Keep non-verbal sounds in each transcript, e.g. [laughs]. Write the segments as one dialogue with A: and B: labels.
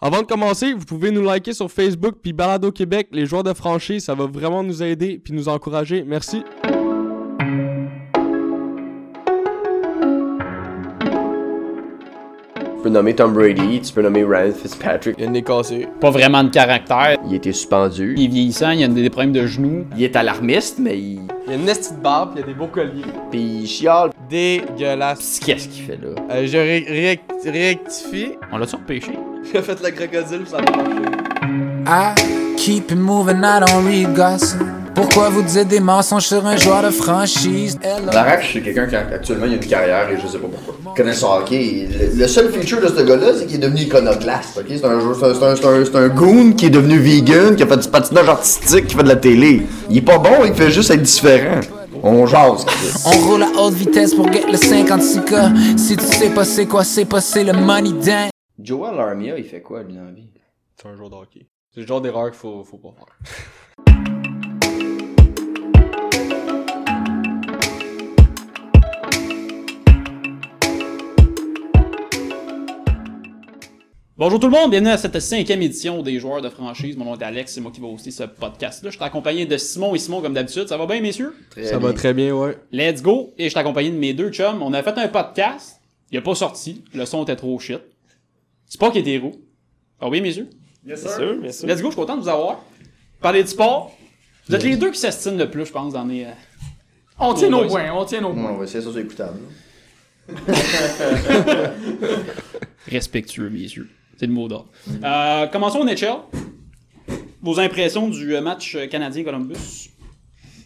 A: Avant de commencer, vous pouvez nous liker sur Facebook puis Balado Québec, les joueurs de franchise, ça va vraiment nous aider puis nous encourager. Merci.
B: Tu peux nommer Tom Brady, tu peux nommer Ryan Fitzpatrick.
C: Il y a une nez cassée.
D: Pas vraiment de caractère.
B: Il était suspendu.
D: Il est vieillissant, il a des problèmes de genoux.
B: Il est alarmiste, mais il.
A: Il y a une petite barbe, il y a des beaux colliers.
B: Puis il chiale.
C: Dégueulasse.
B: Pis Qu'est-ce qu'il fait là?
C: Euh, je ré- réact- rectifie.
D: On l'a-tu repêché?
A: Il a fait le crocodile, ça va
E: I keep it moving, I don't read gossip. Pourquoi vous dites des mensonges sur un joueur de franchise? Hello.
F: Larache, c'est quelqu'un qui actuellement il a une carrière et je sais pas pourquoi. Il connaît son hockey. Il- Le, le seul feature de ce gars-là, c'est qu'il est devenu iconoclaste. ok? C'est un, joueur- c'est un, c'est un- c'est un- c'est un goon qui est devenu vegan, qui a fait du patinage artistique, qui fait de la télé. Il est pas bon, il fait juste être différent. On jase. Chris.
E: On roule à haute vitesse pour get le 56K. Si tu sais pas c'est quoi, c'est pas c'est le money dance.
B: Joel Armia, il fait quoi lui dans la vie?
A: C'est un joueur de hockey. C'est le genre d'erreur qu'il faut, faut pas faire.
D: Bonjour tout le monde, bienvenue à cette cinquième édition des joueurs de franchise. Mon nom est Alex, c'est moi qui vais aussi ce podcast-là. Je suis accompagné de Simon et Simon comme d'habitude. Ça va bien, messieurs?
A: Ça va très bien, ouais.
D: Let's go! Et je suis accompagné de mes deux chums. On a fait un podcast, il a pas sorti, le son était trop shit. Sport qui était roux. Ah oui, messieurs?
C: Bien sûr, bien sûr.
D: Let's go, je suis content de vous avoir. Parler de sport. Vous êtes les deux qui s'estiment le plus, je pense, dans les... euh,
G: On tient
D: Cool,
G: nos
D: boys.
G: points, on tient nos points.
F: On va essayer ça, c'est écoutable.
D: [laughs] Respectueux, messieurs. C'est le mot d'ordre. Euh, commençons au NHL. Vos impressions du euh, match euh, canadien-Columbus?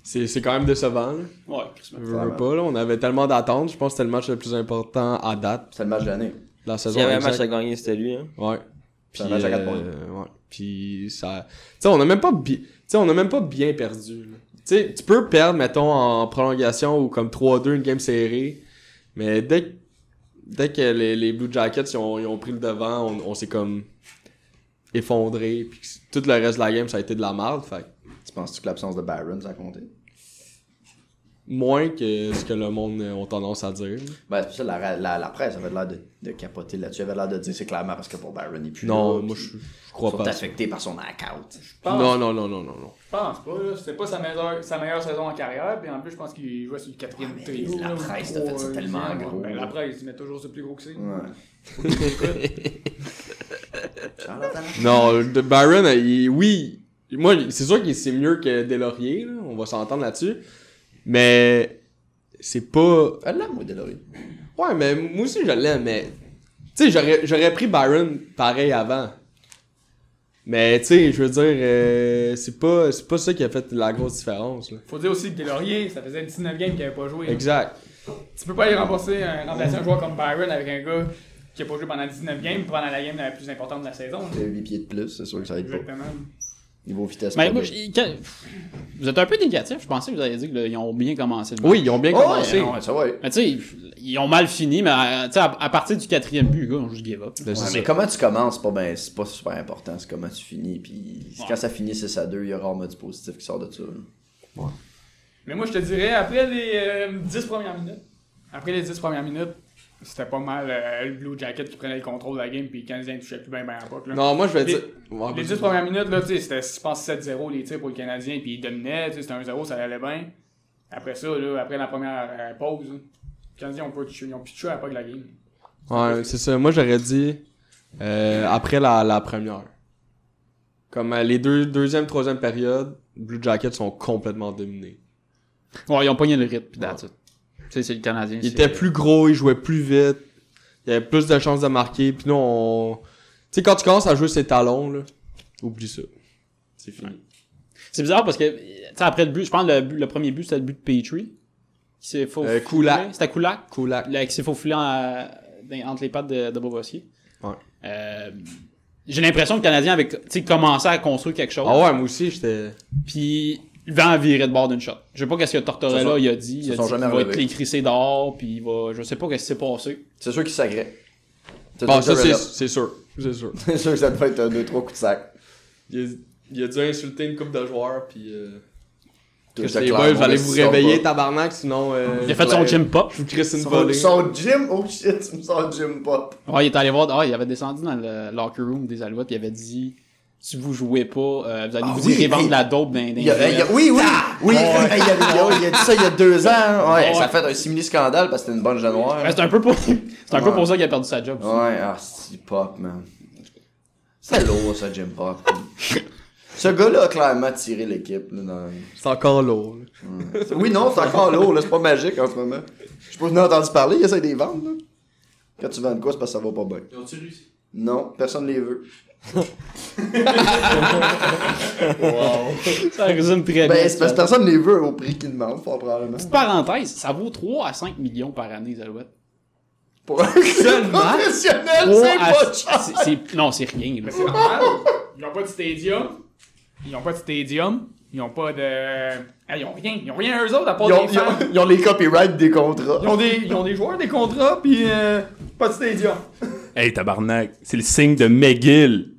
A: C'est c'est quand même décevant, là.
D: Ouais, Christmas.
A: Je veux pas, là. On avait tellement d'attentes. Je pense que c'était le match le plus important à date
F: C'est le match de l'année.
A: de la saison.
C: S'il y avait un
A: exact.
C: match à gagner, c'était lui. Hein.
A: Ouais. Puis,
F: un match à quatre
A: euh, ouais. Puis ça. Tu sais, on a même pas, bi... tu sais, on a même pas bien perdu. là. Tu sais, tu peux perdre, mettons, en prolongation ou comme 3-2, une game serrée. Mais dès que, dès que les, les Blue Jackets ils ont, ils ont pris le devant, on, on s'est comme effondré. Puis que tout le reste de la game, ça a été de la merde. Fait que
F: Tu penses-tu que l'absence de Byron, ça a compté?
A: moins que ce que le monde euh, ont tendance à dire.
F: Ben, c'est pour ça que la, ra- la, la presse avait l'air de, de capoter là-dessus. Elle avait l'air de dire c'est clairement parce que pour Byron, il est plus là.
A: Non, moi,
F: puis
A: je je
F: Ils
A: crois
F: sont
A: pas. à ça.
F: affectés par son knockout.
G: pense-
A: Non, non, non, non, non, non.
G: Je pense pas, là. C'était pas sa meilleure, sa meilleure saison en carrière, puis en plus, je pense qu'il jouait sur le quatrième
F: mais
G: trio,
F: Ah, la
G: là,
F: presse
G: ou
F: t'a
G: le
F: fait ça
G: troisième.
F: tellement gros,
G: Ben,
F: là.
G: la presse, il met toujours ça plus gros que c'est.
F: Ouais.
A: Non, de Byron, euh, il- oui, moi, c'est sûr qu'il c'est mieux que Delaurier, là, on va s'entendre là-dessus, mais c'est pas...
F: Elle l'aime, moi, Delory.
A: Ouais, mais moi aussi, je l'aime, mais... Tu sais, j'aurais- j'aurais pris Byron pareil avant. Mais, tu sais, je veux dire, euh, c'est pas, c'est pas ça qui a fait la grosse différence, là.
G: Faut dire aussi que Delaurier, ça faisait 19 games qu'il avait pas joué.
A: Exact.
G: Tu peux pas aller remplacer un, remplacer un joueur comme Byron avec un gars qui a pas joué pendant 19 games, pendant la game la plus importante de la saison. là.
F: T'as 8 pieds de plus, c'est sûr que ça aide pas.
G: Exactement.
F: Niveau vitesse.
D: Mais
F: pas
D: moi,
F: de-
D: je- quand- vous êtes un peu négatif. Je pensais que vous alliez dire qu'ils ont bien commencé le match.
A: Oui, ils ont bien
F: Oh,
A: commencé.
F: ouais, non, ça va. ouais.
D: Mais tu sais, ils ont mal fini, mais euh, tu sais, à, à partir du quatrième but, les gars, ils ont juste give up.
A: Ben, c'est
F: Ouais,
A: ça.
F: mais comment tu commences, c'est pas, ben, c'est pas super important, c'est comment tu finis. Puis
D: Ouais.
F: quand ça finit 6 à 2, il y a rarement du positif qui sort de ça. là.
G: Mais moi, je te dirais, après les euh, 10 premières minutes, après les 10 premières minutes, c'était pas mal euh, le Blue Jacket qui prenait le contrôle de la game, puis le Canadien ne touchait plus bien, bien à pote, là.
A: Non, moi, je vais
G: Les-
A: dire... Ouais,
G: Les
A: vas-y.
G: 10 premières minutes, là, tu sais, c'était, je pense, 7-0 les tirs pour le Canadien, puis ils dominaient, tu sais, c'était 1-0, ça allait bien. Après ça, là, après la première euh, pause, là, les Canadiens ont pas touché, ils ont pitché à pas de la game.
A: Ouais, c'est ça. Moi, j'aurais dit euh, après la, la première. Comme euh, les deux, deuxième, troisième période, Blue Jackets sont complètement dominés.
D: Ouais, ils ont pogné le rythme, puis that's it. Tu sais, c'est le Canadien.
A: Ils
D: c'est-
A: étaient plus gros, ils jouaient plus vite, il y avait plus de chances de marquer. Puis nous, on... Tu sais, quand tu commences à jouer ses talons, là, oublie ça. C'est fini.
D: C'est bizarre parce que, euh, tu sais, après le but, je pense que le, but- le premier but, c'était le but de Petrie. Qui s'est faufilé.
A: Euh, Kulak.
D: C'était Kulak.
A: Kulak.
D: Là, qui s'est faufilé en- euh, dans- entre les pattes de, de Bobrovski.
A: Ouais.
D: Euh, j'ai l'impression que le Canadien avait tu sais, commencé à construire quelque chose.
A: Ah ouais, moi aussi, j'étais...
D: Puis le vent virait de bord d'une shot. Je sais pas qu'est-ce que
F: Se sont-
D: Tortorella il a dit.
F: se
D: Il a
F: sont
D: dit qu'il
F: jamais
D: va être
F: relevés.
D: écrissé dehors, puis il va. Je sais pas qu'est-ce qui s'est passé.
F: C'est sûr qu'il s'agrée.
A: Bon, ça, c'est c'est sûr. C'est sûr.
F: [laughs] C'est sûr que ça devait être 2-3 coups de sac.
A: Il a, il a dû insulter une coupe de joueurs, puis... euh, Que
F: Touche de
A: les
F: clair,
A: boys,
F: mon
A: fallait
F: gars,
A: vous
F: si ça va
A: réveiller,
F: pas.
A: tabarnak, sinon. euh,
D: Il a fait son
F: Ouais.
D: gym pop.
A: Je vous crisse une
F: Son,
A: volée.
F: son gym, oh shit, [laughs] tu me sens gym pop.
D: Ouais, il est allé voir. Ah, il avait descendu dans le locker room des Alouettes. Il avait dit si vous jouez pas, euh, vous allez
F: Ah
D: vous
F: oui,
D: irez vendre
F: hey.
D: la dope dans, dans
F: Il y a-
D: les
F: il y a- oui, oui,
A: Ah!
F: oui, hey, il, y a, il y a- il y a dit ça il y a deux ans. hein. Ouais, ça a fait un simili-scandale parce que c'était une bonne jeune noire.
D: Ouais, C'est un peu pour, c'est un peu pour ça qu'il a perdu sa job. aussi.
F: Ouais, ah, c'est pop, man. C'est lourd, ça, Jim [laughs] Pop. Ce gars-là a clairement tiré l'équipe. là, dans-
A: C'est encore lourd. là.
F: Oui, non, c'est encore lourd, là, c'est pas magique en ce moment. Je sais pas si vous en avez entendu parler, il essaie de les vendre. Là. Quand tu vends de quoi, c'est parce que ça va pas bien. Non, personne les veut.
D: Ça résume très bien.
F: Ben, c'est parce
D: cette
F: que personne les veut au prix qu'ils demandent, fort probablement.
D: Petite parenthèse, ça vaut 3 à 5 millions par année, les Alouettes.
F: Pour un club professionnel, c'est
D: 3 à-
F: pas cher.
D: c'est- c'est- Non, c'est rien. là.
G: Mais c'est normal. Ils n'ont pas de stadium. Ils n'ont pas de stadium. Ils n'ont pas de. Ah, ils n'ont rien. Ils n'ont rien eux autres à part
F: Ils ont,
G: des
F: ils
G: fans.
F: ont- ils ont les copyrights des contrats.
G: Ils ont des, ils ont des joueurs, des contrats, puis euh, pas de stadium.
C: Hey, tabarnak, c'est le signe de McGill.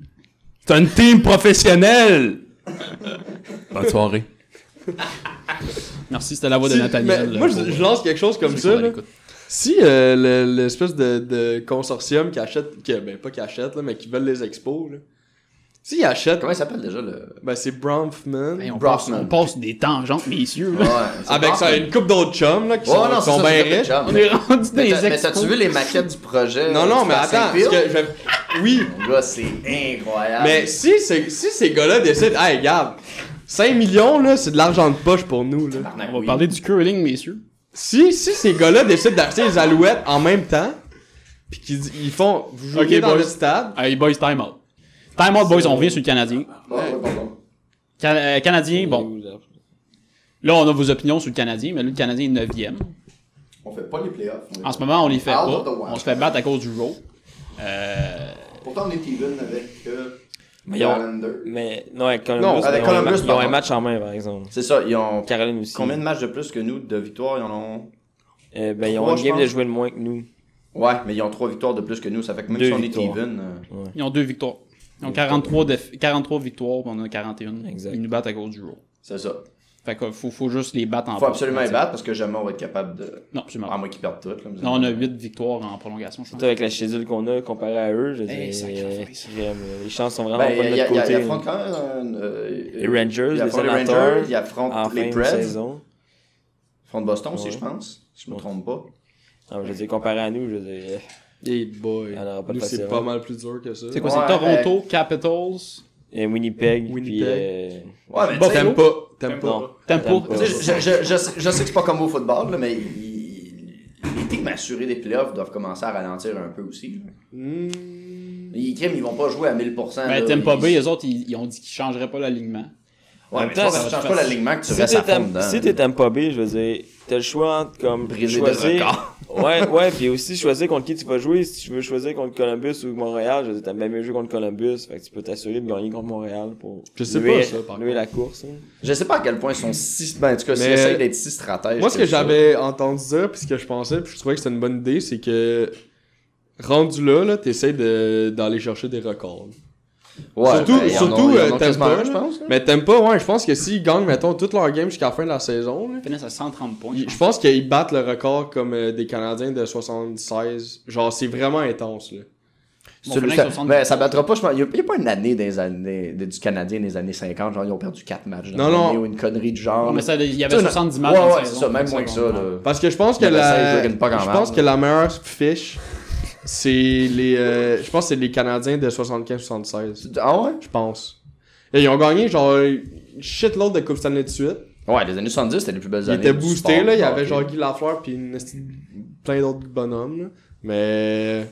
C: C'est une team professionnelle. Bonne soirée.
D: Merci, c'était la voix de
A: Si-
D: Nathaniel.
A: mais
D: là,
A: moi,
D: pour- euh,
A: je, je lance quelque chose comme
D: pour
A: ça.
D: ceux qui
A: là.
D: l'écoutent.
A: Si euh, le- l'espèce de, de consortium qui achète, qui, ben pas qui achète, là, mais qui veulent les expos, là. s'ils achètent,
F: Comment il s'appelle déjà le.
A: ben c'est Bronfman.
D: Hey, Ben, on, passe,
F: Brosnan.
D: on passe des tangentes, messieurs.
F: Ouais,
D: Là.
A: avec
F: c'est pas-
A: Ah, ben, ça, une coupe d'autres chums là, qui
F: Ouais,
A: sont,
F: non,
A: qui
F: c'est
A: sont
F: ça,
A: bien
F: c'est le
A: riches.
F: chum.
D: On est [laughs] rendu
F: Mais
D: des
F: t'as- mais
D: expos.
F: t'as-tu vu les maquettes du projet?
A: Non,
F: euh,
A: non,
F: du
A: mais
F: Saint-Pierre?
A: attends. parce que j'avais- oui,
F: Mon gars, c'est incroyable.
A: mais si, ces- si ces gars-là décident, hey, regarde, 5 millions, là, c'est de l'argent de poche pour nous. Là.
F: Tabarnak,
D: On va
F: oui.
D: parler du curling, messieurs.
A: Si, si ces gars-là décident d'acheter les alouettes en même temps, puis qu'ils ils font, vous jouez
D: Ok,
A: dans
D: boys.
A: le stade,
D: Hey, boys, time out. Time out, boys, on revient sur le Canadien.
F: Bon, Ah, ouais, bon, bon.
D: Can- euh, Canadien, bon. Là, on a vos opinions sur le Canadien, mais là, le Canadien est 9e.
F: On fait pas les playoffs. on est-
D: En ce moment, on les fait
F: Out
D: pas.
F: of the wild.
D: On se fait battre à cause du row. Euh,
F: Pourtant, on est even avec euh,
C: Mais
F: les
C: ils ont-
F: Islanders.
H: Mais non, avec Columbus,
A: Non,
F: avec
H: ils, ont un
F: Columbus,
H: match- ils ont
F: pardon.
H: un match en main, par exemple.
F: C'est ça, ils ont
H: Caroline aussi.
F: combien de matchs de plus que nous de victoires Ils en ont.
H: Euh, ben, ils ont
F: Trois,
H: un
F: je
H: game de
F: pense.
H: jouer de moins que nous.
F: Ouais, mais ils ont trois victoires de plus que nous. Ça fait que même
H: Deux
F: si on est
H: victoires.
F: even. euh,
D: ils ont deux victoires. Ils ont 43, déf- 43 victoires, puis on en a 41.
H: Exact.
D: Ils nous battent à cause du row.
F: C'est ça.
D: Fait que faut, faut juste les battre en
F: Faut
D: poste.
F: absolument les battre parce que jamais on va être capable de. Ah,
D: Non, absolument.
F: À moins qu'ils perdent tout. là, mais-
D: Non, on a 8 victoires en prolongation, je pense.
H: Surtout avec la schedule qu'on a comparé à eux, je veux
D: Eh,
H: dire,
D: sacrifice.
H: euh, crème, les chances sont vraiment
F: Ben,
H: pas
F: il
H: de
F: y a-
H: notre
F: il y a-
H: côté. hein,
F: il affronte quand même. euh, euh,
H: Les Rangers,
F: il
H: les
F: affronte
H: Sénateurs,
F: Rangers, il affronte
H: en
F: les
H: fin de
F: Preds.
H: saison.
F: Ils affrontent Boston aussi,
H: Ouais.
F: je pense. Si je me trompe pas.
H: Non, mais je veux dire, comparé à nous, je veux dire,
A: hey boy,
H: on n'aura pas de
A: nous c'est
H: facile.
A: pas mal plus dur que ça.
D: C'est quoi,
F: Ouais,
D: c'est Toronto, Capitals,
H: Et euh, Winnipeg, puis...
A: Winnipeg.
H: euh,
F: Ouais, mais tu sais,
A: T'aimes pas, t'aimes
G: T'aimes
A: pas.
H: non.
D: Tempo.
H: Tampa.
F: Tu sais, Je, je- je- je sais- je sais que c'est pas comme au football, là, mais il- il- les teams assurées des playoffs doivent commencer à ralentir un peu aussi. là.
A: Hmm.
F: Ils, criment, ils vont pas jouer à 1000%.
D: Ben,
F: là,
D: Tempo
F: ils-
D: B, eux autres, ils, ils ont dit qu'ils changeraient pas l'alignement.
H: En
F: Ouais,
H: même
F: mais
H: temps,
F: ça,
H: ça
F: ça change
D: va
F: pas
D: te-
F: l'alignement que tu
H: Si
F: restes à
H: t'es
F: fond
H: Tam-
F: dedans.
H: si t'es Tampa Bay, je veux dire, t'as le choix entre comme
F: Briser des
H: choisir. [laughs] ouais, ouais, puis aussi choisir contre qui tu vas jouer. Si tu veux choisir contre Columbus ou Montréal, je veux dire, t'aimes bien mieux jouer contre Columbus. Fait que tu peux t'assurer de gagner contre Montréal pour
A: Je sais
H: nouer-
A: pas, ça, par
H: nouer la course. hein.
F: Je sais pas à quel point ils sont si. Ben, en tout cas, s'ils
A: Mais-
F: essayent d'être si stratèges.
A: Moi, ce que
F: ça.
A: j'avais entendu dire, puis ce que je pensais, puis je trouvais que c'était une bonne idée, c'est que rendu là, là t'essaies de- d'aller chercher des records.
F: Ouais,
A: surtout,
F: ben, ils en ont-
A: surtout
F: ils en
A: euh,
F: ont
A: t'aimes
F: quasiment
A: pas,
F: un, je pense. là.
A: Mais t'aimes pas, ouais, je pense que s'ils gagnent, mettons, toute leur game jusqu'à la fin de la saison, là,
D: Ils finissent à 130 points.
A: ils- je pense qu'ils battent le record comme euh, des Canadiens de 76. Genre, c'est vraiment intense, là.
D: Mon
F: Celui-
D: Félix,
F: ça-
D: 70.
F: ben, ça battra pas, je pense. Il n'y a, il y a pas une année des années, des- du Canadien des années 50, genre ils ont perdu 4 matchs.
A: Non,
F: dans l'année
A: non.
F: Ou une connerie du genre.
D: Non, mais ça, il y avait
F: Tu sais,
D: 70 matchs. dans
F: Ouais,
D: la
F: ouais,
D: saison,
F: c'est ça, même
D: fait
F: moins que ça. là.
A: Parce que je pense que
F: Il y en a
A: la,
F: cinq, je gagne pas grand
A: je
F: match,
A: pense
F: là.
A: que la meilleure fiche, c'est les, euh, je pense que c'est les Canadiens de 75-76.
F: Ah ouais?
A: Je pense. Et ils ont gagné genre shitload de Coupe Stanley de suite.
F: Ouais, les années 70, c'était les plus belles
A: Ils
F: années.
A: étaient
F: du
A: boostés,
F: sport,
A: là. Il y
F: du
A: avait
F: hockey.
A: genre Guy Lafleur puis une esti- plein d'autres bonhommes. là. Mais.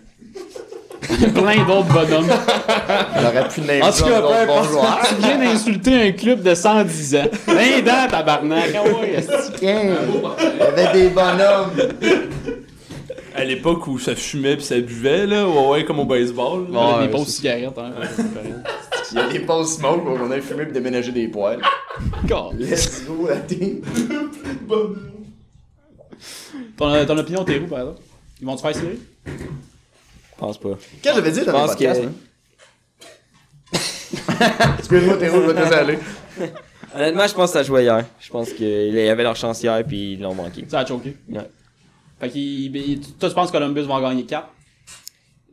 D: Il y a plein d'autres bonhommes.
F: Il aurait pu name
A: En tout cas,
F: drop
A: peu
F: d'autres bons
A: importe.
F: joueurs.
D: tu viens d'insulter un club de 110 ans. Plein dents, tabarnak. Ah ouais, esti.
F: Il y avait des bonhommes.
C: À l'époque où ça fumait pis ça buvait, là, ouais, ouais, comme au baseball. là.
D: J'avais
A: ouais,
D: des pauses cigarettes. Hein,
F: Il y a des pauses smoke, on a fumé pour déménager des poils.
D: Encore.
F: [laughs] Let's go, la team.
D: ton, ton opinion, t'es où, par exemple? Ils vont te faire serrer?
H: Je pense pas.
F: Qu'est-ce que j'avais dit dans le
H: pense
F: [laughs] podcast,
H: que-
F: hein? Excuse-moi, Théo, je vais te laisser aller.
H: Honnêtement, je pense que ça jouait hier. Je pense qu'il y avait leur chance hier, puis ils l'ont manqué.
D: Ça a choqué.
H: Ouais.
D: Fait qu'il. il- Toi, tu penses que Columbus va en gagner 4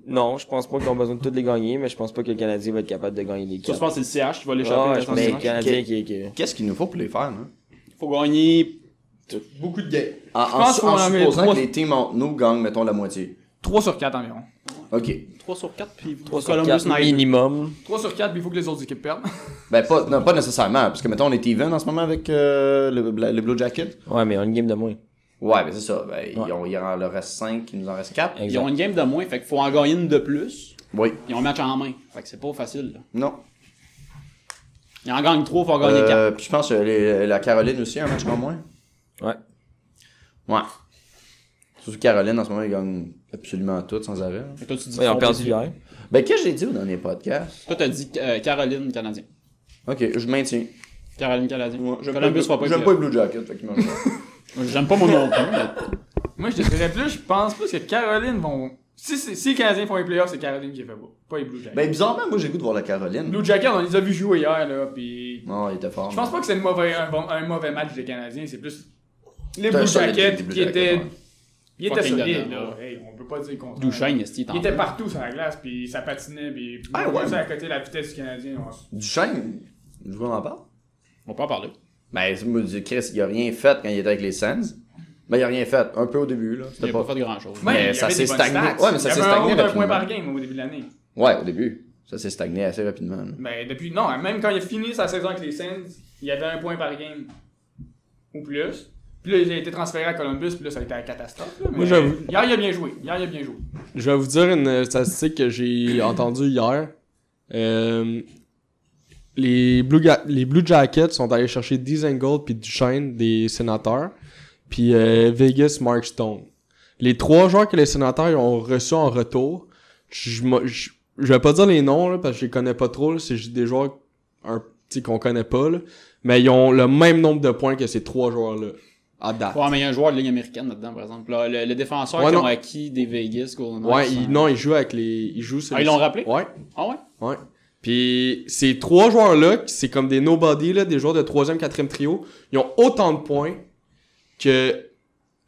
H: Non, je pense pas qu'ils ont besoin de toutes les gagner, mais je pense pas que le Canadien va être capable de gagner les
D: Toi, tu
H: quatre.
D: penses que c'est le CH qui va
H: Ah,
D: l'échapper
H: je
D: dans
H: pense
D: le
H: que c'est
D: match?
H: le Canadien qui qui-
F: Qu'est-ce qu'il nous faut pour les faire, hein? non?
D: Faut gagner.
A: Beaucoup de gains.
F: En, en-
G: pense qu'on
F: en
G: en met
F: supposant
G: trois-
F: que les teams entre nous gagnent, mettons, la moitié.
G: 3 sur 4 environ.
F: OK.
D: 3 sur 4, puis
H: Trois sur
D: Columbus
H: quatre
D: n'arrive
H: minimum.
G: 3 sur 4, puis il faut que les autres équipes perdent. [laughs]
F: Ben, pas, non, pas nécessairement, parce que, mettons, on est even en ce moment avec euh, le, bla- le Blue Jacket.
H: Ouais, mais on a une game de moins.
F: Ouais, ben c'est ça. Ben, ils ont- il en leur reste 5, il nous en reste 4.
D: Ils ont une game de moins, fait qu'il faut en gagner une de plus.
F: Oui.
D: Ils ont un match en main. Fait que c'est pas facile. là.
F: Non.
D: Ils en gagnent 3, faut en gagner 4.
F: Euh, puis je pense que les- la Caroline aussi a un match en moins.
H: Ouais.
F: Ouais. Surtout que Caroline, en ce moment, ils gagnent absolument tout sans arrêt. hein.
D: Et toi, tu dis
H: Ouais, ils ont
D: qu'ils
H: perdu
D: sont-
H: hier.
F: Ben, qu'est-ce que j'ai dit au dernier podcast?
D: Toi, t'as dit euh, Caroline, Canadien.
F: OK, je maintiens.
D: Caroline, Canadien.
F: Ouais, j'aime
D: Columbus
F: pas,
D: va pas
F: j'aime
D: être
F: pas
D: là.
F: les Blue Jackets, fait qu'ils mangent
D: [laughs]
F: pas.
D: J'aime pas mon nom plus. mais-
G: Moi, je te dirais plus, je pense plus que Caroline vont. Si, si, si les Canadiens font les playoffs, c'est Caroline qui les fait pas. Pas les Blue Jackets.
F: Ben, bizarrement, moi, j'ai le goût de voir la Caroline.
G: Blue Jackets, on les a vus jouer hier, là, puis.
F: Non, il était fort. hein.
G: Je pense
F: mais-
G: pas que c'est le mauvais, un, bon- un mauvais match des Canadiens, c'est plus. Les
F: T'as un
G: Blue
F: solide
G: Jackets
F: début
G: qui
F: de la
G: étaient.
F: campagne.
G: Ils étaient
D: Fucking
G: solides,
D: dedans,
G: là. Hey, on peut pas dire qu'on.
D: Duchesne, esti, t'en
G: Il était partout sur la glace, puis ça patinait, puis.
F: Ah, ouais.
G: Ça à côté de la vitesse du Canadien. on-
F: Duchesne, je vous en parle.
D: On peut en parler.
F: Ben, tu me dis, Chris, il a rien fait quand il était avec les Sens. Ben, il a rien fait. Un peu au début, là.
D: Il
F: C'était
D: a
F: pas...
D: pas fait grand chose.
G: Ouais,
F: Mais
G: il y
F: ça
G: avait
F: s'est
G: des bonnes
F: stagné.
G: stats.
F: Ouais, mais ça
G: Il y
F: s'est
G: avait un
F: stagné
G: haut d'un point
F: rapidement.
G: par game au début de l'année.
F: Ouais, au début. Ça s'est stagné assez rapidement. là.
G: Mais Ben, depuis, non, même quand il a fini sa saison avec les Saints, il y avait un point par game ou plus. Puis là, il a été transféré à Columbus, puis là, ça a été la catastrophe. là. Mais
A: Moi, j'avoue.
G: Hier, il a bien joué. Hier, il a bien joué.
A: Je vais vous dire une euh, statistique que j'ai entendue hier. Euh, les, Blue Ga- les Blue Jackets sont allés chercher Dizengold puis Duchesne des sénateurs, puis euh, Vegas Mark Stone. Les trois joueurs que les sénateurs ont reçus en retour, je, m'a- je, je vais pas dire les noms là, parce que je les connais pas trop, là, c'est juste des joueurs un, tu sais, qu'on connaît pas, là, mais ils ont le même nombre de points que ces trois joueurs-là à date.
D: Ouais, mais il y a un joueur de ligne américaine là-dedans, par exemple. Là, le, le défenseur
A: Ouais,
D: qui
A: non.
D: ont acquis des Vegas, Golden Knights,
A: Ouais, il-
D: hein.
A: non, ils jouent avec les. Ils jouent sur
D: Ah,
A: les-
D: ils l'ont rappelé?
A: Ouais.
D: Ah ouais?
A: Ouais. Puis ces trois joueurs-là, qui- c'est comme des nobody, là, des joueurs de troisième, quatrième trio, ils ont autant de points que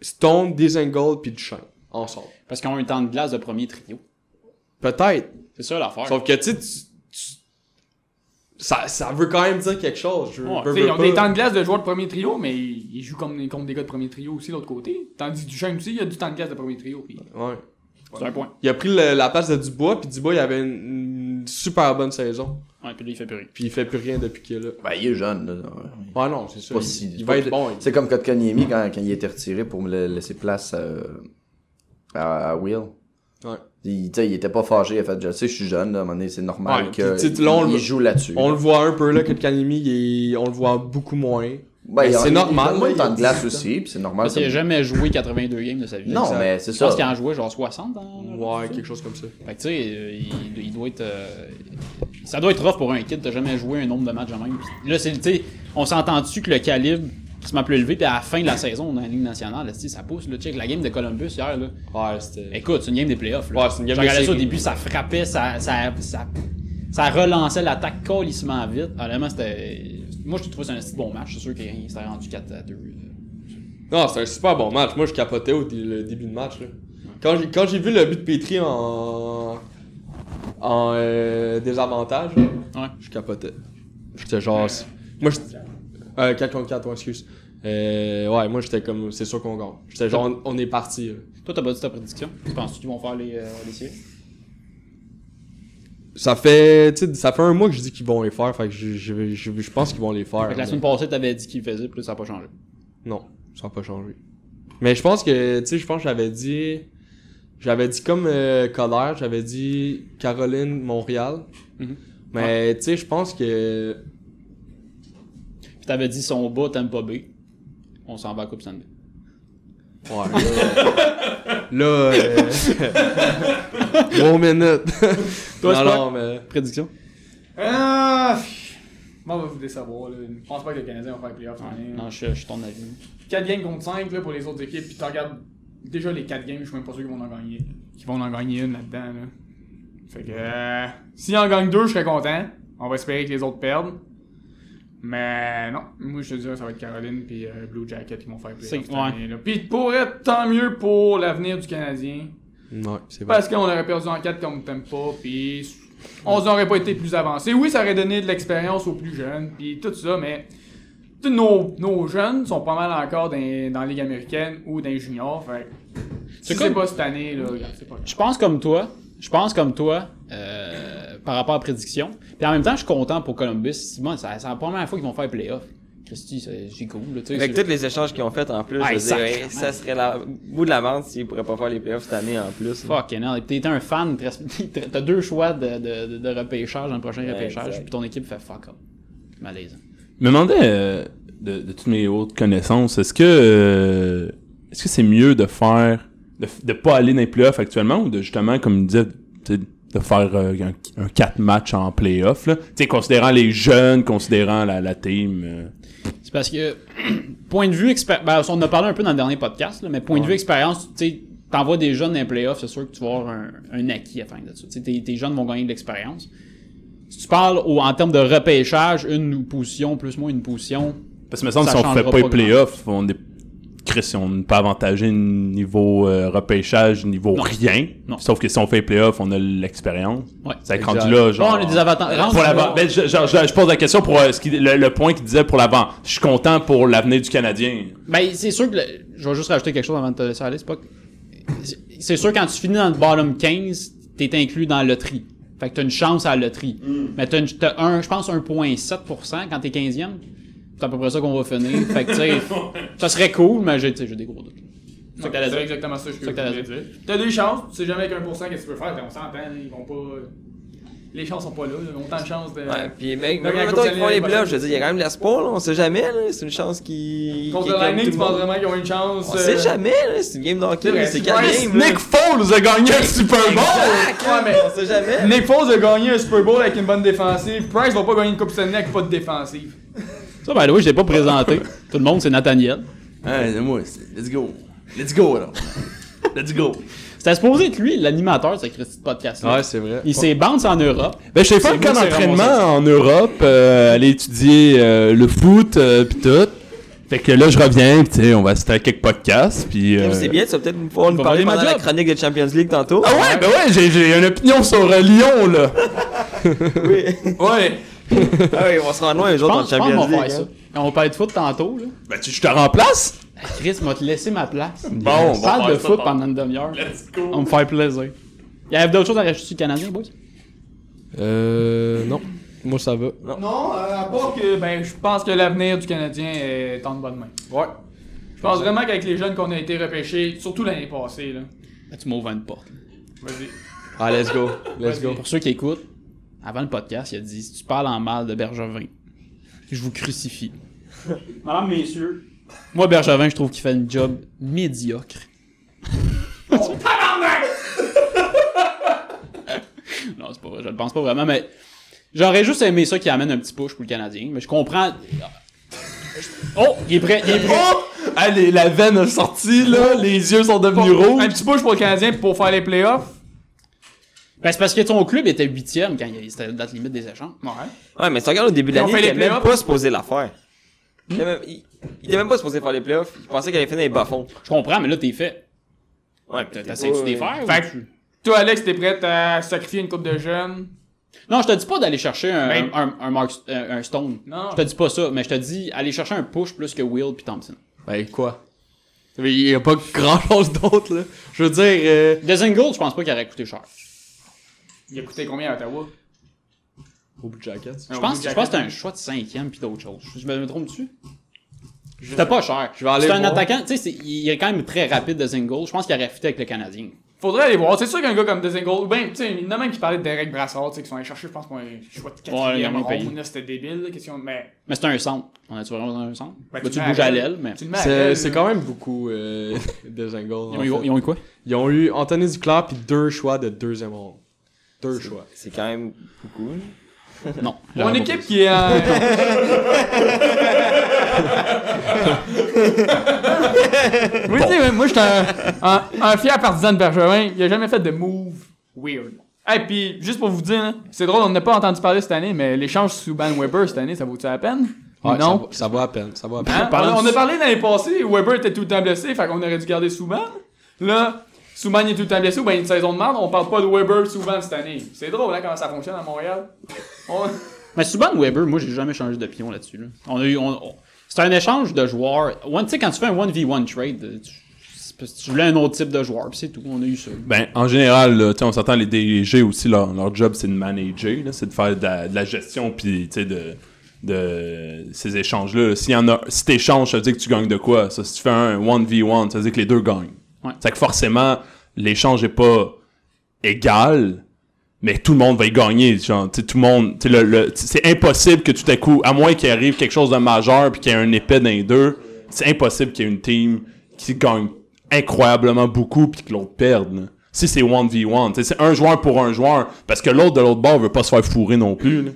A: Stone, Dizengold puis Duchamp, ensemble.
D: Parce qu'ils ont un temps de glace de premier trio.
A: Peut-être.
D: C'est ça l'affaire.
A: Sauf que, tu sais, tu- tu- ça, ça veut quand même dire quelque chose. Je,
D: Ouais,
A: veux-
G: Tu sais,
A: veux
G: ils ont
A: pas.
G: des temps de glace de joueurs de premier trio, mais ils ils jouent comme, des- contre des gars de premier trio aussi, de l'autre côté. Tandis que Duchesne aussi, il a du temps de glace de premier trio. Puis...
A: Ouais.
D: C'est un point.
A: Il a pris le- la place de Dubois, puis Dubois, il avait une, une super bonne saison.
D: Ouais, puis là, il fait plus rien.
A: Puis il fait plus rien depuis qu'il est là.
F: Ben, il est jeune, là. Ouais.
A: Ouais, non, c'est ça.
F: Pas
A: il
F: si-
A: il
F: pas
A: va être
F: plus-
A: bon. il- Mm.
F: C'est comme Kotkaniemi quand, quand il était retiré pour le laisser place euh, à, à Will.
A: Ouais.
F: Il, tu sais, il était pas fâché, il a fait Je sais, je suis jeune, là, à un moment donné, c'est normal
A: Ouais,
F: que
A: puis, tu sais, là, on
F: il
A: le-
F: joue là-dessus.
A: On le voit un peu là que le Kanemi, il est- on le voit beaucoup moins.
F: Ben,
A: Mais
F: il a-
A: c'est
F: il-
A: normal,
F: Il a moins
A: là,
F: de temps de
A: il-
F: glace aussi, puis c'est normal.
D: Parce qu'il a
F: ça-
D: jamais joué 82 games de sa vie.
F: Non,
D: Exact.
F: mais c'est
D: Je pense
F: ça.
D: qu'il en jouait genre hein, 60 dans-
A: Ouais, quelque chose comme ça.
D: Fait que tu sais, euh, il, il doit être. euh, ça doit être rough pour un kid, t'as jamais joué un nombre de matchs de même. Puis Là, c'est, tu sais, on s'entend-tu que le calibre se m'a plus élevé, puis à la fin de la saison, dans la Ligue nationale, là, tu sais, ça pousse. Là, check la game de Columbus hier, là.
A: Ouais, c'était.
D: Écoute, c'est une game des playoffs. Là.
A: Ouais, c'est une game
D: Je
A: des
D: regardais ça au
A: séries.
D: début, ça frappait, ça, ça, ça, ça relançait l'attaque colissement vite. Honnêtement, c'était. Moi, je trouve que c'est un petit bon match. C'est sûr qu'il s'est rendu 4 à 2.
A: Non, c'est un super bon match. Moi, je capotais au dé- le début de match. Là. Quand j'ai quand j'ai vu le but de Petri en en euh, désavantage, là,
D: Ouais.
A: je capotais. J'étais genre, c'est- moi, je, euh, 4 contre 4, ouais, excuse. Euh, ouais, moi, j'étais comme, c'est sûr qu'on gagne. J'étais genre, on, on est parti. là.
D: Toi, t'as pas dit ta prédiction. Penses-tu qu'ils vont faire les, euh, les séries?
A: Ça fait, tu sais, ça fait un mois que je dis qu'ils vont les faire. Fait que je, je, je, je pense qu'ils vont les faire.
D: Fait que la
A: mais-
D: semaine passée, t'avais dit qu'ils le faisaient, puis là, ça n'a pas changé.
A: Non, ça n'a pas changé. Mais je pense que, tu sais, je pense que j'avais dit. J'avais dit comme euh, Colère, j'avais dit Caroline, Montréal.
D: Mhm.
A: Mais,
C: Ah.
A: tu sais, je pense que.
D: Puis t'avais dit son bas, t'aimes pas B. On s'en va à Coupe Stanley.
A: Ouais. là. [laughs] euh, One minute.
D: Toi,
A: non,
D: Spock?
A: non, mais.
D: Prédiction?
G: Ah! Moi, on va vous décevoir. Là. Je pense pas que les Canadiens vont faire les playoffs. cette année.
D: Non, je, je suis ton avis.
G: 4 games contre 5 là, pour les autres équipes. Puis tu regardes déjà les 4 games, je suis même pas sûr qu'ils vont en gagner. Qu'ils vont en gagner une là-dedans. Là. Fait que. euh, S'ils en gagnent 2, je serais content. On va espérer que les autres perdent. Mais non, moi je te dirais ça va être Caroline puis euh, Blue Jacket qui vont faire plaisir.
D: C'est-
G: cette
D: ouais.
G: année-là. Puis pour être tant mieux pour l'avenir du Canadien.
A: Ouais, c'est vrai.
G: Parce qu'on aurait perdu en 4 contre Tempa, puis on n'aurait pas été plus avancé. Oui, ça aurait donné de l'expérience aux plus jeunes, puis tout ça, mais tous nos, nos jeunes sont pas mal encore dans, dans la Ligue américaine ou dans les juniors. Fait que si
D: comme-
G: c'est pas cette année, là, regarde, c'est pas grave.
D: Je pense comme toi. Je pense comme toi euh, par rapport à prédiction. Puis en même temps, je suis content pour Columbus. Bon, c'est c'est la première fois qu'ils vont faire playoff. Christy, c'est c'est cool. là, tu sais,
H: Avec
D: c'est-
H: tous les échanges qu'ils ont fait en plus,
D: Ah,
H: je veux dire,
D: sacrément.
H: hey, ça serait la bout de la vente s'ils pourraient pas faire les playoffs cette année en plus. là.
D: Fucking hell. T'es un fan, presque- [laughs] t'as deux choix de, de, de- de repêchage dans le prochain
H: Ouais,
D: repêchage,
H: exact.
D: puis ton équipe fait fuck up. Malaise.
C: Je me demandais, euh, de, de toutes mes autres connaissances, est-ce que euh, est-ce que c'est mieux de faire de, f- de pas aller dans les playoffs actuellement ou de justement, comme il disait, tu sais, de faire euh, un, un quatre matchs en playoffs, là? Tu sais, considérant les jeunes, considérant la, la team. euh.
D: C'est parce que, [clears throat] point de vue expérience, on en a parlé un peu dans le dernier podcast, là, mais point de vue expérience, tu sais, t'envoies des jeunes dans les playoffs, c'est sûr que tu vas avoir un, un acquis à la fin de ça. Tu sais, Tes, tes jeunes vont gagner de l'expérience. Si tu parles au- en termes de repêchage, une position, plus ou moins une position,
C: Parce que me semble
D: Ça
C: si on fait
D: changera
C: pas les
D: pas
C: playoffs, on est Chris, on n'est pas avantagé niveau euh, repêchage, niveau
D: Non.
C: rien.
D: Non.
C: Sauf que si on fait les playoffs, on a l'expérience.
D: Ouais.
C: Ça
A: Exact.
C: rendu là, genre.
D: Bon, on a des avantages.
C: Pour l'avant- ben, je, je- je- je pose la question pour euh, ce qui- le, le point qu'il disait pour l'avant. Je suis content pour l'avenir du Canadien.
D: Ben, c'est sûr que. le- Je vais juste rajouter quelque chose avant de te laisser aller, c'est pas. que- c'est- C'est sûr, quand tu finis dans le bottom 15, t'es inclus dans la loterie. Fait que t'as une chance à la loterie. Mais t'as, une- t'as un, je pense, 1,7% quand t'es 15e. C'est à peu près ça qu'on va finir. fait que, tu sais, ça serait cool, mais j'ai, tu sais, j'ai des gros doutes. C'est ça que t'allais
G: C'est
D: dire.
G: exactement ça que je
D: C'est ça que
G: voulais dire. T'as des chances, tu sais jamais avec 1% qu'est-ce que tu peux faire, on s'entend, ils vont pas. Les chances sont pas là, ils ont tant de chances de.
H: Ouais, puis mec,
G: Mais
H: même
G: à
H: mettons
G: cause
H: qu'ils font les
G: de-
H: playoffs, je veux dire, il y a quand même de l'espoir, là, on sait jamais, là, c'est une chance qui.
G: Contre
H: qui
G: le
H: est comme
G: Lightning,
H: tout le
G: tu penses
H: monde.
G: vraiment qu'ils ont une chance.
H: On sait
G: euh,
H: jamais, là, c'est une game
G: c'est
H: d'hockey,
G: vrai,
H: c'est
G: c'est
H: quatre
G: vrai,
H: games. là.
A: Nick Foles a gagné un Super Bowl!
G: Ouais, mais-
H: On sait jamais.
G: Nick Foles a gagné un Super Bowl avec une bonne défensive. Price va pas gagner une Coupe Stanley avec pas de défensive.
D: Ça, ben, oui, je l'ai pas présenté. Tout le monde, c'est Nathaniel.
A: Ouais, moi, let's go. Let's go, alors. Let's go.
D: C'était supposé être lui, l'animateur de ce Christy de podcast-là.
A: Ouais, c'est vrai.
D: Il s'est bounce en Europe.
C: Ben, je t'ai fait
D: C'est
C: un camp
D: moi, c'est
C: d'entraînement
D: vraiment ça.
C: en Europe, euh, aller étudier euh, le foot, euh, pis tout. Fait que là, je reviens, pis tu sais, on va assister à quelques podcasts, pis. euh,
H: C'est bien, tu vas peut-être pouvoir nous
D: va
H: parler
D: voler ma
H: pendant la
D: job.
H: chronique de Champions League tantôt.
C: Ah ouais, ben ouais, j'ai- j'ai une opinion sur euh, Lyon, là.
H: oui.
G: Ouais.
H: Ah oui, on se rend loin un
D: Je
H: jour dans le
D: pense, je pense qu'on
H: Champions
D: va
H: League.
D: faire ça.
H: hein.
D: Quand on parlait de foot tantôt, là.
C: Ben, tu, je te remplace?
D: Chris m'a te laissé ma
H: [laughs]
D: place.
C: Bon,
D: On parle de foot pendant une demi-heure. On me fait plaisir. Il y avait d'autres choses à rajouter sur le Canadien, boys?
A: Euh, non. Moi, ça va.
G: Non, euh, à part que ben, je pense que l'avenir du Canadien est en bonne main.
A: Ouais.
G: Je pense vraiment qu'avec les jeunes qu'on a été repêchés, surtout l'année passée, là.
D: Ah, tu m'ouvres une porte.
G: Vas-y.
A: Ah, let's go. Let's go.
D: Pour ceux qui écoutent, avant le podcast, il a dit si tu parles en mal de Bergevin, je vous crucifie. [laughs] Madame, messieurs. Moi, Bergevin, je trouve qu'il fait une job médiocre. [laughs] Oh, non, c'est pas vrai, je le pense pas vraiment, mais j'aurais juste aimé ça qui amène un petit push pour le Canadien, mais je comprends. Oh, il est prêt, il est prêt.
C: Allez, Oh! la veine a sorti, là, les yeux sont devenus
G: Pour-
C: rouges.
G: un petit push pour le Canadien pour faire les playoffs.
D: Ben, c'est parce que ton club était huitième quand il y a- c'était la date limite des échanges.
G: Ouais.
H: Ouais, mais si tu regardes au début de
G: Ils ont
H: l'année,
G: fait
H: il
G: les
H: était même
G: playoffs.
H: pas supposé la faire. Il était même- Il il était même pas supposé faire les playoffs. Il pensait qu'il allait finir dans les bas-fonds.
D: Je comprends, mais là, t'es fait.
H: Ouais, pis
D: T'essayes-tu de les faire? ou
G: Fait
D: tu-
G: que toi, Alex, t'es prêt à sacrifier une coupe de jeunes.
D: Non, je te dis pas d'aller chercher un,
G: Ben-
D: un, un Mark- euh, un- un Stone.
G: Non.
D: Je te dis pas ça, mais je te dis aller chercher un push plus que Will puis Thompson.
A: Ben, quoi? Mais il y a pas grand chose d'autre, là. Je veux dire, euh,
D: Dezingle, je pense pas qu'il aurait coûté cher.
G: Il a coûté combien à Ottawa
A: Au bout de jacket.
D: Je pense, je pense que c'est un choix de cinquième puis d'autres choses. Je me trompe-tu? C'était pas cher.
A: Je vais aller
D: C'est un
A: voir.
D: attaquant, tu sais, c'est- il est quand même très rapide de Zingle. Je pense qu'il aurait fité avec le Canadien.
G: Faudrait aller voir. C'est sûr qu'un gars comme Dezingle, ou ben, tu sais, il y en a même qui parlait de Derek Brassard, tu sais, qui sont allés chercher, je pense, pour un choix de
D: il y en
G: quatrième
D: a payé.
G: ronde, là, c'était débile, là, question, mais.
D: Mais c'est un centre. On a-tu vraiment un centre?
G: ben,
D: Ben, tu
G: le
D: le
G: mets
D: bouges à
G: l'aile.
D: l'aile, mais.
G: Tu le mets à
A: C'est
G: l'aile,
A: c'est
G: là.
A: quand même beaucoup euh, [laughs] de jingles.
D: Ils
A: en
D: ont,
A: fait.
D: eu- ils ont eu quoi?
A: Ils ont eu Anthony Duclair puis deux choix de deuxième ronde. Deux choix.
H: C'est quand même beaucoup. là.
D: Non.
G: Mon
D: j'aurais pas
G: équipe qui est en.
D: [laughs]
G: [laughs] Moi, tu sais, ouais, moi, je suis un, un- un fier partisan de Bergerin. Il a jamais fait de move weird. Et puis, juste pour vous dire, hein, c'est drôle, on n'a pas entendu parler cette année, mais l'échange sous Ban Weber cette année, ça vaut-tu la peine?
A: Ouais,
G: Non.
A: Ça va, ça va à peine. Ça va à peine.
G: Hein?
D: parlant
G: On, on
D: du-
G: a parlé l'année passée, Weber était tout le temps blessé, fait qu'on aurait dû garder Souban. Là, Souban est tout le temps blessé, ou bien une saison de merde, on parle pas de Weber Souban cette année. C'est drôle, hein, comment ça fonctionne à Montréal. On-
D: Mais Subban Weber, moi, j'ai jamais changé d'opinion là-dessus. là. On a eu, on, on- c'est un échange de joueurs. One, tu sais, quand tu fais un 1v1 trade, euh, tu, c'est parce que tu voulais un autre type de joueur, puis c'est tout. On a eu ça.
C: Ben, en général, là, tu sais, on s'entend, les DG aussi, leur, leur job, c'est de manager, là, c'est de faire de la, de la gestion, puis tu sais, de, de ces échanges-là. S'il y en a, si t'échanges, ça veut dire que tu gagnes de quoi? Ça, si tu fais un 1v1, ça veut dire que les deux gagnent.
D: Ouais.
C: C'est que forcément, l'échange est pas égal, mais tout le monde va y gagner. Genre, tu sais, tout le monde, tu sais, le- le- c'est impossible que tout à coup, à moins qu'il arrive quelque chose de majeur puis qu'il y ait un épais dans les deux, c'est impossible qu'il y ait une team qui gagne incroyablement beaucoup puis que l'autre perde. là. Si c'est 1v1, tu sais, c'est un joueur pour un joueur, parce que l'autre de l'autre bord veut pas se faire fourrer non plus. là.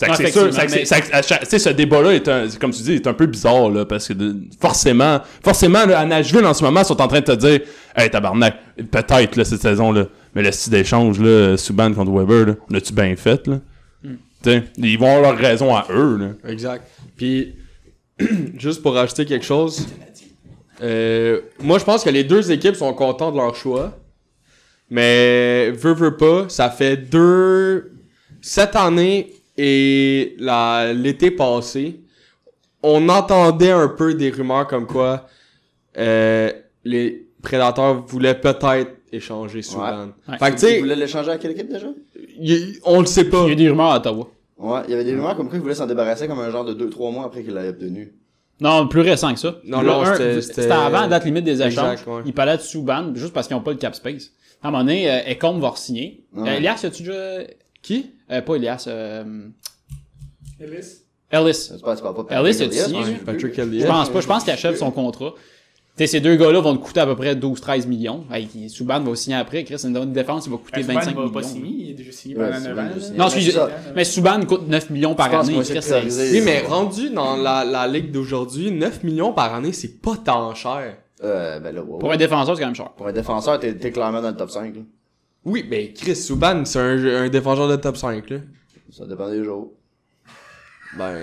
C: C'est que
D: Non,
C: c'est sûr,
D: effectivement,
C: c'est que c'est-
D: mais-
C: c'est que- à chaque- tu sais, ce débat-là est un, c'est comme tu dis, est un peu bizarre, là, parce que de- forcément, forcément, là, à Nashville, en ce moment, ils sont en train de te dire, hey, tabarnak, peut-être, là, cette saison-là, mais le style d'échange, là, Subban contre Weber, là, on a-tu bien fait, là? Tu sais, ils vont avoir leur raison à eux, là.
A: Exact. Puis, [clears throat] juste pour rajouter quelque chose, euh, moi, je pense que les deux équipes sont contents de leur choix. Mais, veut, veut pas, ça fait deux. Cette année et la- l'été passé, on entendait un peu des rumeurs comme quoi euh, les prédateurs voulaient peut-être échanger Soudan.
D: Ouais.
A: Fait que, tu
F: Tu
A: sais,
F: voulais l'échanger à quelle équipe déjà
A: y- on le sait pas.
D: Il y a des rumeurs à Ottawa.
F: Ouais, il y avait des rumeurs comme quoi il voulait s'en débarrasser comme un genre de 2-3 mois après qu'il l'avait obtenu.
D: Non, plus récent que ça.
A: Non,
D: Le
A: non,
D: un,
A: c'était-
D: c'était avant la date limite des échanges.
A: Exact, ouais.
D: Ils parlaient de Subban juste parce qu'ils n'ont pas le cap space. À un moment donné, euh, Ecombe va re-signer.
F: Ouais.
D: Euh, Elias, as-tu déjà. Qui euh, Pas Elias. euh,
G: Ellis.
D: Ellis.
F: Tu parles, tu parles pas de
D: Ellis,
F: Patrick
D: c'est-tu
F: Elias,
D: signé,
F: moi,
A: Patrick
F: j'ai vu.
A: Elias.
D: Je pense pas. Je pense qu'il achève son contrat. Tu sais, ces deux gars-là vont te coûter à peu près 12-13 millions. Hey, Subban va signer après. Chris, une une défense, il va coûter
G: Souban
D: 25
G: va
D: millions.
G: pas signer, il est déjà signé
F: Ouais,
G: pendant
F: Souban
G: 9
F: va
G: ans. là.
F: signer.
D: Non,
F: Ouais,
D: excusez.
F: c'est ça.
D: Mais Subban coûte 9 millions par
F: Je pense
D: année.
F: qu'on va essayer de
D: Chris, c'est-
F: prioriser.
A: Oui, mais rendu dans la, la ligue d'aujourd'hui, 9 millions par année, c'est pas tant cher.
F: Euh, ben là, ouais, ouais.
D: Pour un défenseur, c'est quand même cher.
F: Pour un défenseur, t'es t'es clairement dans le top 5. là.
A: Oui, mais Chris Souban, c'est un, un défenseur de top 5, là.
F: Ça dépend des jours.
A: Ben,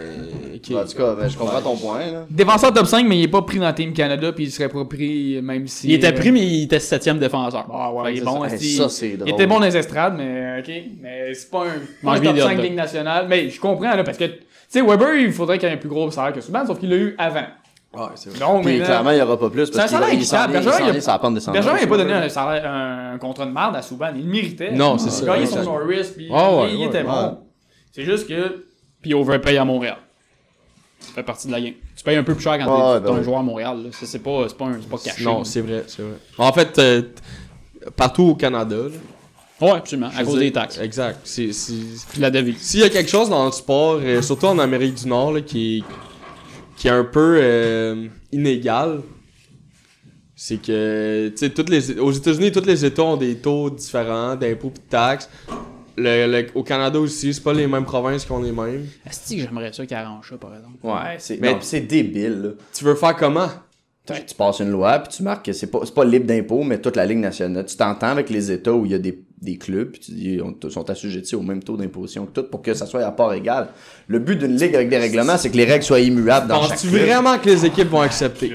F: En tout cas, ben, je comprends ton point. Là.
G: Défenseur top 5, mais il est pas pris dans Team Canada, puis il serait pas pris euh, même si.
D: Il était pris, mais il était 7 défenseur.
G: Ah ouais,
D: Fait que
G: il
D: c'est
G: est bon.
D: ça.
F: Hey,
G: esti.
F: ça, c'est drôle.
G: Il était bon dans les estrades, mais euh, ok. Mais c'est pas un, pas
D: Mange
G: un
D: bien
G: top
D: des hot
G: 5
D: dogs.
G: Ligue nationale. Mais je comprends, là, parce que, tu sais, Weber, il faudrait qu'il ait un plus gros salaire que Souban, sauf qu'il l'a eu avant.
A: Ouais, c'est vrai.
G: Donc,
F: Puis
G: maintenant-
F: clairement, il n'y aura pas plus.
G: C'est un
F: parce qu'il
G: salaire
F: va- il s'en
G: équitable.
F: est- il
G: Bergeron,
F: s'en
G: il a-
F: est sur la pente descendante.
G: Bergeron n'a pas donné un, salaire- un contrat de merde à Souban. Il le méritait.
A: Non, c'est
G: il
A: ça,
G: Il gagnait
A: exact.
G: son Norris, puis
A: Ah ouais,
G: il
A: ouais,
G: était
A: ouais.
G: bon. C'est juste que.
D: Puis overpay à Montréal. Ça fait partie de la game. Tu payes un peu plus cher quand
F: Ouais,
D: t'es-
F: ben
D: t'es un
F: oui.
D: joueur à Montréal. là. Ça, C'est pas, c'est pas, un- c'est pas caché.
A: Non, c'est vrai, c'est vrai. En fait, euh, t- partout au Canada, là,
D: Ouais, absolument.
A: je
D: À cause
A: veux
D: des
A: dire,
D: taxes.
A: Exact. C'est- c'est-
D: Puis de la devise.
A: S'il y a quelque chose dans le sport, euh, surtout en Amérique du Nord, là, qui, est- qui est un peu euh, inégal, c'est que, tu sais, toutes les, aux États-Unis, tous les États ont des taux différents d'impôts et de taxes. Le- le- au Canada aussi, c'est pas les mêmes provinces qui ont les mêmes.
D: Est-ce que j'aimerais ça qu'il arrange ça, par exemple?
F: Ouais, c'est
A: Mais-
F: non, puis c'est débile. là.
A: Tu veux faire comment?
F: Tu passes une loi, puis tu marques que c'est pas, c'est pas libre d'impôt, mais toute la Ligue nationale. Tu t'entends avec les États où il y a des, des clubs, puis tu dis on t- sont assujettis au même taux d'imposition que tout pour que ça soit à part égale. Le but d'une ligue avec des règlements, c'est que les règles soient immuables dans chaque
A: Penses-tu
F: club.
A: vraiment que les équipes vont accepter?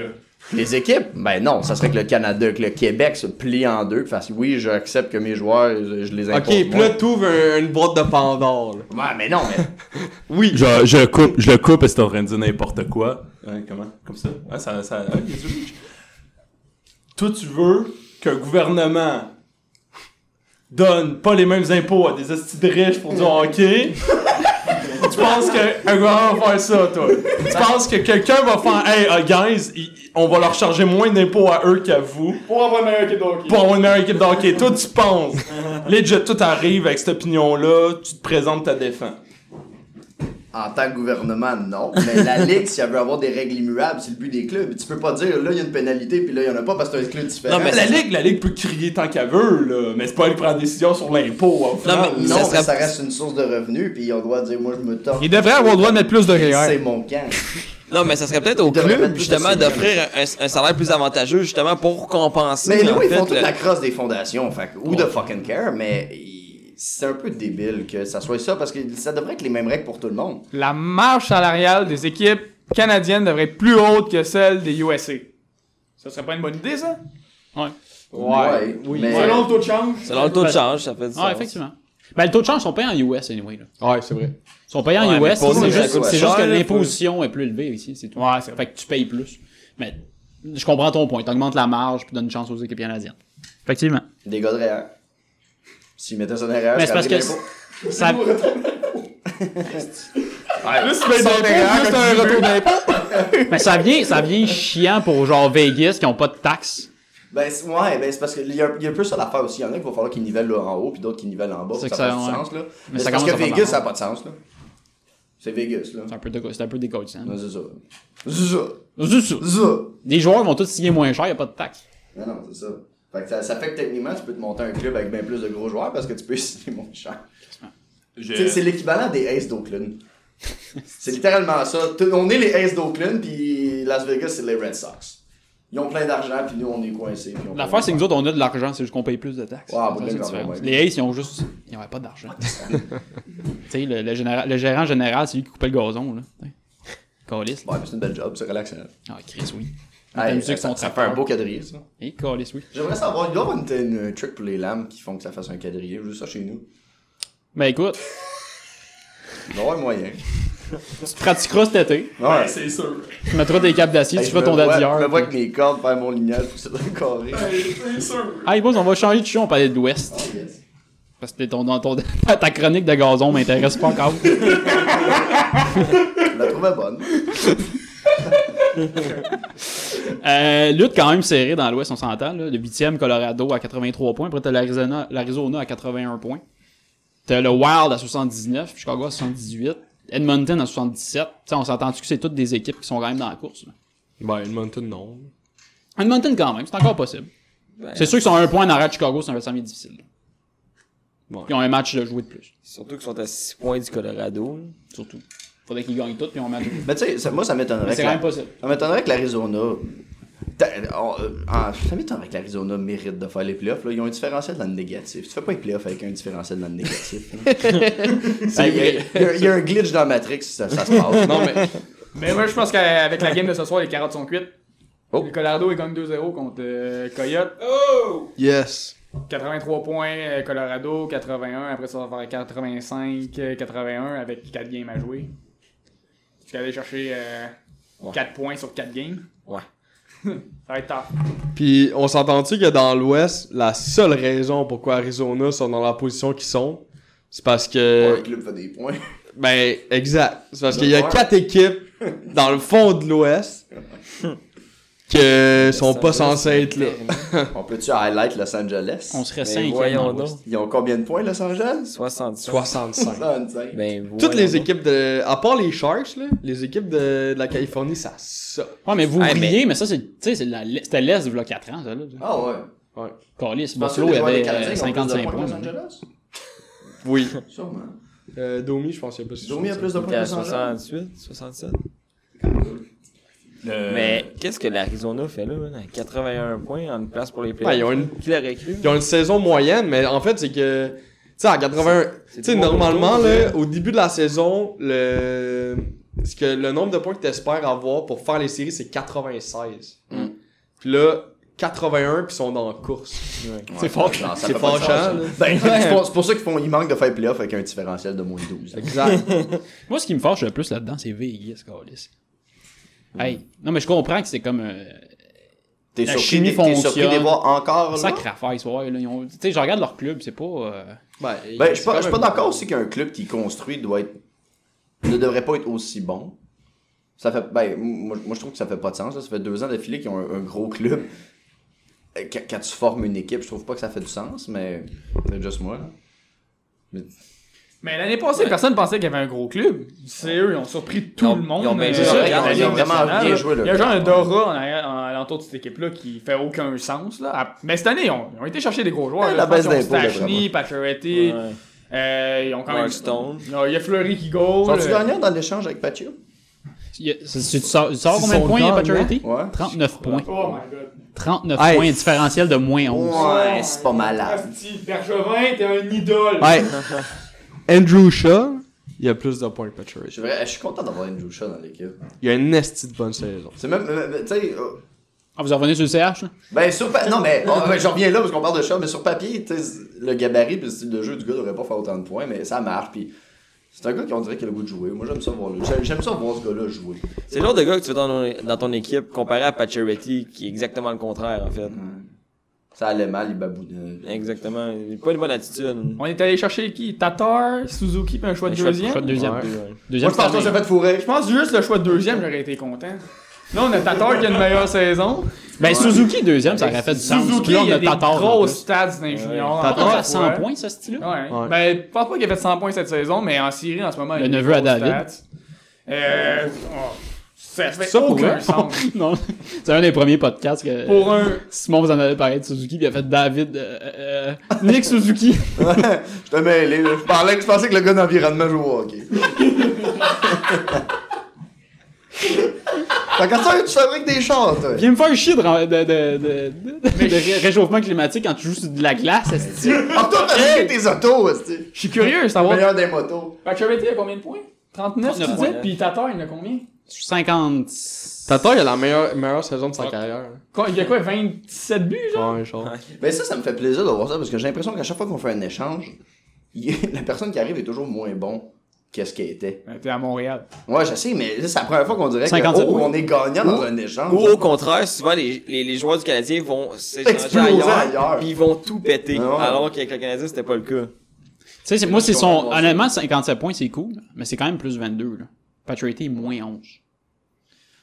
F: Les équipes, ben non, ça serait que le Canada, que le Québec se plie en deux, parce que oui, j'accepte que mes joueurs, je, je les impose.
A: Ok, pis
F: moins.
A: là, t'ouvres un- une boîte de Pandore. là.
F: Ouais, mais non, mais
A: Oui.
C: Je, je coupe, je le coupe et c'est en train de dire n'importe quoi. comment? Comme ça? Ouais, ça, ça ouais, les yeux. Toi, tu veux qu'un gouvernement donne pas les mêmes impôts à des hosties de riches pour du [laughs] hockey? tu penses qu'un gouvernement va faire ça, toi? Tu penses que quelqu'un va faire « Hey, uh, guys, i- on va leur charger moins d'impôts à eux qu'à vous. »
G: Pour avoir meilleur que Doki.
C: pour avoir une meilleure équipe de hockey. Toi, tu [laughs] penses. Legit, tout arrive avec cette opinion-là, tu te présentes ta défense.
F: [laughs] En tant que gouvernement, non. Mais la Ligue, si elle veut avoir des règles immuables, c'est le but des clubs. Tu peux pas dire, là, il y a une pénalité, puis là, il y en a pas parce que c'est un club différent.
C: Non, mais la Ligue, la Ligue peut crier tant qu'elle veut, là. Mais c'est pas elle qui prend la décision sur l'impôt, hein. au final.
F: Non, mais ça, reste une source de revenus, puis on doit dire, moi, je me tords.
G: Il devrait avoir le droit de mettre plus de E
F: C'est
G: REER.
F: mon camp.
I: Non, mais ça serait peut-être au
F: devrait mettre
I: club,
F: plus
I: justement,
F: de salaire.
I: d'offrir un, un- un salaire plus avantageux, justement, pour compenser.
F: Mais
I: en
F: nous, ils
G: euh,
I: fait,
F: font toute
I: le-
F: la crosse des fondations, fait que, who the fucking care, mais... ils- c'est un peu débile que ça soit ça parce que ça devrait être les mêmes règles pour tout le monde.
G: La marge salariale des équipes canadiennes devrait être plus haute que celle des USA. Ça serait pas une bonne idée, ça?
F: Ouais.
G: Oui.
F: mais-
G: Selon le taux de change.
H: Selon le taux de change, ça fait du sens.
D: Ah, effectivement. Ben, le taux de change, ils sont payés en US, anyway. Là.
A: Ouais, c'est vrai.
D: Ils sont payés
H: Ouais,
D: en
H: mais
D: US,
H: pour
F: nous,
D: c'est
F: ça
D: juste,
F: coûte
D: c'est
H: cher,
D: juste que
H: là,
D: l'imposition est plus élevée ici, c'est tout. Ouais, fait que tu payes plus. Mais je comprends ton point. T'augmentes la marge puis donnes une chance aux équipes canadiennes. Effectivement.
F: Des gars de REER. S'ils mettaient ça dans REER,
D: Mais c'est parce que ça,
F: Plus tu payes dans REER, c'est un retour d'impôt.
D: mais ça vient, ça vient chiant pour genre Vegas qui ont pas de taxes.
F: Ben, c'est- ouais, ben, c'est parce qu'il y, a un- il y a un peu ça l'affaire aussi. Il y en a qui va falloir qu'ils nivellent là, en haut, puis d'autres qui nivellent en bas.
D: C'est
F: Ça,
D: que
F: ça pas
D: ça,
F: du
D: ouais.
F: sens, là. Mais c'est
D: Mais ça
F: parce
D: commence
F: que
D: à faire
F: Vegas,
D: mal.
F: ça n'a pas de sens, là. C'est Vegas, là.
D: C'est un peu de, c'est un peu des codes, hein.
F: Ouais, C'est ça. Ça.
D: Juste ça.
F: Ça.
D: Les joueurs vont tous signer moins cher, y a pas de taxes.
F: Non, non, c'est ça. Fait que ça, ça fait que techniquement, tu peux te monter un club avec bien plus de gros joueurs parce que tu peux [laughs] signer mon cher.
C: Euh,
F: Tu sais, C'est l'équivalent des Aces d'Oakland. c'est littéralement ça. Tout- On est les Aces d'Oakland, puis Las Vegas, c'est les Red Sox. Ils ont plein d'argent, puis nous, on est coincés. puis on peut
D: L'affaire,
F: rien
D: c'est que nous autres, on a de l'argent, c'est juste qu'on paye plus de taxes.
F: Ouais,
D: Ça,
F: bon,
D: c'est
F: d'accord,
D: différent.
F: ouais.
D: Les Ace, ils ont juste. Ils n'avaient pas d'argent.
F: [laughs]
D: tu sais, le, le général- le gérant général, c'est lui qui coupait le gazon, là. T'sais. Caliste.
F: faire. Ouais, mais c'est une belle job, c'est relaxant.
D: Ah, Chris, oui.
F: Hey,
D: La musique,
F: ça,
D: son
F: ça fait un
D: tracteur.
F: beau quadrille, ça.
D: Et Caliste, oui.
F: J'aimerais savoir, il doit y avoir une, une- un trick pour les lames qui font que ça fasse un quadrillé. Je veux ça chez nous.
D: Ben écoute,
F: Il doit y avoir un moyen.
D: tu te pratiqueras cet été.
F: Ouais.
G: C'est sûr.
D: Tu mettras des câbles d'acier,
F: Hey,
D: tu
F: je me
D: feras ton
F: vois-
D: daddy
F: Je me
D: yard,
F: vois
D: puis-
F: avec mes cordes faire mon lignage pour que ça soit un carré.
G: C'est sûr.
D: Hey boys, on va changer de show, on parlait de l'Ouest.
F: Yes.
D: Parce que ton, ton- [laughs] ta chronique de gazon m'intéresse pas encore.
F: Je la trouvais bonne.
D: Euh, lutte quand même serrée dans l'Ouest, on s'entend. là. Le 8e Colorado à 83 points. Après, t'as l'Arizona, l'Arizona à 81 points. T'as le Wild à 79, Chicago à 78, Edmonton à 77. T'sais, on s'entend que c'est toutes des équipes qui sont quand même dans la course. là?
A: Ben, Edmonton, non.
D: Edmonton quand même, c'est encore possible. c'est sûr qu'ils sont à un point en arrière de Chicago, c'est un samedi difficile.
A: Ouais.
D: Ils ont un match de jouer de plus,
H: Surtout qu'ils sont à 6 points du Colorado. là.
D: surtout. Faudrait qu'ils gagnent tout, puis on match.
H: Ben,
D: Mais
F: Mais tu sais, ça- moi, ça m'étonnerait. que
D: c'est quand
F: la-
D: même possible.
F: Ça m'étonnerait que l'Arizona. T'as- on- euh, ah, Ça m'étonnerait que l'Arizona mérite de faire les playoffs. Là. Ils ont un différentiel de l'année négatif. Tu fais pas les playoffs avec un différentiel de l'année négatif. [laughs] là. Hey, Il y, a- il y a un glitch dans Matrix, ça, ça se passe.
A: Non, mais.
G: Mais moi, je pense qu'avec la game de ce soir, les carottes sont cuites. Le Colorado, il gagne 2-0 contre euh, Coyote.
A: Yes.
G: 83 points, euh, Colorado, 81. Après ça, on va faire 85, euh, 81 avec 4 games à jouer. Tu peux aller chercher euh, 4 points sur 4 games.
H: Ouais.
G: [laughs] ça va être tard.
A: Puis on s'entend-tu que dans l'Ouest, la seule raison pourquoi Arizona sont dans la position qu'ils sont, c'est parce que.
F: Le club fait des points.
A: Ben, exact. C'est parce qu'il y a
F: Ouais.
A: quatre équipes dans le fond de l'Ouest que sont pas censées être là.
F: On peut-tu highlight Los Angeles
D: On serait
H: Ben
D: 5
H: voyons donc.
F: Ils ont combien de points, Los Angeles
H: 60.
A: 65.
F: 65.
H: Ben, voyons
A: Toutes les
H: donc.
A: équipes de. À part les Sharks, là, les équipes de, de la Californie, ça ça.
D: Ouais, mais vous
H: Hey, mais-
D: riez, mais... ça, c'est, tu sais, c'est la- c'était l'Est, il y a 4 ans, ça, là.
F: Ah ouais.
D: Caliste,
F: Parce que les
D: Buffalo
F: joueurs des
D: avait
F: Canadiens,
D: euh,
F: ils ont plus de points hein.
D: 55
F: que
D: points.
F: Los Angeles
A: Oui.
F: Sûrement.
A: Euh, Domi, je pense qu'il y a plus.
F: Domi a plus de points
H: T'es
F: que
H: à
F: Los Angeles.
H: 68, 67.
C: Le-
H: Mais qu'est-ce que l'Arizona fait là, man? à 81 points en place pour les playoffs.
A: Ouais, Ben, ils ont une-
H: Qui l'aurait cru?
A: Ils ont une saison moyenne, mais en fait, c'est que. Tu sais, à 81. Tu sais,
H: du bon
A: normalement,
H: retour,
A: là, au début de la saison, le. Ce que le nombre de points que tu espères avoir pour faire les séries, c'est 96. Puis là, 81, puis ils sont dans la course.
F: C'est fort.
A: C'est fâchant, là.
F: Ben, c'est pour- c'est pour ça qu'ils font, ils manquent de faire playoffs avec un différentiel de moins 12.
A: [laughs] Exact.
D: Moi, ce qui me fâche le plus là-dedans, c'est Vegas, Callis. Hey, non, mais je comprends que c'est comme euh,
F: T'es
D: La
F: surpris,
D: chimie
F: des- t'es surpris de les
D: fonctionne.
F: voir encore
D: un
F: Ah, là?
D: sacre affaire, ce soir. Là. Ils ont- Tu sais, je regarde leur club, c'est pas. euh,
A: Ben,
F: Ben, je suis pas,
A: c'est
F: je suis
A: quand
F: pas
A: même-
F: d'accord aussi qu'un club qui construit doit être. ne devrait pas être aussi bon. Ça fait. Ben, moi, moi, je trouve que ça fait pas de sens. là. Ça fait deux ans d'affilée qu'ils ont un, un gros club. Euh, Quand, quand tu formes une équipe, je trouve pas que ça fait du sens, mais c'est juste moi. là.
G: Mais l'année passée, personne pensait qu'il y avait un gros club. C'est eux, ils ont surpris tout
H: Ils ont-
G: le monde.
H: ils ont bien
G: euh,
H: joué.
G: dans la
H: Ils ont-
G: Ligue
H: ils ont
F: vraiment
G: nationale,
F: bien
G: là.
F: joué, là.
G: Il y a genre un Dora en, arrière- en alentour de cette équipe-là qui fait aucun sens. Là. À- Mais cette année, ils ont, ils ont été chercher des gros joueurs.
F: Ouais,
G: là.
F: la baisse
G: Ils ont
F: d'impôts, là,
G: Stachny, Pacioretty,
H: Ouais.
G: euh, ils ont quand même...
H: Mark Stone.
G: Il y a- il y a Fleury qui goal.
F: Sont-tu
G: euh,
F: gagnants dans l'échange avec Patio
D: Il y a- c'est- Tu sors tu sors combien de points, à Paturity?
F: Ouais.
D: 39 points.
G: Oh my god.
D: 39
A: Hey.
D: points, différentiel de moins 11.
F: Ouais, c'est pas malade.
G: Asti, Bergevin, t'es un idole.
A: Ouais. [laughs] Andrew Shaw, il a plus de points que Patrick.
F: Je suis vrai- je suis content d'avoir Andrew Shaw dans l'équipe.
A: Il a une esti de bonne saison.
F: C'est même, euh, tu sais, euh,
D: Ah, vous en revenez sur le CH? là?
F: ben sur pa- non [laughs] mais, oh, ben, je reviens là parce qu'on parle de Shaw, mais sur papier, tu sais, le gabarit puis le style de jeu du gars devrait pas faire autant de points, mais ça marche. Puis c'est un gars qui on dirait qu'il a le goût de jouer. Moi j'aime ça voir le, j'aime- j'aime ça voir ce gars-là jouer.
H: C'est le genre de gars que tu veux dans ton, dans ton équipe comparé à Pacioretty qui est exactement le contraire en fait.
F: Ça allait mal, euh, il babounait.
H: Exactement. Il a pas une bonne attitude.
G: On est allé chercher qui Tatar, Suzuki, puis un choix de
H: Un choix-
G: deuxième.
D: Choix de deuxième.
H: Ouais.
F: Moi
D: Deuxième
F: je pense qu'on
D: cette
F: s'est
D: année.
F: fait fourrer.
G: Je pense juste le choix de deuxième, j'aurais été content. Là, on a Tatar qui a une meilleure saison.
D: Ben, Suzuki, deuxième, ça aurait fait du sens.
G: Suzuki,
D: Puis là, on
G: il y a des
D: Tatar, en
G: grosses
D: plus.
G: stats d'un junior.
D: Tatar
G: Ouais.
D: à 100 points, ce style-là?
G: Ouais.
A: Ouais.
G: Ben, je pense pas qu'il a fait 100 points cette saison, mais en Syrie, en ce moment,
D: Le
G: il a des
D: neveu à
G: grosses
D: David.
G: stats. Euh, oh, ça fait
D: Ça, pour
G: aucun
D: eux.
G: sens.
D: [laughs] Non, c'est un des premiers podcasts que
G: Pour un...
D: Simon vous en avez parlé de Suzuki, puis il a fait David, euh, euh, Nick Suzuki. [laughs]
F: Je te mêlé, là. Je parlais, je pensais que le gars d'environnement jouait au hockey. [laughs] Fait qu'à ça, tu fabriques des chars, toi.
D: Viens me faire chier de, ren- de, de, de, de- de ré- réchauffement climatique quand tu joues sur de la glace, esti.
F: En tout fabriquer tes autos, esti.
G: Je suis curieux de savoir...
F: Meilleur des motos.
G: Pacioretty a combien de points? 39, tu
D: 39
G: disais?
D: points.
G: Puis Tatar, il en a combien?
D: 50.
A: Tatar, il a la meilleure, meilleure saison de sa carrière. hein.
G: Quoi, Il y a quoi, 27 buts, genre?
A: Ouais, genre.
F: Mais Ben, ça, ça me fait plaisir de voir ça parce que j'ai l'impression qu'à chaque fois qu'on fait un échange, il- la personne qui arrive est toujours moins bon qu'est-ce qu'elle était.
G: Ben, T'es à Montréal.
F: Ouais, je sais, mais là, c'est la première fois qu'on dirait que,
D: 57
F: oh,
D: points.
F: on est gagnant dans un échange.
H: Ou au contraire, souvent les, les, les joueurs du Canadien vont s'échanger
F: Exploser
H: ailleurs,
F: ailleurs.
H: puis ils vont tout péter.
F: Ah ouais.
H: Alors qu'avec le Canadien, c'était pas le cas.
D: Tu sais, c'est- moi, c'est son. Honnêtement, 57 points, c'est cool, mais c'est quand même plus 22. Là. Patrick est moins 11.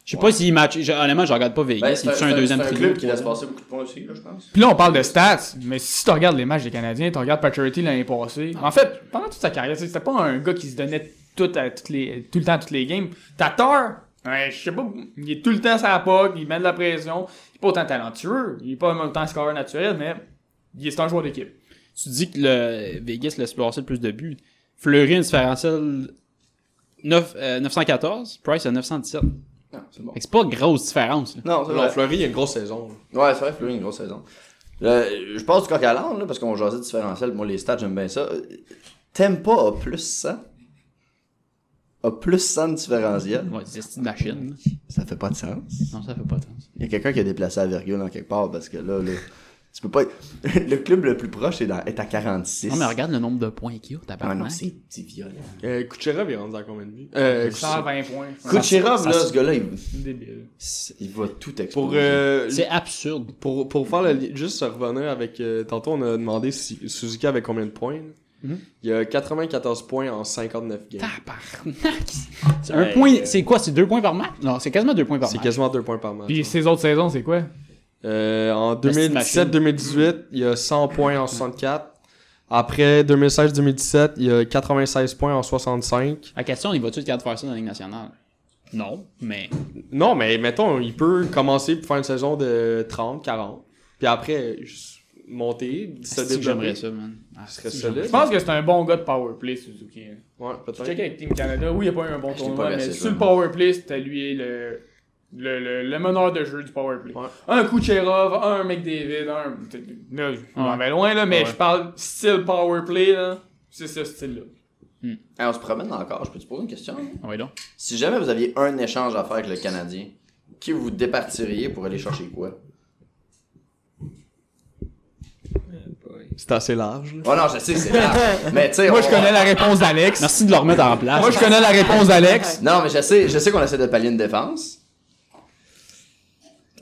D: Je sais pas s'il match. je- Honnêtement, je regarde pas Vegas.
F: Ben,
D: il tue un deuxième
F: c'est un
D: trio.
F: club qui laisse passer beaucoup de points aussi, là, je pense.
G: Puis là, on parle de stats, mais si tu regardes les matchs des Canadiens, tu regardes Paturity l'année passée. En fait, pendant toute sa carrière, tu sais, c'était pas un gars qui se donnait tout, à, toutes les, tout le temps à toutes les games. Tatar, ouais, je sais pas, il est tout le temps sur la puck, il met de la pression. Il est pas autant talentueux, il est pas autant scoreur naturel, mais il est c'est un joueur d'équipe.
D: Tu dis que le Vegas laisse passer le plus de buts. Fleury a un différentiel 9, euh, 914, Price a 917.
F: Non, c'est bon.
D: Fait que c'est pas grosse différence. là.
F: Non, c'est
A: Non,
F: vrai.
A: Fleury, il a une grosse saison. là.
F: Ouais, c'est vrai, Fleury, une grosse saison. Le- je pense du coq à l'âne, là, parce qu'on jasait différentiel. Moi, les stats, j'aime bien ça. Euh, Tempa a plus 100. A plus 100 de différentiel.
D: Ouais, c'est une machine.
F: Ça fait pas de sens.
D: Non, ça fait pas de sens.
F: Il y a quelqu'un qui a déplacé la virgule en quelque part, parce que là, là tu peux pas... être- [laughs] Le club le plus proche est, dans- est à 46.
D: Non, Ah, mais regarde le nombre de points qu'il y a, t'as
F: Ah non, c'est petit violent.
A: Euh, Kucherov, il est rendu à combien de buts euh,
G: 120 points.
F: Kucherov, là, ce gars-là, il,
G: Débile.
F: il va tout exploser.
A: Pour, euh,
D: C'est absurde.
A: pour, pour faire le li- juste revenir avec. euh, tantôt, on a demandé si Suzuki avait combien de points. là.
D: Mhm.
A: Il a 94 points en 59 games.
G: [laughs]
D: Tabarnak! C'est un point, c'est quoi? C'est deux points par match? Non, c'est quasiment deux points par
A: C'est
D: match.
A: quasiment 2 points par match.
G: Puis ses autres saisons, c'est quoi?
A: Euh, en
D: petite Ben, machine.
A: 2017-2018, il y a 100 points en 64. Après 2016-2017, il y a 96 points en 65.
D: La question, il va-tu être capable de faire ça dans la Ligue nationale? Non, mais
A: Non, mais mettons, il peut commencer pour faire une saison de 30-40. Puis après, juste monter, se
D: c'est que j'aimerais
A: développer.
D: ça, man. Ah,
A: Ce serait
D: c'est-
A: solide.
G: Je pense que c'est un bon gars de powerplay, Suzuki. hein.
A: Ouais,
G: Tu
A: peut-être.
G: checkais avec Team Canada, oui, il n'y a pas eu un bon
F: l'ai
G: tournoi,
F: pas
G: mais
F: laissé
G: sur
F: jouer,
G: le powerplay, c'était lui le, le, le, le meneur de jeu du powerplay.
A: Ouais.
G: Un Kucherov, un McDavid, un. Là, je m'en vais loin, là, mais
D: Ouais.
G: je parle style powerplay, là. C'est ce style-là.
F: Hey, on se promène encore. Je peux te poser une question?
D: Ah ouais, donc.
F: Si jamais vous aviez un échange à faire avec le Canadien, qui vous départiriez pour aller chercher quoi?
A: C'est assez large. là.
F: Oh non, je sais, c'est [laughs] large. mais tu sais, on-
G: la réponse d'Alex.
D: Merci de le remettre en place.
G: je connais la réponse d'Alex.
F: Non, mais je sais, je sais qu'on essaie de pallier une défense.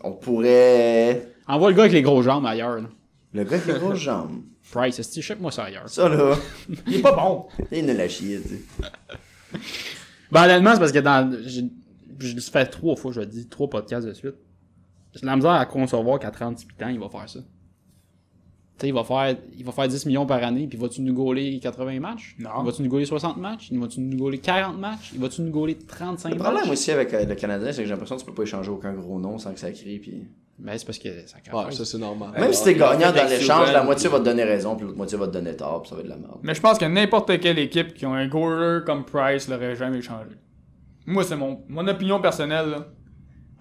F: On pourrait.
D: Envoie le gars avec les gros jambes ailleurs. là.
F: Le gars qui a grosses jambes.
D: Price, est-ce que moi ça ailleurs?
F: Ça là,
G: Il est pas bon.
F: il ne l'a chier, tu sais.
D: Ben, honnêtement, c'est parce que dans. j'ai- Je le fais trois fois, je le dis, trois podcasts de suite. J'ai de la misère à concevoir qu'à 38 ans, il va faire ça. Tu sais, il va faire, il va faire 10 millions par année, puis vas-tu nous gauler 80 matchs?
G: Non.
D: Vas-tu nous gauler 60 matchs? Vas-tu nous gauler 40 matchs? Vas-tu nous gauler 35
F: Le problème
D: matchs?
F: aussi avec euh, le Canadien, c'est que j'ai l'impression que tu peux pas échanger aucun gros nom sans que ça crie. Puis...
D: Ben, c'est parce que ça
A: Ouais,
D: crache.
A: ça c'est normal.
F: Même si t'es gagnant dans
H: avec
F: l'échange,
H: Souban.
F: la moitié va te donner raison, puis l'autre moitié va te donner tort, puis ça va être de la merde.
G: Mais je pense que n'importe quelle équipe qui a un goaler comme Price l'aurait jamais changé. Moi, c'est mon, mon opinion personnelle. là.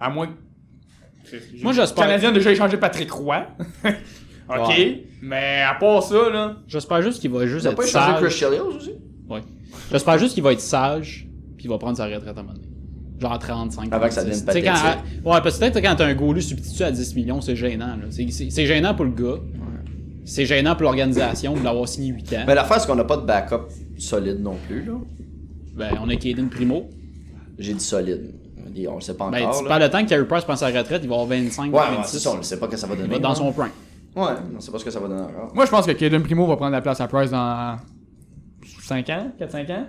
G: À moins que
D: Moi,
G: le
D: j'espère.
G: Canadien a déjà échangé Patrick Roy. [laughs] ok.
A: Ouais.
G: Mais à part ça, là.
D: J'espère juste qu'il va juste
F: T'as
D: être
F: pas échangé Chris
D: sage.
F: Chelios aussi?
D: Ouais. J'espère juste qu'il va être sage, puis il va prendre sa retraite à un moment donné. Genre à 35.
F: Avant que ça devienne
D: 36. Tu sais, Quand, ouais, parce que peut-être que quand t'as un goaler substitut à 10 millions, c'est gênant. là. C'est- C'est c'est gênant pour le gars. C'est gênant pour l'organisation de l'avoir signé 8 ans.
F: Mais Ben, l'affaire, c'est qu'on n'a pas de backup solide non plus, là.
D: Ben, on a Caden Primo.
F: J'ai dit solide. On dit- On le sait pas
D: Ben,
F: encore,
D: tu-
F: là.
D: par le temps que Carey Price prend sa retraite, il va avoir 25,
F: Ouais, mais
D: 26.
F: c'est ça, on ne sait pas que ça va
D: il va
F: donner.
D: être dans
F: là.
D: son prime.
F: Ouais, on sait pas ce que ça va donner encore.
G: Moi, je pense que Caden Primo va prendre la place à Price dans 5 ans, 4-5 ans.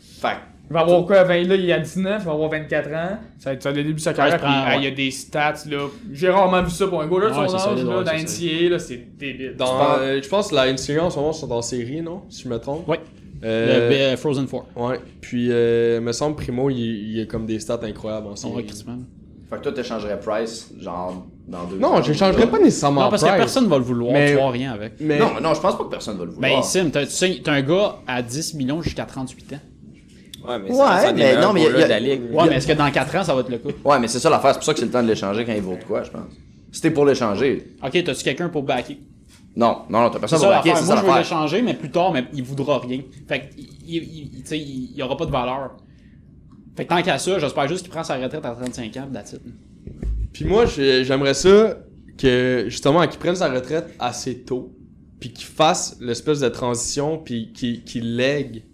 F: Fait
G: Il va avoir quoi, 20, là, il a 19, il va avoir 24 ans. Ça va être ça, le début de sa carrière.
D: prend,
G: puis, ah,
D: ouais.
G: Il y a des stats, là. J'ai rarement vu ça pour un goaler de
D: Ouais,
G: son
D: c'est
G: âge,
D: solide,
G: là,
D: ouais,
G: dans
D: c'est
G: NCAA, là, c'est débile.
A: Dans,
G: Tu parles-
A: euh, je pense que la NCA en ce moment sont en série, non Si je me trompe.
D: Ouais.
A: Euh,
D: Le euh, Frozen 4.
A: Ouais. Puis, euh, me semble, Primo, il, il a comme des stats incroyables en
D: Son
A: série.
D: recrutement.
F: Fait que toi, t'échangerais Price, genre, dans deux ans.
A: Non, je changerais pas nécessairement.
D: Non, parce que
A: Price,
D: personne va le vouloir.
A: Mais-
D: Tu vois rien avec.
A: Mais...
F: Non, mais non, je pense pas que personne va le
D: Ben,
F: vouloir.
D: Sim, t'as- tu sais, t'as un gars à 10 millions jusqu'à 38 ans.
H: Ouais, mais
F: Ouais,
H: ça, ça
F: mais
H: dépend
F: non, mais
H: pour
F: y a-
H: le
F: y a-
H: de la ligue.
D: Ouais, mais est-ce que dans 4 ans, ça va être le cas?
F: ouais, mais c'est ça l'affaire, c'est pour ça que c'est le temps de l'échanger quand il vaut de quoi, je pense. Si t'es pour l'échanger.
D: Ok, t'as-tu quelqu'un pour backer?
F: Non, non, non, t'as
D: C'est
F: personne
D: ça
F: pour backer,
D: l'affaire.
F: c'est ça
D: Moi, je veux
F: l'affaire.
D: l'échanger, mais plus tard, mais il voudra rien. Fait qu'il il, il, tu sais, il- il aura pas de valeur. Fait que tant qu'à ça, j'espère juste qu'il prend sa retraite à 35 ans, pis that's it.
A: Puis moi, j'ai- j'aimerais ça que, justement, qu'il prenne sa retraite assez tôt, puis qu'il fasse l'espèce de transition, puis qu'il qu'il lègue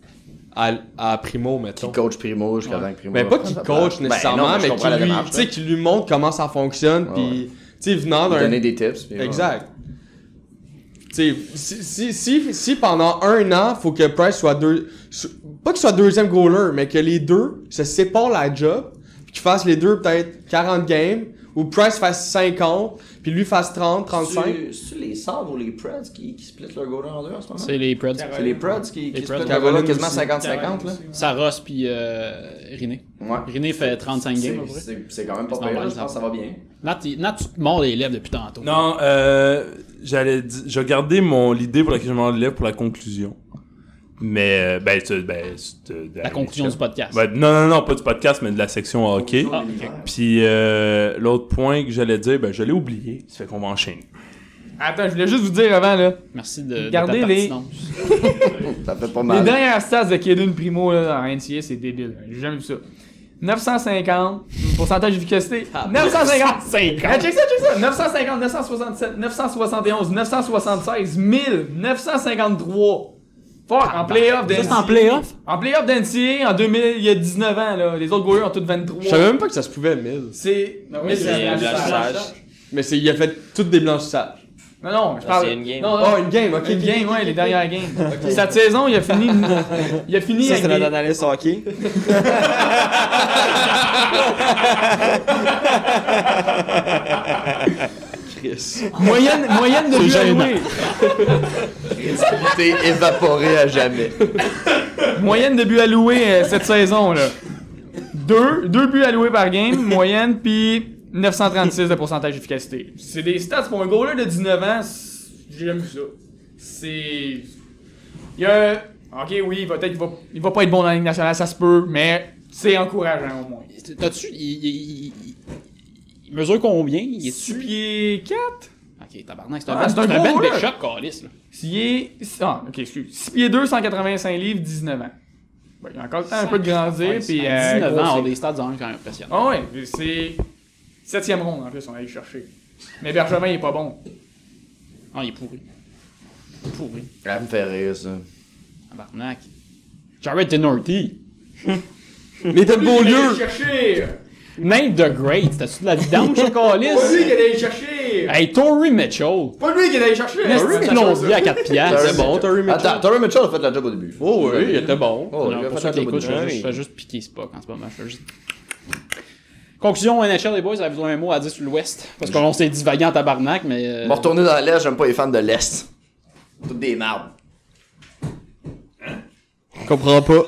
A: à, à Primo, mettons.
F: Qui coach Primo jusqu'à temps que Primo.
A: Mais
F: va
A: pas
F: prendre
A: qu'il
F: sa
A: coach
F: place.
A: nécessairement,
F: Ben non, je
A: mais
F: comprends la
A: qu'il lui,
F: démarche,
A: tu sais, qu'il lui montre comment ça fonctionne,
F: Ouais,
A: puis, tu sais, venant
F: là.
A: d'un...
F: Donner des tips. puis
A: Exact. Tu sais, si, si, si, si pendant un an, faut que Price soit deux. so- Pas qu'il soit deuxième goaler, mais que les deux se séparent la job, puis qu'ils fassent les deux peut-être 40 games, ou Price fasse 50, puis lui fasse 30, 35.
F: C'est-tu les Sabres ou les Preds qui, qui splittent leur goaler en deux en ce moment?
D: C'est les Preds.
F: C'est les Preds qui,
D: Les
F: qui
D: Preds.
F: splittent leur
A: Caroline
F: goaler quasiment
A: aussi.
F: 50-50, là?
D: Saros puis euh, Riné.
F: Ouais.
D: Riné fait 35 games, à peu
F: C'est-
D: près.
F: C'est c'est quand même pas
D: C'est
F: pire,
D: normal,
F: je pense que ça va bien.
D: Nat, il- Nat, tu te mords les lèvres depuis tantôt.
C: Non, euh, j'allais di- je gardais mon l'idée pour laquelle je m'enlève pour la conclusion. Mais euh, ben, c'est- ben, c'est, euh, de
D: La conclusion du podcast.
C: Ben, non, non, non, pas du podcast, mais de la section hockey.
D: Ah, ok.
C: Puis euh, l'autre point que j'allais dire, ben je l'ai oublié. Ça fait qu'on va enchaîner.
G: Attends, je voulais juste vous dire avant, là.
D: Merci de, de ta
G: Gardez les-
D: pertinence.
F: Ça fait pas
G: Les
F: mal.
G: dernières stats de Caden Primo là, en NCA, c'est débile. J'ai jamais vu ça. 950, pourcentage d'efficacité. 950!
D: 50.
G: Ah, check ça, check ça! 950, 967, 971, 976, 1000, 953. Fuck, en playoff
D: Ça,
G: d'NCA.
D: c'est en playoff?
G: En playoff d'NCA, en 2000, il y a 19 ans, là. Les autres goalers ont tous 23.
A: Je savais même pas que ça se pouvait 1000.
G: C'est.
A: Ben
G: Non, mais
H: C'est un blanchissage.
A: Mais c'est, il a fait toutes des blanchissages.
G: Non, non, je
H: Non,
G: parle.
H: c'est une game.
G: Non, non,
A: Oh, une game, ok.
G: une
A: ok.
G: game, ouais, les
A: [laughs]
G: dernières games. Cette saison, il a fini. Il a fini
H: Ça,
G: avec
H: c'est notre
G: des-
H: analyse hockey.
G: Moyenne, moyenne de buts alloués.
F: T'es évaporé à jamais.
G: Moyenne de buts alloués euh, cette saison là. Deux, deux buts alloués par game, moyenne puis 936 de pourcentage d'efficacité. C'est des stats pour un goaler de 19 ans, c'est- j'ai jamais vu ça. C'est il y a OK, oui, peut-être qu'il va il va pas être bon dans la Ligue nationale, ça se peut, mais c'est encourageant au moins.
D: T'as-tu. Il, il- il- il- il mesure combien Il est
G: 6
D: super.
G: pieds 4
D: Ok, tabarnak, c'est un,
G: Ah,
D: bel-
G: c'est un
D: c'est un
G: gros,
D: bel
G: là.
D: big shot, Calis. là.
G: Six pieds. Ah, ok, excuse. 6 pieds 2, 185 livres, 19 ans. Bon, il y a encore le temps un peu de grandir.
D: Ouais,
G: puis,
D: à
G: euh,
D: 19 ans, on a
G: grossir.
D: des stats en quand même impressionnants.
G: Ah ouais, mais c'est. Septième ronde en plus, on allait le chercher. Mais Bergevin, il est pas bon. Oh.
D: Ah, il est pourri. Il est Pourri.
F: Ça me fait rire, ça.
D: Tabarnak. Jared Tenorti.
A: Mais t'as le beau
G: Il allait le
A: lieu.
G: chercher!
D: Nate the Great. T'as-tu de la vidange,
F: [laughs]
D: ce
G: Pas lui
D: Calis
G: qui allait le chercher!
D: Hey, Tory Mitchell.
G: Pas lui qui allait le chercher!
D: Est-ce que l'on dit à 4
A: C'est
D: piastres
A: bon, Terry Mitchell.
F: Attends, Terry Mitchell a fait la job au début.
A: Oh oui, il était bon.
F: Oh,
D: Non,
F: il a
D: pour
F: fait
D: ceux
F: la
D: qui
F: job au
D: écoutent,
F: début.
D: je fais juste- je fais juste piquer Spock en ce moment. Je fais juste- Conclusion, NHL, les boys, avez besoin un mot à dire sur l'Ouest. Parce qu'on s'est divagué en tabarnak, mais. euh,
F: On va retourner dans l'Est, j'aime pas les fans de l'Est. Toutes des mardes.
A: Je comprends pas.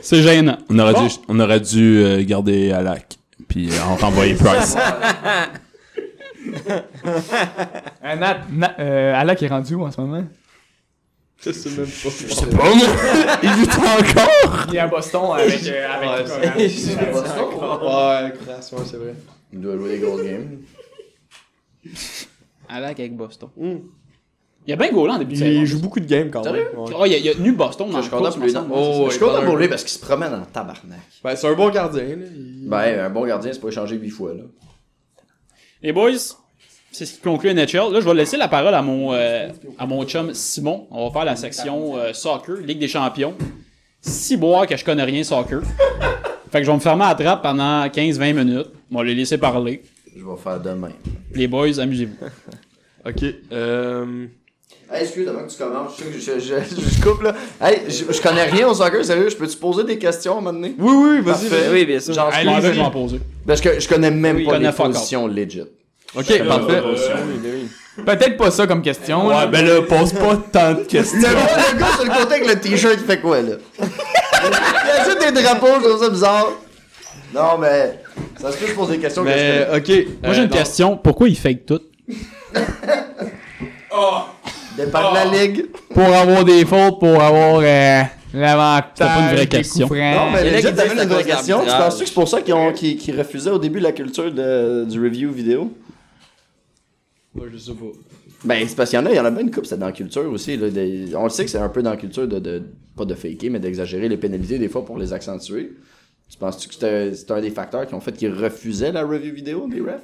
D: C'est gênant.
C: On aurait dû, on aurait dû euh, garder Alak. Puis euh, on
D: [laughs]
C: t'envoyait Price.
G: Euh, Nat, Nat- euh, Alak est rendu où en ce moment?
A: Je sais même pas.
C: C'est pas moi! [laughs] Il lutte encore!
G: Il est à Boston avec. euh, avec
A: Ouais, c'est ouais, crasse, ouais, c'est vrai.
F: Il doit jouer des grosses games.
D: À l'acte avec Boston.
G: Hmm.
A: Mm.
D: Il y a bien Golan en début de saison.
A: Il joue beaucoup de games quand même. Ouais.
D: Ah, il, a, il a tenu Boston dans
F: Je
D: le
F: suis content
D: course,
F: pour lui.
D: me semble.
A: Oh,
F: Je suis content pour lui parce qu'il se promène en tabarnak.
A: Ben, c'est un bon gardien. Là. Il-
F: Ben, un bon gardien, c'est pas échanger 8 fois, là.
D: Les boys, c'est ce qui conclut NHL. Là, je vais laisser la parole à mon, euh, à mon chum Simon. On va faire la section euh, soccer, Ligue des champions. Si boire que je connais rien
G: [laughs]
D: soccer. Fait que je vais me fermer à la trappe pendant 15-20 minutes. On va les laisser parler.
F: Je vais faire demain.
D: Les boys, amusez-vous.
A: Ok. Euh...
F: Hey, excuse avant que tu commences, je, sais que je, je, [laughs] je coupe là. Hey, je, je connais rien au soccer, sérieux, je peux-tu poser des questions à un moment donné?
A: Oui, oui, vas-y.
F: Parfait.
A: vas-y.
I: Oui, bien sûr.
G: Ah,
F: Genre,
D: Je pense que je vais en poser.
F: parce que je connais même
D: Oui,
F: pas
D: connais
F: les
D: fuck
F: positions legit.
A: Ok, parfait.
G: Peut-être pas ça comme question. là.
C: Ouais, ben là, pose pas tant de
F: Le,
C: questions.
F: le gars sur le côté avec le t-shirt, il fait quoi là? il y a juste des drapeaux, je trouve ça bizarre. Non, mais ça se peut que je pose des questions que je
A: Mais,
F: connais.
A: ok.
D: Moi,
G: Euh,
D: j'ai une question. Pourquoi il fake tout?
F: Départ de
J: Oh.
F: la ligue.
G: Pour avoir des fautes, pour avoir euh, l'avantage.
D: C'était pas une vraie
G: des
D: question.
G: coups
J: Hein?
G: francs.
F: Non, mais
J: Il y en a
F: legit,
J: qui
F: t'avais
J: disent
F: une
J: c'est à
F: vraie
J: cause de
F: question. Tu
J: l'arbitrage.
F: penses-tu que c'est pour ça qu'ils ont- qu'ils qu'ils refusaient au début la culture de- du review vidéo?
A: Moi, je sais pas.
F: Ben, c'est parce qu'il y en a, il y en a bien une coupe, c'est dans la culture aussi. Là, des- on le sait que c'est un peu dans la culture de, de- pas de faker, mais d'exagérer les pénalités des fois pour les accentuer. Tu penses-tu que c'était- c'était un des facteurs qui ont fait qu'ils refusaient la review vidéo des refs?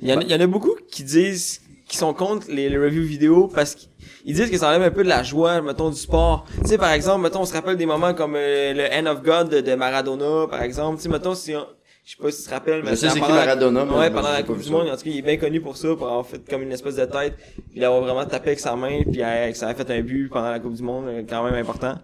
I: Il y,
F: Bah.
I: en a, il y en a beaucoup qui disent qui sont contre les, les reviews vidéo parce qu'ils disent que ça enlève un peu de la joie, mettons, du sport. Tu sais, par exemple, mettons, on se rappelle des moments comme euh, le End of God de, de Maradona, par exemple. Tu sais, mettons, si on- je sais pas si tu te rappelles, mais
F: Je sais
I: c'est
F: c'est qui
I: pendant la-
F: Maradona, mais
I: Ouais,
F: moi,
I: pendant
F: j'ai
I: la
F: pas
I: Coupe
F: vu
I: du
F: ça.
I: Monde, en tout cas, il est bien connu pour ça, pour avoir fait comme une espèce de tête, puis l'avoir vraiment tapé avec sa main, puis euh, que ça a fait un but pendant la Coupe du Monde, euh, quand même important.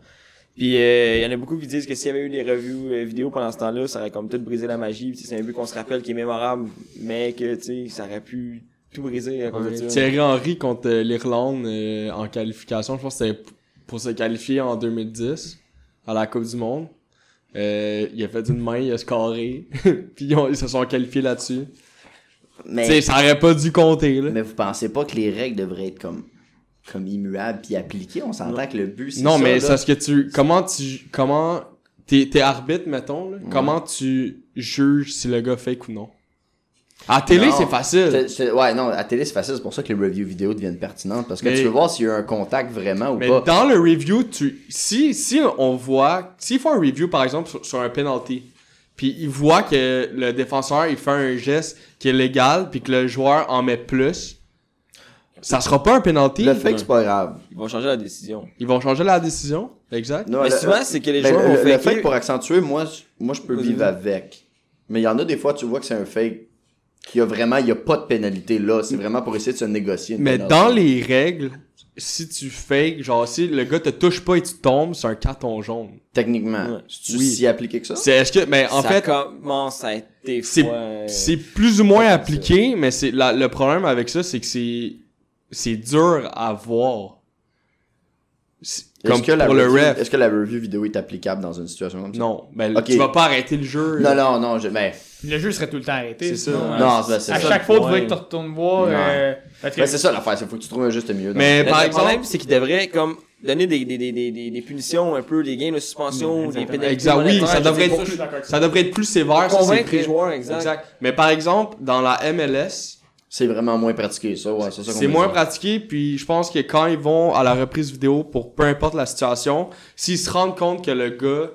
I: Puis euh, il y en a beaucoup qui disent que s'il y avait eu des reviews euh, vidéo pendant ce temps-là, ça aurait comme tout brisé la magie. Puis c'est un but qu'on se rappelle qui est mémorable, mais que tu sais, ça aurait pu tout briser à cause de ça.
A: Thierry Henry contre euh, l'Irlande euh, en qualification, je pense que c'était p- pour se qualifier en 2010 à la Coupe du Monde. Euh, il a fait une main, il a scoré, [laughs] puis ils, ont- ils se sont qualifiés là-dessus. Tu sais,
F: Mais,
A: ça aurait pas dû compter, là.
F: mais vous pensez pas que les règles devraient être comme, comme immuables puis appliquées? On s'entend que le but, c'est
A: Non, mais
F: là.
A: c'est parce que tu. Comment tu. Comment. T'es t'es arbitre, mettons, là. Comment tu juges si le gars fake ou non? À la télé,
F: Non.
A: c'est facile.
F: C'est- c'est- ouais, non, à la télé, c'est facile. C'est pour ça que les reviews vidéo deviennent pertinentes. Parce que
A: Mais-
F: tu veux voir s'il y a eu un contact vraiment ou
A: Mais
F: pas.
A: dans le review, tu, si, si on voit, s'il font un review par exemple sur, sur un penalty, puis il voit que le défenseur il fait un geste qui est légal, puis que le joueur en met plus, ça sera pas un penalty.
F: Le fait que c'est
A: hein.
F: pas grave.
I: Ils vont changer la décision.
A: Ils vont changer la décision, exact.
F: Non,
I: mais
F: le-
I: souvent, c'est que les
F: Ben,
I: joueurs
F: le,
I: vont
F: le- le
I: faker.
F: fake pour accentuer, moi, je- moi je peux
I: Vas-y,
F: vivre
I: vas-y.
F: avec. Mais il y en a des fois, tu vois que c'est un fake. Qu'il y a vraiment, il y a pas de pénalité là. C'est vraiment pour essayer de se négocier. une
A: Mm. Mais
F: pénalité.
A: dans les règles, si tu fakes, genre si le gars te touche pas et tu tombes, c'est un carton jaune.
F: Techniquement.
I: Ouais.
F: C'est-tu
A: Oui.
F: si appliqué que ça?
A: C'est est-ce que mais en
I: ça
A: fait
I: commence à être des
A: c'est
F: Euh,
I: fois. euh,
A: c'est plus ou moins appliqué, mais c'est la- le problème avec ça, c'est que c'est c'est dur à voir. C'est-
F: Est-ce
A: Comme
F: que la
A: pour le
F: review-
A: ref.
F: Est-ce que la review vidéo est applicable dans une situation comme ça?
A: Non, ben
F: Ok.
A: tu vas pas arrêter le jeu.
F: Non, non, non, je, mais,
G: Le jeu serait tout le temps arrêté.
A: C'est ça.
G: sinon,
A: Ouais,
G: euh,
F: non, ben, c'est ça.
G: À chaque
I: le
G: fois, il faudrait
I: point.
G: que tu retournes voir.
F: Ouais.
G: euh, parce que-
F: Ben, c'est ça l'affaire, c'est faut que tu trouves un juste milieu. dans-
A: Mais
I: Le-
A: par
I: le
A: exemple,
I: problème, c'est qu'ils devraient comme donner des, des, des, des, des, des punitions un peu, des gains de suspension, des pénalités.
A: Exact, oui,
I: monétaires,
A: ça
I: je sais
A: devrait
I: pas.
A: être- ça devrait être plus sévère ça,
I: Pour
A: c'est
I: convaincre
A: vrai.
I: les joueurs, exact.
A: Mais par exemple, dans la MLS,
F: C'est vraiment moins pratiqué, ça, ouais, c'est ça qu'on
A: C'est
F: veut
A: moins
F: dire.
A: pratiqué, puis je pense que quand ils vont à la reprise vidéo pour peu importe la situation, s'ils se rendent compte que le gars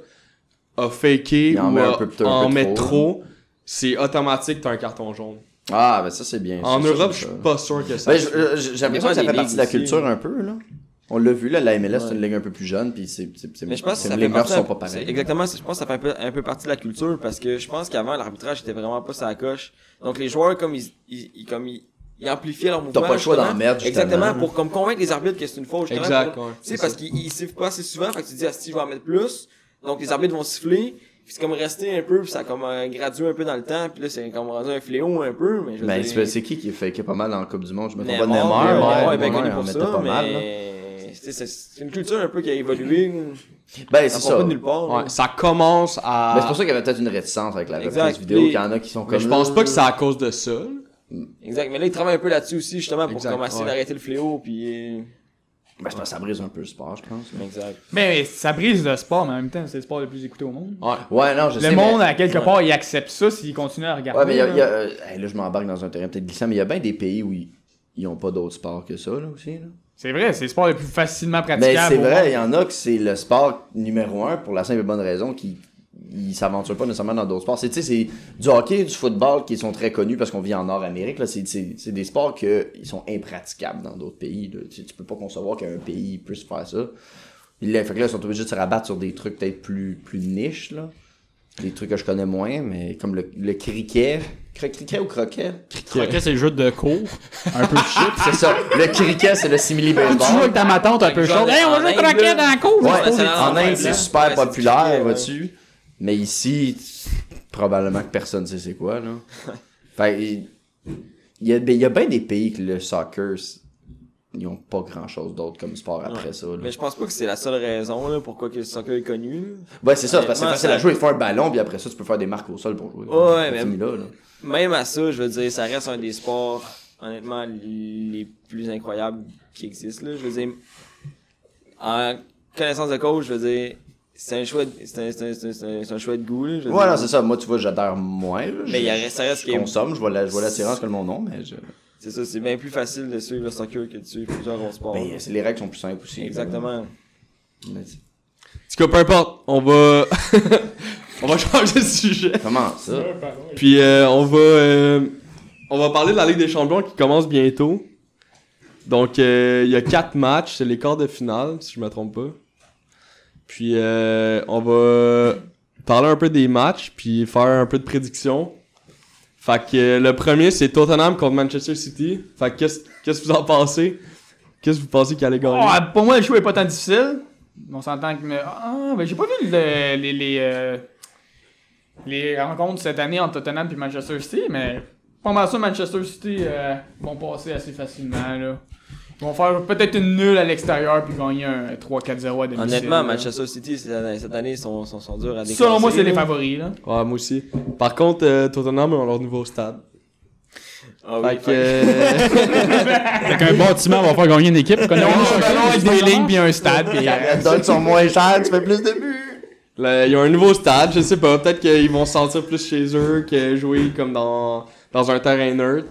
A: a faké
F: Il en
A: ou
F: met un
A: a-
F: peu- peut-être un
A: en
F: peu
A: met
F: trop.
A: trop, c'est automatique t'as un carton jaune.
F: Ah, ben ça, c'est bien.
A: en
F: ça,
A: Europe,
F: ça,
A: je suis
F: ça.
A: pas sûr que ça.
F: Ouais, Ben, je- je- J'ai l'impression
I: Mais
F: que ça
I: des
F: fait
I: ligues
F: partie de la
I: aussi,
F: culture un peu, là. On l'a vu, là, la MLS, c'est une ligue un peu plus jeune, puis c'est. c'est- c'est-
I: Mais je pense que
F: c'est-
I: ça
F: les
I: fait
F: mœurs
I: partie,
F: sont pas
I: c'est-
F: pareilles.
I: Exactement, c'est- je pense que ça fait un peu, un peu partie de la culture parce que je pense qu'avant l'arbitrage était vraiment pas sa coche. Donc les joueurs comme ils, ils, ils- comme ils, ils amplifiaient leur mouvement.
F: pas le choix d'en
I: justement.
F: mettre, justement.
I: Exactement pour comme convaincre les arbitres que c'est une faute. justement,
A: Exact,
I: pour-
A: ouais,
I: Tu sais
A: c'est
I: parce
A: ça.
I: qu'ils ils sifflent pas assez souvent, fait que tu te dis ah, si je vais en mettre plus, donc les arbitres vont siffler. Puis c'est comme rester un peu, puis ça a comme euh, gradué un peu dans le temps, puis là c'est comme rendu un fléau un peu, mais je veux
F: Ben,
I: dire-
F: c'est c'est qui qui fait qui est pas mal dans la Coupe du Monde Je me trompe pas de
I: Neymar,
F: Neymar.
I: Neymar, ben,
F: ouais,
I: est bien
F: Neymar,
I: connu
F: il en
I: pour
F: mettait
I: ça,
F: pas mal, là.
I: mais tu sais, c'est c'est une culture un peu qui a évolué.
F: Ben,
I: Ça
F: c'est
I: sort
F: ça.
I: pas de nulle part. là.
A: Ouais, ça commence
F: Ben, c'est
A: à.
F: pour ça qu'il y avait peut-être une réticence avec la
I: Exact,
F: reprise vidéo,
I: puis-
F: qu'il y en a qui sont comme.
A: Mais je pense
F: là.
A: pas que c'est à cause de ça.
I: Exact, mais là, il travaille un peu là-dessus aussi, justement, pour
A: Exact,
I: commencer
A: ouais.
I: d'arrêter le fléau, puis... euh,
F: Ben, je pense que ça brise un peu le sport, je pense. mais-
H: Exact.
G: Mais ça brise le sport, mais en même temps, c'est le sport le plus écouté au monde.
F: Ouais, non, je sais.
G: Le monde,
F: mais...
G: à quelque part, il accepte ça s'il continue à regarder.
F: Ouais, mais il y a. il y a,
G: là.
F: euh, hey, là, je m'embarque dans un terrain peut-être glissant, mais il y a bien des pays où ils ils ont pas d'autres sports que ça, là aussi. Là.
G: C'est vrai, c'est le sport le plus facilement praticable.
F: Mais Ben, c'est
G: au
F: vrai, il
G: monde.
F: y en a que c'est le sport numéro un pour la simple et bonne raison qu'ils ils s'aventurent pas nécessairement dans d'autres sports. C'est tu sais, c'est du hockey, du football qui sont très connus parce qu'on vit en Nord-Amérique. là. C'est- C'est c'est des sports que- ils sont impraticables dans d'autres pays. là. Tu, tu peux pas concevoir qu'un pays puisse faire ça. Puis Là, fait que là, ils sont obligés de se rabattre sur des trucs peut-être plus, plus niches. Là. Des trucs que je connais moins, mais comme le, le cricket. Cro- Cricket ou croquet?
D: Croquet, c'est le jeu de cours. [laughs] Un peu shit.
F: C'est ça. Le cricket, c'est le simili
D: Tu joues
F: baseball.
D: avec ta ma tante un peu chaude. Hey, on va jouer au croquet dans la cour.
F: Ouais,
I: c'est
F: en Inde, c'est
I: ouais,
F: super
I: ouais, c'est
F: populaire,
I: tricky, ouais.
F: vois-tu. Mais ici, t- probablement que personne sait c'est quoi, là. Fait que, il il y a, ben- il y a bien des pays que le soccer, c- ils ont pas grand-chose d'autre comme sport après ça, là.
H: Mais je pense pas que c'est la seule raison là, pourquoi que le soccer est connu. là.
F: Ouais, c'est ça, c'est parce que c'est
H: Honnêtement,
F: facile
H: ça-
F: à jouer. Il faut un ballon, puis après ça, tu peux faire des marques au sol pour jouer.
H: Ouais, ouais,
F: C'est
H: mais-
F: fini là, là.
H: Même à ça, je veux dire, ça reste un des sports, honnêtement, les plus incroyables qui existent. Là. Je veux dire, en connaissance de cause, je veux dire, c'est un choix de, c'est un, c'est un- c'est un- c'est un- c'est un choix de goût. Là, je veux
F: Ouais,
H: dire.
F: non, c'est ça. Moi, tu vois, j'adhère moins, là.
H: Mais il y a-
F: Je-
H: ça reste
F: je
H: qu'il y a-
F: consomme, je vois la- je vois l'attirance que le monde a, mais je...
H: C'est ça, c'est bien plus facile de suivre le soccer que de suivre plusieurs autres sports.
F: Ben, c'est- les règles sont plus simples aussi.
H: Exactement.
F: Mais-
A: En tout cas, peu importe, on va. [laughs] on va changer de sujet.
F: Comment ça?
A: Puis euh, on va euh, on va parler de la Ligue des Champions qui commence bientôt. Donc euh, il y a quatre matchs, c'est les quarts de finale si je me trompe pas. Puis euh, on va parler un peu des matchs puis faire un peu de prédictions. Fait que euh, le premier c'est Tottenham contre Manchester City. Fait que qu'est-ce qu'est-ce que vous en pensez Qu'est-ce que vous pensez qu'il allait gagner
G: Oh, pour moi, le show est pas tant difficile. On s'entend que. mais- Ah, ben j'ai pas vu le- les, les, euh, les rencontres cette année entre Tottenham et Manchester City, mais pas mal ça, Manchester City euh, vont passer assez facilement. Là. Ils vont faire peut-être une nulle à l'extérieur puis gagner un 3-4-0 à domicile. là.
H: Honnêtement, Manchester City, c'est- cette année, sont, sont, sont durs à décoller.
G: Selon moi, c'est les favoris. Là.
A: Ouais, moi aussi. Par contre euh, Tottenham ont leur nouveau stade.
H: Ah oui,
A: Fait que euh,
D: Avec un bâtiment, on va faire gagner une équipe. On connaît
G: un ballon avec des lignes puis un stade. puis, euh,
F: Les dogs sont moins chers, tu fais plus de buts.
A: Là, ils ont un nouveau stade, je sais pas, peut-être qu'ils vont se sentir plus chez eux que jouer comme dans, dans un terrain neutre.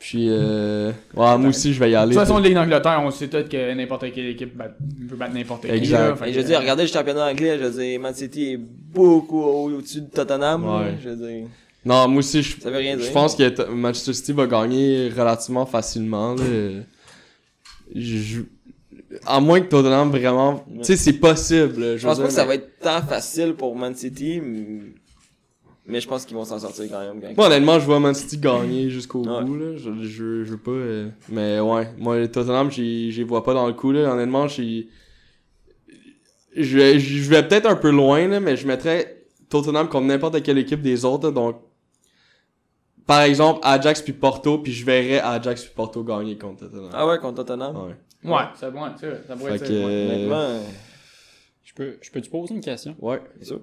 A: Puis, euh, ouais, moi aussi, je vais y
G: de
A: aller.
G: toute façon, Ligue d'Angleterre, on sait tout que n'importe quelle équipe bat- peut battre n'importe qui.
A: Exact.
G: là.
H: Et
G: Fait que, euh,
H: je veux dire, regardez le championnat anglais, je veux dire, Man City est beaucoup au- au-dessus de Tottenham.
A: Ouais.
H: là, Je veux dire,
A: Non, moi aussi, je,
H: ça veut rien dire.
A: je pense que t- Manchester City va gagner relativement facilement. là. Je- je- à moins que Tottenham vraiment... Tu sais, c'est possible. là,
H: Je pense
A: veux
H: pas que ça
A: dire, mais-
H: va être tant facile pour Man City, m- mais je pense qu'ils vont s'en sortir quand même.
A: Moi, honnêtement, je vois Man City gagner jusqu'au
H: Ouais.
A: bout, là. Je, je, je veux pas. euh, Mais ouais, moi, les Tottenham, j'y j'y vois pas dans le coup, là. Honnêtement, j'y- je vais- je vais peut-être un peu loin, là, mais je mettrais Tottenham contre n'importe quelle équipe des autres, là, Donc, par exemple, Ajax puis Porto, puis je verrais Ajax puis Porto gagner contre Tottenham.
H: Ah ouais, contre Tottenham.
A: Ouais.
G: Ouais, ça, ouais, ça, ça pourrait
A: Fait
G: être
A: que,
G: ça, ouais.
H: Honnêtement,
A: euh,
H: euh,
D: Je peux, je peux te poser une question?
A: ouais.
H: c'est sûr.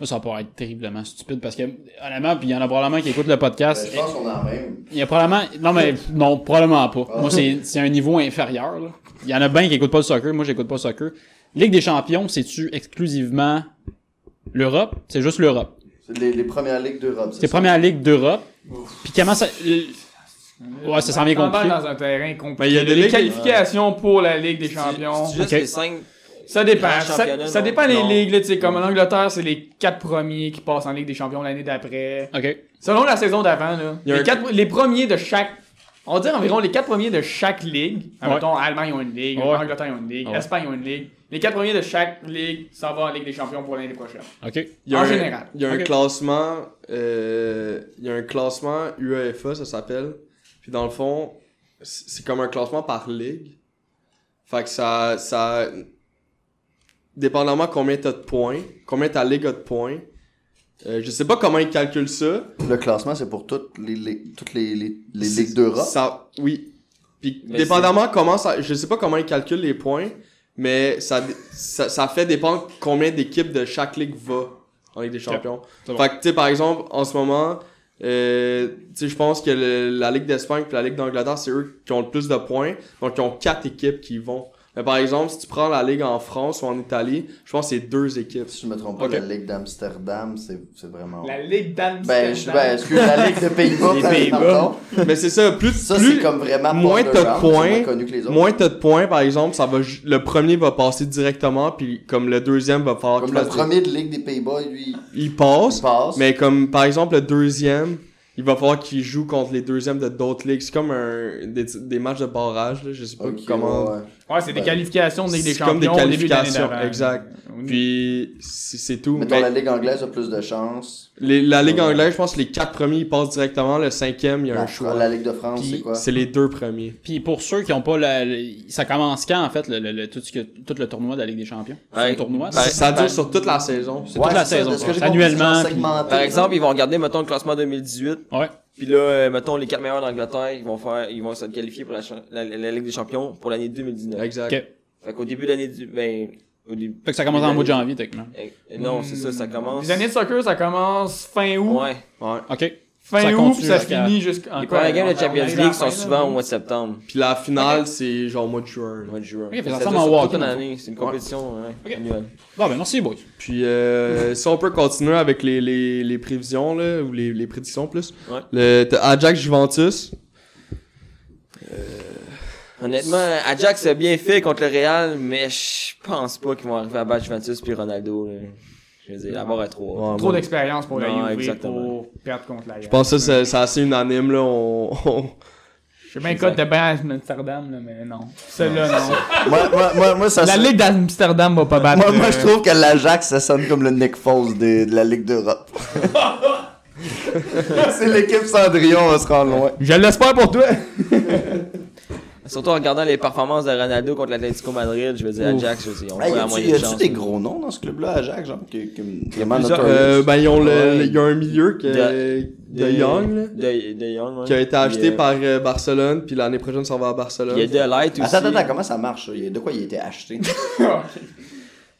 D: Moi, ça va pas être terriblement stupide parce que, honnêtement, puis il y en a probablement qui écoutent le
G: Ah,
D: podcast.
F: pense qu'on a même.
D: Il y a probablement. Non, mais non, probablement pas. Moi, c'est c'est un niveau inférieur. là. Il y en a bien qui écoutent pas le soccer. Moi, j'écoute pas le soccer. Ligue des champions, c'est-tu exclusivement l'Europe? C'est juste l'Europe.
F: C'est les, les premières ligues d'Europe.
D: C'est
F: C'est
D: première ligue d'Europe. Puis comment ça. le- Ouais, ça s'en vient
G: On
D: compliqué.
G: embarque dans un terrain compliqué.
A: Mais il y a des
G: Les
A: ligues-
G: qualifications pour la Ligue des
H: C'est-
G: Champions.
H: C'est juste
D: Ok.
H: les cinq.
G: Ça dépend.
H: Grand
G: Ça,
H: championnat,
G: ça
H: non.
G: dépend des
H: Non.
G: ligues. Là, tu sais, comme en Angleterre, c'est les quatre premiers qui passent en Ligue des Champions l'année d'après.
D: OK.
G: Selon la saison d'avant, là,
A: Il y a
G: les,
A: un-
G: quatre- les premiers de chaque. On dirait environ les quatre premiers de chaque ligue.
D: Ouais.
G: Mettons, Allemagne ont une ligue,
D: Ouais.
G: Angleterre ont une ligue,
D: Ouais.
G: Espagne ont une ligue. Les quatre premiers de chaque ligue s'en vont en Ligue des Champions pour l'année prochaine.
D: OK.
A: Il y a
G: En
A: un-
G: général.
A: Il y a
D: Ok.
A: un classement, euh, il y a un classement UEFA, ça s'appelle. Puis dans le fond, c'est c'est comme un classement par ligue. Fait que ça, ça, dépendamment combien t'as de points, combien ta ligue a de points. euh, je sais pas comment ils calculent ça.
F: Le classement, c'est pour toutes les, les- toutes les, les, les ligues d'Europe.
A: Ça, oui. Puis
H: Mais
A: dépendamment comment ça, je sais pas comment ils calculent les points, mais ça, ça, ça fait dépendre combien d'équipes de chaque ligue va en Ligue des Champions.
D: c'est bon.
A: Fait que, tu sais, par exemple, en ce moment, euh, Euh, tu sais, je pense que le- la Ligue d'Espagne et la Ligue d'Angleterre, c'est eux qui ont le plus de points. Donc, ils ont quatre équipes qui y vont. Mais par exemple, si tu prends la Ligue en France ou en Italie, je pense que c'est deux
F: [laughs]
A: équipes.
F: Si je me trompe pas,
A: Ok.
F: la Ligue d'Amsterdam, c'est c'est vraiment.
G: La Ligue d'Amsterdam.
F: Ben, je, ben, excuse, la
A: [laughs]
F: Ligue de Pays-Bas,
H: Les Pays-Bas.
F: pardon.
A: Mais c'est ça, plus,
F: Ça,
A: plus
F: c'est comme vraiment
A: moins
F: borderground,
A: t'as de
F: c'est
A: points,
F: moins connu que les autres.
A: moins t'as de points, par exemple, ça va ju- le premier va passer directement, puis comme le deuxième va falloir
F: Comme
A: qu'il
F: le
A: fasse-
F: premier de Ligue des Pays-Bas, lui,
A: il
F: il
A: passe,
F: passe.
A: mais comme par exemple le deuxième, il va falloir qu'il joue contre les deuxièmes de d'autres ligues. C'est comme un, des, des matchs de barrage, là, je sais pas
F: Ok,
A: comment.
F: ouais.
G: Ouais, c'est des
F: Ouais.
G: qualifications de Ligue des
A: C'est comme
G: Champions.
A: des
G: au début de l'année
A: qualifications,
G: d'avant.
A: exact.
G: Au niveau-
A: Puis c'est c'est tout.
F: Mettons,
A: Mais
F: la Ligue anglaise a plus de chances.
A: les- la Ligue anglaise, je pense que les quatre premiers ils passent directement, le cinquième il y a
F: La,
A: un choix.
F: la Ligue de France,
D: Puis,
F: c'est quoi?
A: C'est les deux premiers.
D: Puis pour ceux qui n'ont pas la, le- ça commence quand en fait le, le- le- tout, ce que, tout le tournoi de la Ligue des Champions
I: Ouais.
D: Le tournoi,
I: Ouais.
D: c'est-
A: Ben, ça dure sur toute la saison.
D: toute la saison,
F: de ce que j'ai
D: quoi.
F: compris, c'est genre
D: Annuellement, puis-
F: segmenté,
I: Par
F: là.
I: exemple, ils vont regarder, mettons, le classement 2018.
D: ouais.
I: Puis là, euh, mettons, les quatre meilleurs d'Angleterre, ils vont faire, ils vont se qualifier pour la, cha- la- la- la Ligue des Champions pour l'année 2019.
A: Exact.
D: Ok.
I: Fait qu'au début de l'année du, ben, au début.
D: Fait que ça commence en mois de janvier techniquement.
I: Euh, non, c'est ça, ça commence.
G: Les années de soccer, ça commence fin août.
I: Ouais, ouais.
D: Ok.
G: Fin
D: Ça
G: août,
D: continue
G: puis ça
D: jusqu'à-
G: finit jusqu'en.
I: Les premières games de Champions
G: arrive à la
I: League
G: fin,
I: sont
G: là,
I: souvent
G: là.
I: au mois de septembre.
A: Puis la finale, c'est genre au mois de juin. là.
I: Mois de juin.
D: fait
I: Ça
D: ça
I: dure
D: ressemble en
I: sur toute
D: hockey,
I: une
D: dans le
I: année, c'est une compétition, ouais.
D: Ok.
I: annuelle.
D: Bon ben merci boys.
A: Puis euh, si on peut continuer avec les, les, les prévisions, là, ou les, les prédictions plus.
I: Ouais.
A: Le, t'as Ajax Juventus.
I: Honnêtement, Ajax a bien fait contre le Real, mais je pense pas qu'ils vont arriver à battre Juventus puis Ronaldo. là. Je veux dire, la barre est trop. haute.
G: Trop d'expérience pour la
I: Non,
G: UV
I: exactement.
G: pour perdre contre la Juve.
A: Je pense que ça,
I: Mm-hmm.
A: c'est- c'est assez unanime. Là, on, on-
G: Je sais bien cote de Bayern Amsterdam, là, mais non. Celle-là, non.
F: Moi, moi, moi, moi, ça
G: La
F: sonne-
G: Ligue d'Amsterdam va pas battre.
F: moi, moi, je
G: euh,
F: trouve que l'Ajax, ça sonne comme le Nick Foles de, de la Ligue d'Europe. [laughs] c'est l'équipe Cendrillon, on va se rendre loin.
G: Je l'espère pour toi.
I: Surtout en regardant les performances de Ronaldo contre l'Atlético Madrid, je veux dire, Ajax, je veux dire, on
F: Hey,
I: voit
F: y
I: la
F: a-tu-
I: moyenne
F: y
I: de
F: a-tu
I: chance.
F: des gros noms dans ce club-là, Ajax, genre, qui, qui, vraiment
I: plusieurs-
F: notorious?
A: euh, ben, ils ont le,
F: Ouais.
A: il y a un milieu que,
I: De-
A: de, Young, là,
I: De, de Young, ouais.
A: qui a été acheté
I: Puis, euh,
A: par euh, Barcelone, puis l'année prochaine, ça va à
I: Il y a
A: Barcelone.
I: de Light bah, aussi. euh,
F: Attends, attends, attends, comment ça marche, ça? Il y a- De quoi il a été acheté? Oh,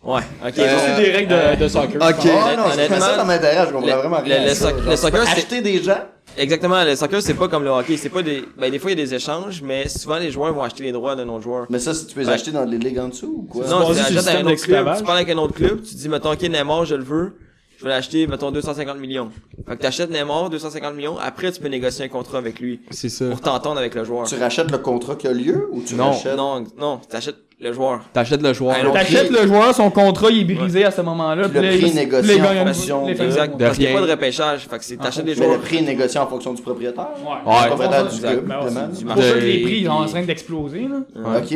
I: Ouais, ok.
A: Euh,
I: Euh,
D: C'est des règles de, de
A: ok.
D: soccer.
F: Oh non, c'est
I: Honnêtement,
F: comme ça, ça m'intéresse, je comprends
I: le-
F: vraiment
I: le-
F: rien. à
I: le
F: ça.
I: soc-
F: Genre,
I: le
F: tu peux
I: soccer, c'est-
F: acheter des gens?
I: Exactement, le soccer, c'est pas comme le hockey. C'est pas des. Ben, des fois, il y a des échanges, mais souvent, les joueurs vont acheter les droits d'un autre joueur.
F: Mais ça, si tu peux les
I: Ouais.
F: acheter dans les ligues en dessous ou quoi?
I: Non,
D: basé
I: tu
D: sur le
I: achètes à un
D: système
I: autre club.
D: d'esclavage.
I: Tu parles avec un autre club, tu dis, mettons, OK, Neymar, je le veux. Je vais l'acheter, mettons, 250 millions. Fait que t'achètes Neymar, 250 millions. Après, tu peux négocier un contrat avec lui.
A: C'est ça.
I: Pour t'entendre avec le joueur.
F: Tu rachètes le contrat qui a lieu ou tu
A: Non.
F: rachètes...
I: Non, non, t'achètes le joueur.
A: T'achètes le joueur.
I: Un autre
G: T'achètes le joueur, son contrat il est brisé à ce moment-là.
F: Puis le prix est négocié en fonction de-
I: Exact. Parce qu'il n'y a
A: rien. Ah,
I: pas de repêchage. Fait que c'est t'achètes des
F: Mais le
I: joueurs.
F: prix est négocié en fonction du propriétaire?
A: Ouais.
F: Le propriétaire du
I: Exact.
F: club,
G: Ben ouais,
F: le
G: c'est-
F: man.
I: du
G: Pour ça
A: de-
G: que les prix ils sont en train d'exploser. là.
F: Ok.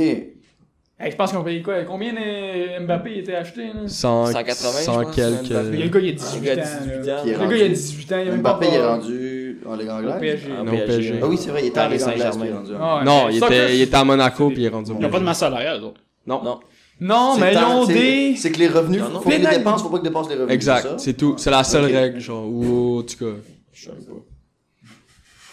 G: Hey, je pense qu'on paye quoi Combien euh, Mbappé était acheté là?
A: 180,
I: 180,
A: 100
I: je pense,
A: quelques.
I: même,
G: Il y a le gars, il a
I: Le
G: 18
I: gars
G: ans.
I: a 18
G: là.
I: ans.
F: Qui est
G: Le gars, il a 18 ans. Il a même pas
F: Mbappé, il est
G: encore-
F: rendu en Ligue
G: au
F: anglaise?
G: PSG.
I: Ah,
A: Non,
I: PSG.
A: PSG.
F: Ah oui, c'est vrai, il était en
I: Paris
F: Ligue anglaise.
I: Saint-Germain.
F: puis il est rendu en-
G: Ah,
A: Non,
G: mais
A: il
G: soccer,
A: était, il était à Monaco, puis il est rendu.
D: Ils n'ont pas de masse salariale. là.
A: Non.
I: Non.
G: Non,
F: C'est
G: Ah, mais ils
F: tant-
G: ont
F: c'est-
G: des.
F: C'est que les revenus,
I: Non, non.
F: faut que les
G: Pénal-
F: dépenses, faut pas que dépenses les revenus.
A: Exact,
F: c'est ça?
A: c'est tout. C'est la seule
F: Ok.
A: règle, genre. Ou en tout cas.
I: Je sais pas.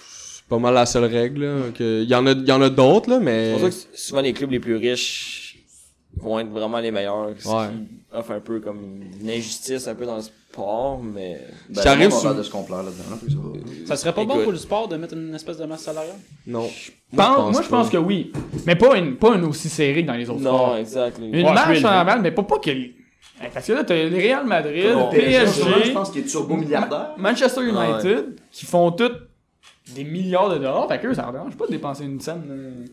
A: C'est pas mal la seule règle. Là, que... Il y en a, il y en a d'autres, là, mais.
I: C'est pour ça que s- souvent les clubs les plus riches vont être vraiment les meilleurs. Ce
A: Ouais.
I: qui offre un peu comme une injustice un peu dans le sport, mais.
F: Ben,
A: Ça arrive
F: on va
A: sous-
F: faire de ce qu'on pleure là-dedans. là, faut que ça va.
D: Ça serait pas bon
I: Écoute.
D: pour le sport de mettre une espèce de masse salariale
A: Non.
G: Pense- Moi, je
A: pas.
G: pense que oui. Mais pas une, pas une aussi serrée que dans les autres sports.
I: Non, exact. les-
G: Une
D: Ouais,
G: marche
D: je vais
G: en
D: le-
G: avant, mais pas, pas que. Hey, Parce que là, t'as le Real Madrid,
I: Bon,
G: PSG,
F: Je pense qu'il est turbo milliardaire.
G: Manchester
I: Ouais.
G: United, qui font toutes des milliards de dollars. Fait qu'eux, ça leur dérange pas de dépenser une scène.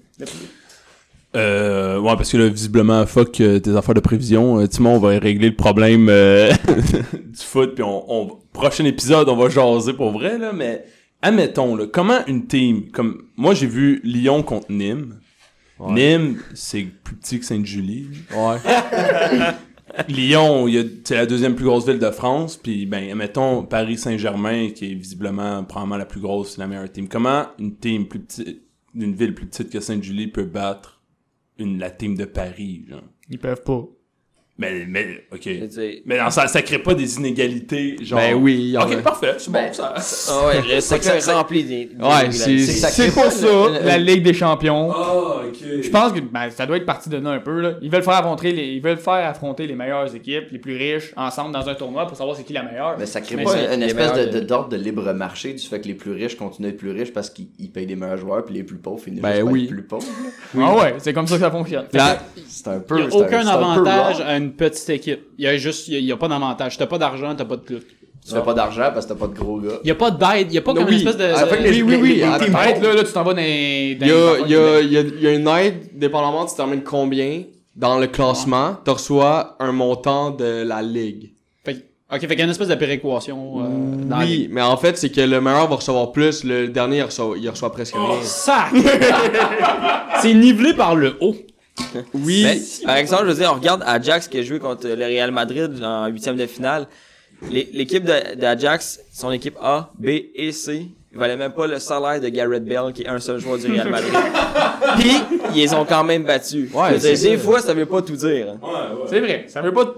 C: Euh, ouais, parce que là, visiblement, fuck euh, tes affaires de prévision. Euh, Timon, on va régler le problème euh, [laughs] du foot, puis on, on- prochain épisode, on va jaser pour vrai, là, mais admettons, là, comment une team, comme, moi, j'ai vu Lyon contre Nîmes. Nîmes, c'est plus petit que Sainte-Julie.
A: Ouais.
C: [laughs] Lyon, il y a- c'est la deuxième plus grosse ville de France, puis ben mettons Paris Saint-Germain qui est visiblement probablement la plus grosse, c'est la meilleure team. Comment une team plus petite, une ville plus petite que Sainte-Julie peut battre une la team de Paris, genre
G: Ils peuvent pas.
C: Mais, mais, ok.
I: Je veux dire,
C: Mais non, ça, ça crée pas des inégalités, genre.
A: Ben oui, il y en a.
C: Ok, parfait, c'est bon,
I: Ben,
C: ça.
A: [laughs]
I: ah ouais, le secteur rempli des. des
A: Ouais,
I: régularités.
A: c'est-
G: C'est pour ça, la Ligue des Champions.
C: Ah, ok.
G: Je pense que ben, ça doit être parti de là un peu. Là. Ils, veulent faire affronter les, ils veulent faire affronter les meilleures équipes, les plus riches, ensemble dans un tournoi pour savoir c'est qui la meilleure.
F: Mais ça crée
G: Mais
F: pas
G: c'est-
F: une, une
G: les
F: espèce de-
G: meilleurs
F: de-
G: de-
F: d'ordre de, libre marché du fait que les plus riches continuent d'être plus riches parce qu'ils ils payent des meilleurs joueurs puis les plus pauvres finissent
A: Ben
F: par
A: oui.
F: être plus pauvres. là.
G: Ah ouais, c'est comme ça que ça fonctionne.
A: La-
F: C'est un peu.
D: Il n'y a
F: c'est un-
D: aucun
F: c'est un peu
D: avantage
F: wrong.
D: à une petite équipe. Il y a juste, il y a- il y a, pas d'avantage. T'as pas d'argent, t'as pas de club.
F: Tu fais pas d'argent parce que t'as pas de gros gars.
D: Il y a pas d'aide, il y a pas
A: Non,
D: comme
A: oui.
D: une espèce de.
A: Ah, fait que
D: de-
A: les- oui, oui,
G: Ah,
A: attends.
G: peut-être, là, là, tu t'en vas dans les- dans
A: Il y a,
D: Ben,
G: les-
A: il y, a, il y, a, il y a une aide, dépendamment tu termines combien dans le
D: Ah.
A: classement, tu reçois un montant de la ligue.
D: Fait que- ok, fait qu'il y a une espèce de péréquation. euh, dans la
A: oui,
D: ligue.
A: mais en fait, c'est que le meilleur va recevoir plus, le dernier il reçoit, il reçoit presque
D: Oh.
A: rien.
D: Sac! [laughs] c'est nivelé par le haut.
A: Oui,
I: Mais, par exemple, je veux dire, on regarde Ajax qui a joué contre le Real Madrid en huitième de finale. L'é- L'équipe de- d'Ajax, son équipe A, B et C, valait même pas le salaire de Garrett Bell, qui est un seul joueur du Real
A: [laughs]
I: Madrid. Puis, ils les ont quand même battus.
A: Ouais,
I: Je veux dire,
A: c'est
I: des fois, ça veut pas tout dire. hein.
G: C'est vrai, ça veut pas t-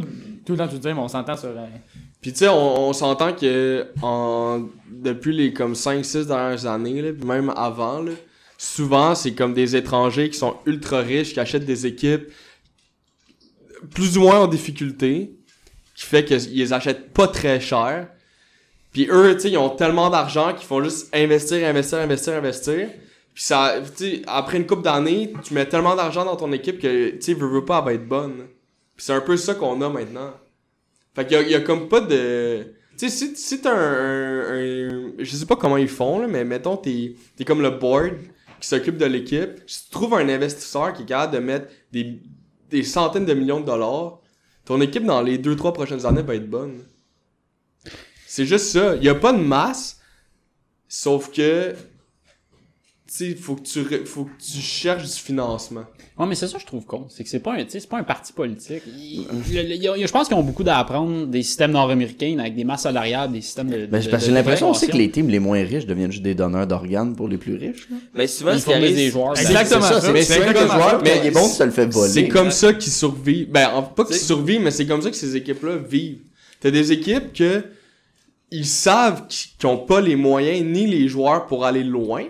G: tout le temps tout dire, mais on s'entend sur. euh,
A: Puis tu sais, on, on s'entend que en, depuis les comme 5-6 dernières années, là, puis même avant, là, souvent c'est comme des étrangers qui sont ultra riches, qui achètent des équipes plus ou moins en difficulté, qui fait qu'ils les achètent pas très cher. Puis eux, tu sais, ils ont tellement d'argent qu'ils font juste investir, investir, investir, investir. Puis ça, tu sais, après une couple d'années, tu mets tellement d'argent dans ton équipe que, tu sais, veux, veux pas, elle va être bonne. Puis c'est un peu ça qu'on a maintenant. Fait qu'il y a, il y a comme pas de... Tu sais, si, si t'as un, un- un- Je sais pas comment ils font, là, mais mettons, t'es es comme le board qui s'occupe de l'équipe. Si tu trouves un investisseur qui est capable de mettre des, des centaines de millions de dollars, ton équipe, dans les 2-3 prochaines années, va être bonne. C'est juste ça. Il y a pas de masse, sauf que... Tu sais, faut, que tu re- faut que tu cherches du financement.
D: Ouais, mais c'est ça que je trouve con. C'est que c'est pas un, tu sais, c'est pas un parti politique. Il- le- le- il y a- il y a- je pense qu'ils ont beaucoup d'apprendre des systèmes nord-américains avec des masses salariales, des systèmes de.
F: Ben,
D: de-
F: c'est parce que
D: de-
F: j'ai l'impression
D: de-
F: aussi que les teams les moins riches deviennent juste des donneurs d'organes pour les plus riches. là.
I: Mais souvent,
D: Ils
I: ce qui
D: forment
I: arrive,
D: des joueurs.
G: Exact. Exactement
F: C'est
G: ça,
F: c'est
G: mais
F: tu
G: c'est
F: fais
G: exactement
F: un joueur,
G: ça.
F: mais il est bon, tu te le fais voler.
A: C'est comme ça qu'ils survivent. Ben, en- pas qu'ils survivent, mais c'est comme ça que ces équipes-là vivent. T'as des équipes que ils savent qu'ils qu'ils ont pas les moyens ni les joueurs pour aller loin.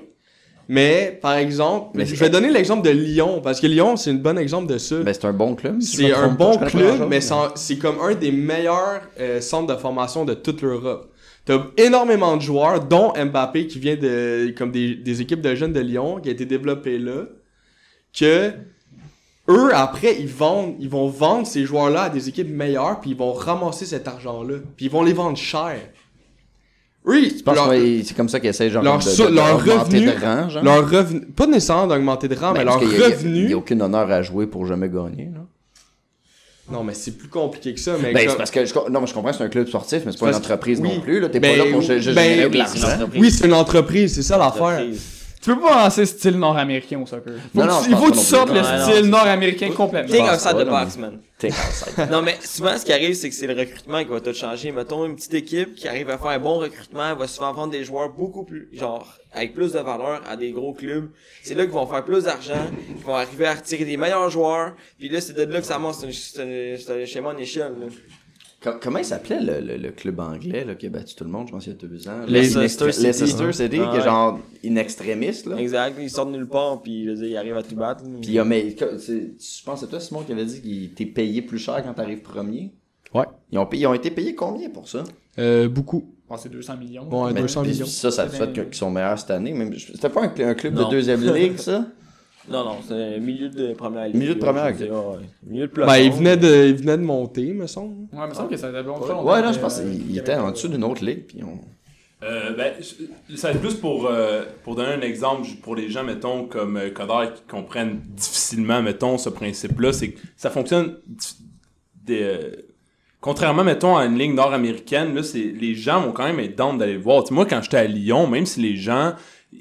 A: Mais, par exemple,
F: Mais
A: je
F: c'est-
A: vais donner l'exemple de Lyon, parce que Lyon, c'est un bon exemple de ça.
F: Ben, c'est un bon club. si je
A: C'est
F: me
A: un
F: trompe pas,
A: bon
F: je connais pas
A: club,
F: grand-chose,
A: mais c'est en- c'est comme un des meilleurs euh, centres de formation de toute l'Europe. T'as énormément de joueurs, dont Mbappé, qui vient de comme des, des équipes de jeunes de Lyon, qui a été développé là, que eux, après, ils vendent, ils vont vendre ces joueurs-là à des équipes meilleures, puis ils vont ramasser cet argent-là, puis ils vont les vendre cher. Oui,
F: Je pense
A: leur-
F: que ouais, c'est comme ça qu'ils essayent genre
A: leur
F: de,
A: sou-
F: de-
A: leur
F: d'augmenter
A: revenu-
F: de rang, genre.
A: leur revenu, pas nécessairement d'augmenter de rang,
F: Ben,
A: mais leur
F: parce qu'il y a- il y a- Il
A: revenu.
F: n'y a aucune honneur à jouer pour jamais gagner. là.
A: Non, mais c'est plus compliqué que ça, mais
F: Ben,
A: comme-
F: c'est parce que je, non, mais je comprends, c'est un club sportif, mais c'est pas une
A: Parce-
F: entreprise
A: oui.
F: non plus. Là, t'es
A: Ben,
F: pas là pour ju- juste
A: ben,
F: générer
A: oui,
F: de l'argent.
A: Oui, c'est une entreprise, c'est ça l'affaire.
G: Tu peux pas lancer style nord-américain au soccer. Faut
F: Non,
G: que
F: non,
G: tu-
F: je
G: il
F: pense
G: faut
F: pas
G: que
F: non
G: tu
F: plus.
G: sortes
I: Non,
G: le
I: non,
G: style nord-américain complètement.
I: Think
F: pense
I: outside
F: pas,
I: the
F: non,
I: box, man.
F: T'es outside.
I: Non, mais souvent, ce qui arrive, c'est que c'est le recrutement qui va tout changer. Mettons, une petite équipe qui arrive à faire un bon recrutement, elle va souvent vendre des joueurs beaucoup plus, genre, avec plus de valeur à des gros clubs. C'est là qu'ils vont faire plus d'argent, qu'ils vont arriver à retirer des meilleurs joueurs. Puis là, c'est de là que ça monte. C'est un- C'est un- c'est un schéma en échelle, là.
F: Com- Comment il s'appelait le, le- le club anglais là, qui a battu tout le monde, je pense, il y a deux ans?
I: Leicester City.
F: Leicester City,
I: Ah
F: qui est
I: ouais.
F: genre in extremis. Là.
I: Exact. Ils sortent de nulle part, puis je veux dire, ils arrivent à tout battre.
F: Puis il y a, mais, que- c'est- je pense que c'est toi, Simon, qui avait dit qu'il t'es payé plus cher quand t'arrives premier.
A: Ouais.
F: Ils ont, payé- ils ont été payés combien pour ça?
A: Euh, beaucoup.
G: Je pense que c'est 200 millions.
A: Ouais,
F: Mais-
A: 200
F: puis
A: millions.
F: Ben, Ça, ça fait que- qu'ils sont meilleurs cette année. même- C'était pas un, un club
I: Non.
F: de deuxième ligue, [laughs] ça?
I: Non, non, c'est un euh, milieu de première ligue.
F: Milieu de première,
I: je veux dire, ouais. Milieu de peloton.
A: Ben, il venait de, il venait de monter, me semble.
G: Ouais, il me semble que ça avait
F: Ouais, non, je pense
G: euh,
F: qu'ils étaient en dessous d'une autre ligue. Puis on...
C: Euh, ben, je- ça va être plus pour, euh, pour donner un exemple ju- pour les gens, mettons, comme euh, Coder, qui comprennent difficilement, mettons, ce principe-là. C'est que ça fonctionne dif- des, euh, contrairement, mettons, à une ligne nord-américaine. Là, c'est, les gens vont quand même être dans d'aller le voir. Tu sais, moi, quand j'étais à Lyon, même si les gens,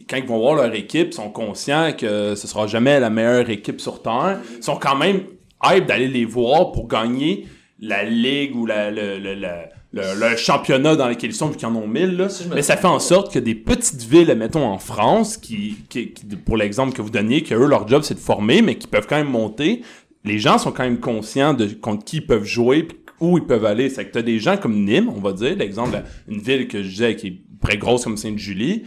C: quand ils vont voir leur équipe, sont conscients que ce sera jamais la meilleure équipe sur Terre, sont quand même hype d'aller les voir pour gagner la ligue ou la, le, le- la- le- le championnat dans lequel ils sont, vu qu'ils en ont mille. Là. Mais ça fait en sorte que des petites villes, mettons en France, qui, qui- qui- pour l'exemple que vous donniez, que eux, leur job, c'est de former, mais qui peuvent quand même monter, les gens sont quand même conscients de contre qui ils peuvent jouer puis où ils peuvent aller. C'est que t'as des gens comme Nîmes, on va dire, l'exemple, une ville que je disais qui est très grosse comme Sainte-Julie.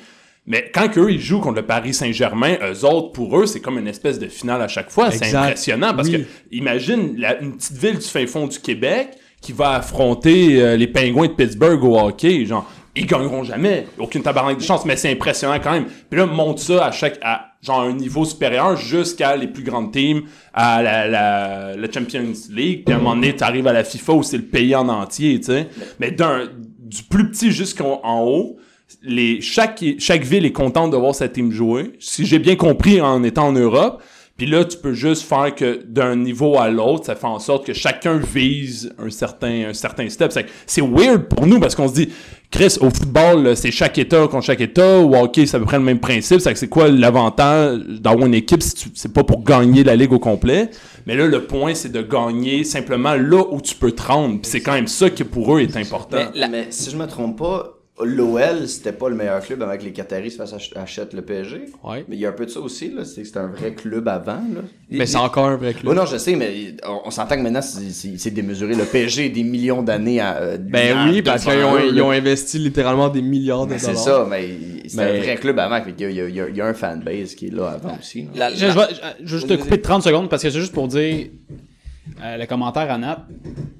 C: Mais quand qu'eux, ils jouent contre le Paris Saint-Germain, eux autres, pour eux, c'est comme une espèce de finale à chaque fois. C'est
A: Exact.
C: impressionnant parce
A: Oui.
C: que, imagine, la- une petite ville du fin fond du Québec qui va affronter euh, les Pingouins de Pittsburgh au hockey, genre, ils gagneront jamais. Aucune tabarnak de chance, mais c'est impressionnant quand même. Puis là, monte ça à chaque, à, genre, un niveau supérieur jusqu'à les plus grandes teams, à la, la, la Champions League. Puis à un moment donné, t'arrives à la FIFA où c'est le pays en entier, tu sais. Mais d'un, du plus petit jusqu'en en haut, les, chaque, chaque ville est contente de voir sa team jouer. Si j'ai bien compris en étant en Europe, puis là, tu peux juste faire que d'un niveau à l'autre, ça fait en sorte que chacun vise un certain, un certain step. C'est que C'est weird pour nous parce qu'on se dit, Chris, au football, là, c'est chaque État contre chaque État, ou au hockey, c'est à peu près le même principe. C'est que c'est quoi l'avantage d'avoir une équipe si tu- c'est pas pour gagner la ligue au complet? Mais là, le point, c'est de gagner simplement là où tu peux te rendre. Puis c'est quand même ça qui pour eux est important.
B: Mais la-
F: Mais si je me trompe pas, l'OL, c'était pas le meilleur club avant que les Qataris se fassent ach- achètent le PSG.
A: Ouais.
F: Mais il y a un peu de ça aussi, là. C'est que c'était un vrai club avant, là.
A: Mais c'est encore un vrai
F: Oh
A: club.
F: non, je sais, mais on, on s'entend que maintenant, c'est- c'est c'est démesuré. Le PSG est des millions d'années à. euh,
A: Ben
F: lumière
A: oui, parce qu'ils
F: devant
A: ont,
F: eux,
A: ils
F: là.
A: ont investi littéralement des milliards de
F: Mais
A: dollars.
F: c'est ça, mais c'est
A: Mais-
F: un vrai club avant. fait qu'il y a- Il y, a- il y a- il y a un fanbase qui est là avant aussi. là.
I: La-
D: Je, je
I: la-
D: vais- je- je vais juste te couper de 30 secondes parce que c'est juste pour dire euh, le commentaire à Nat.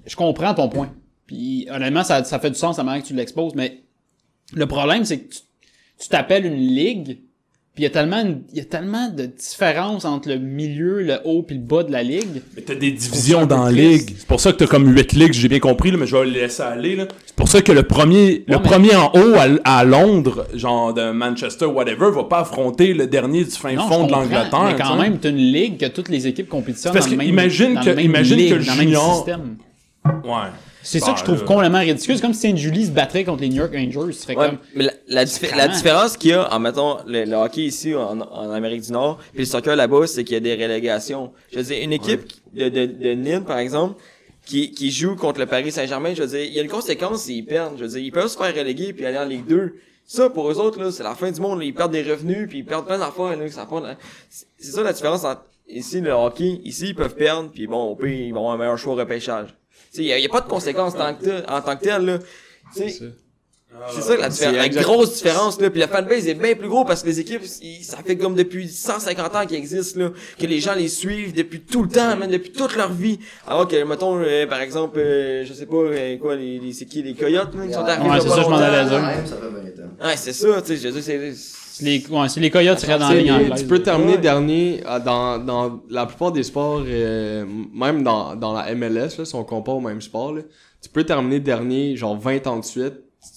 D: Je comprends ton point. Puis honnêtement, ça, ça fait du sens la manière que tu l'exposes, mais le problème, c'est que tu tu t'appelles une ligue, puis il y a tellement une- il y a tellement de différences entre le milieu, le haut puis le bas de la ligue.
C: Mais t'as des divisions dans la
D: triste.
C: ligue. C'est pour ça que t'as comme 8 ligues, j'ai bien compris, là, mais je vais le laisser aller. là. C'est pour ça que le premier, le
D: Ouais, mais-
C: premier en haut à, à Londres, genre de Manchester, whatever, va pas affronter le dernier du fin
D: Non,
C: fond
D: je
C: de
D: comprends,
C: l'Angleterre.
D: Mais quand
C: tu sais.
D: même, t'as une ligue que toutes les équipes compétitionnent
C: C'est parce
D: dans le
C: que
D: même
C: imagine
D: dans
C: que-
D: le même
C: imagine
D: ligue,
C: que le
D: dans le même
C: junior-
D: système.
C: Ouais.
D: C'est ça
C: Bah,
D: que je trouve
C: là.
D: complètement ridicule. C'est comme si Sainte-Julie se battrait contre les New York Rangers. Tu ferais
I: Ouais,
D: comme.
I: mais la, la, diffé- la
D: Sacrément.
I: différence qu'il y a en mettons le, le hockey ici en, en Amérique du Nord puis le soccer là-bas, c'est qu'il y a des relégations. Je veux dire, une équipe de, de, de Nîmes, par exemple, qui, qui joue contre le Paris Saint-Germain, je veux dire, il y a une conséquence s'ils perdent. Je veux dire, ils peuvent se faire reléguer puis aller en Ligue 2. Ça, pour eux autres, là, c'est la fin du monde. là. Ils perdent des revenus puis ils perdent plein d'affaires. là, que ça prend, là. C'est c'est ça la différence entre ici le hockey. Ici, ils peuvent perdre puis bon, au pire, ils vont avoir un meilleur choix au repêchage. Tu sais, Il n'y a, il y a pas de conséquence tant que tel- en tant que tel. là. Tu sais, c'est ça la, différence, la grosse différence là. Puis la fanbase est bien plus gros parce que les équipes, ils- ça fait comme depuis 150 ans qu'ils existent là, que les gens les suivent depuis tout le temps, même depuis toute leur vie. Alors que mettons euh, par exemple, euh, je sais pas euh, quoi, les, les- c'est qui les coyotes là, qui sont arrivés.
D: Ouais,
I: là,
D: c'est
I: pas
D: ça, je m'en
I: longtemps.
D: allais dire.
F: Ça fait vingt ans.
I: Ouais, c'est ça. Tu sais, je veux dire, c'est- c'est-
D: Les, ouais, si les Coyotes seraient dans la
A: Tu sais,
D: ligne anglaise.
A: tu peux terminer
I: Ouais.
A: dernier euh, dans, dans la plupart des sports, euh, m- même dans, dans la MLS, là, si on compare au même sport, là, tu peux terminer dernier genre 20 ans de suite.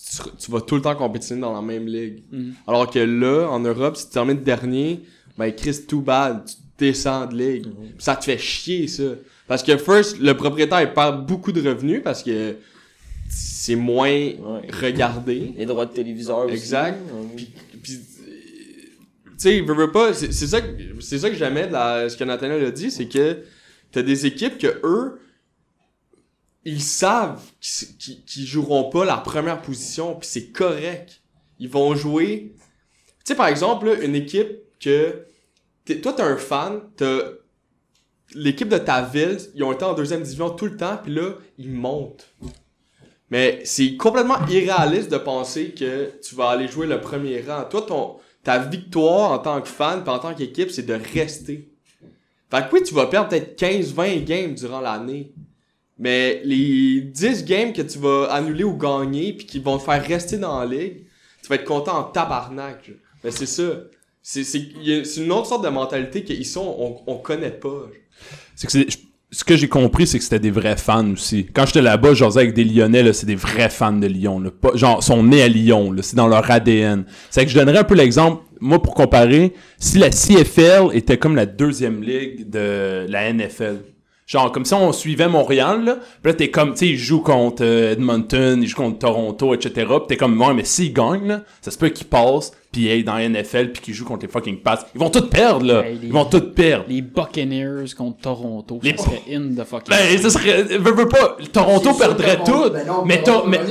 A: Tu, seras- tu vas tout le temps compétitionner dans la même ligue.
D: Mhm.
A: Alors que là, en Europe, si tu termines dernier, ben Chris, too bad, tu descends de ligue. Ça te fait chier, ça. Parce que first, le propriétaire il perd beaucoup de revenus parce que c'est moins regardé.
I: les droits de téléviseur. aussi.
A: Exact.
I: Ouais.
A: Puis, euh, tu sais, veux, veux pas, c'est c'est ça que, c'est ça que j'aimais de la, ce que Nathaniel a dit, c'est que t'as des équipes que eux, ils savent qu'ils s- qu'ils qu'ils joueront pas la première position, puis c'est correct. Ils vont jouer. Tu sais, par exemple, là, une équipe que. t'es- toi, t'es un fan, t'as. L'équipe de ta ville, ils ont été en deuxième division tout le temps, puis là, ils montent. Mais c'est complètement irréaliste de penser que tu vas aller jouer le premier rang. Toi, ton, ta victoire en tant que fan pis en tant qu'équipe, c'est de rester. Fait que oui, tu vas perdre peut-être 15-20 games durant l'année. Mais les 10 games que tu vas annuler ou gagner puis qui vont te faire rester dans la ligue, tu vas être content en tabarnak. genre. Mais c'est ça. C'est c'est- y a- c'est une autre sorte de mentalité qu'ici, on, on, on connaît pas. genre.
C: C'est que c'est- je- ce que j'ai compris, c'est que c'était des vrais fans aussi. Quand j'étais là-bas, j'osais avec des Lyonnais, là, c'est des vrais fans de Lyon. Là. Pas- genre, sont nés à Lyon, là, c'est dans leur ADN. C'est que je donnerais un peu l'exemple, moi, pour comparer, si la CFL était comme la deuxième ligue de la NFL. Genre, comme si on suivait Montréal, là, pis là, t'es comme, tu sais, ils jouent contre euh, Edmonton, ils jouent contre Toronto, etc. Pis t'es comme, ouais, mais s'ils gagnent, là, ça se peut qu'ils passent, pis ils aillent dans la NFL, pis qu'ils jouent contre les fucking Pats. Ils vont tous perdre, là.
D: Hey, les-
C: Ils vont tous perdre.
D: Les Buccaneers contre Toronto.
C: Les-
D: Ça serait in the fucking.
C: Ben, ça serait. Veux, veux pas. Toronto perdrait tout.
F: ben
C: mais to- mais-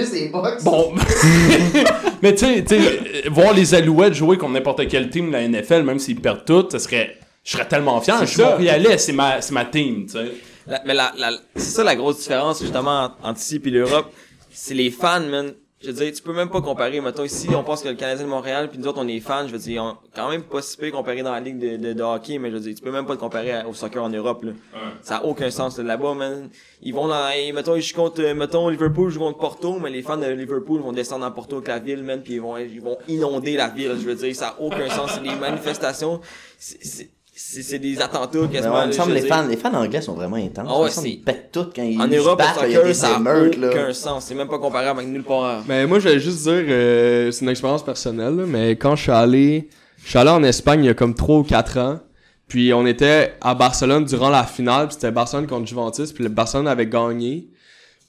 C: Bon. [laughs] mais tu sais, tu sais, euh, voir les Alouettes jouer contre n'importe quel team de la NFL, même s'ils perdent tout, ça serait. je serais tellement fier.
A: C'est
C: Je suis
A: ça.
C: Montréalais, c'est ma, c'est ma team, tu sais.
I: La- mais la, la- c'est ça la grosse différence, justement, entre- entre ici et l'Europe. C'est les fans, man. Je veux dire, tu peux même pas comparer. Mettons, ici, on pense que le Canadien de Montréal, puis nous autres, on est fans. Je veux dire, on, quand même pas si peu comparé dans la ligue de, de, de hockey, mais je veux dire, tu peux même pas te comparer à- au soccer en Europe, là. Ça a aucun sens, là. Là-bas, man, ils vont dans, et mettons, je suis contre, euh, mettons, Liverpool, je joue contre Porto, mais les fans de Liverpool vont descendre à Porto avec la ville, man, puis ils vont, ils vont inonder la ville. Je veux dire, ça a aucun sens. C'est des manifestations. C'est, c'est, c'est- c'est des attentats
B: Mais
I: quasiment.
B: ouais, il
I: là,
B: me
I: je
B: semble
I: veux
B: les
I: dire.
B: fans, les fans anglais sont vraiment intenses.
I: Ah ouais,
B: Il me semble
I: c'est-
B: qu'ils pètent tout quand ils
I: En
B: se
I: Europe,
B: battent,
I: le
B: il y a
I: soccer,
B: des
I: ça n'a
B: émeutes, là.
I: aucun sens. C'est même pas comparable avec nulle part.
A: Mais moi, j'allais juste dire, euh, c'est une expérience personnelle, là, mais quand je suis allé, je suis allé en Espagne il y a comme 3 ou 4 ans, puis on était à Barcelone durant la finale, puis c'était Barcelone contre Juventus, puis le Barcelone avait gagné.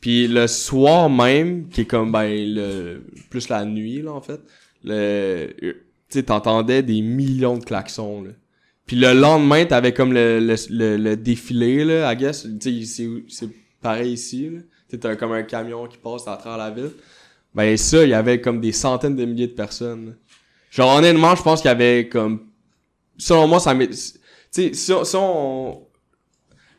A: Puis le soir même, qui est comme, ben, le, plus la nuit, là, en fait, le, tu sais, t'entendais des millions de klaxons, là. Puis le lendemain, t'avais comme le, le, le, le défilé, là, I guess. Tu sais, c'est, c'est pareil ici, là. Tu sais, t'as comme un camion qui passe à travers la ville. Ben ça, il y avait comme des centaines de milliers de personnes. Genre honnêtement, je pense qu'il y avait comme selon moi ça m'est tu sais si, on- si on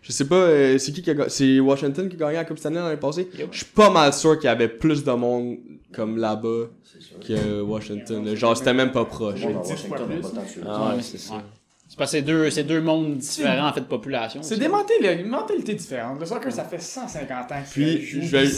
A: je sais pas euh, c'est qui qui a ga- c'est Washington qui a gagné la Coupe Stanley l'année passée. Je suis pas mal sûr qu'il y avait plus de monde comme là-bas que Washington. là. Genre c'était même pas proche.
F: Moi, dans Washington, on a pas tant de
I: Ah,
F: suivi.
A: Ah,
D: Ouais, c'est parce que c'est deux, c'est deux mondes différents, en fait, de population.
G: C'est des mentali- mentalités différentes. Le soccer, ça fait 150 ans que
A: Puis, je vais-
G: vais.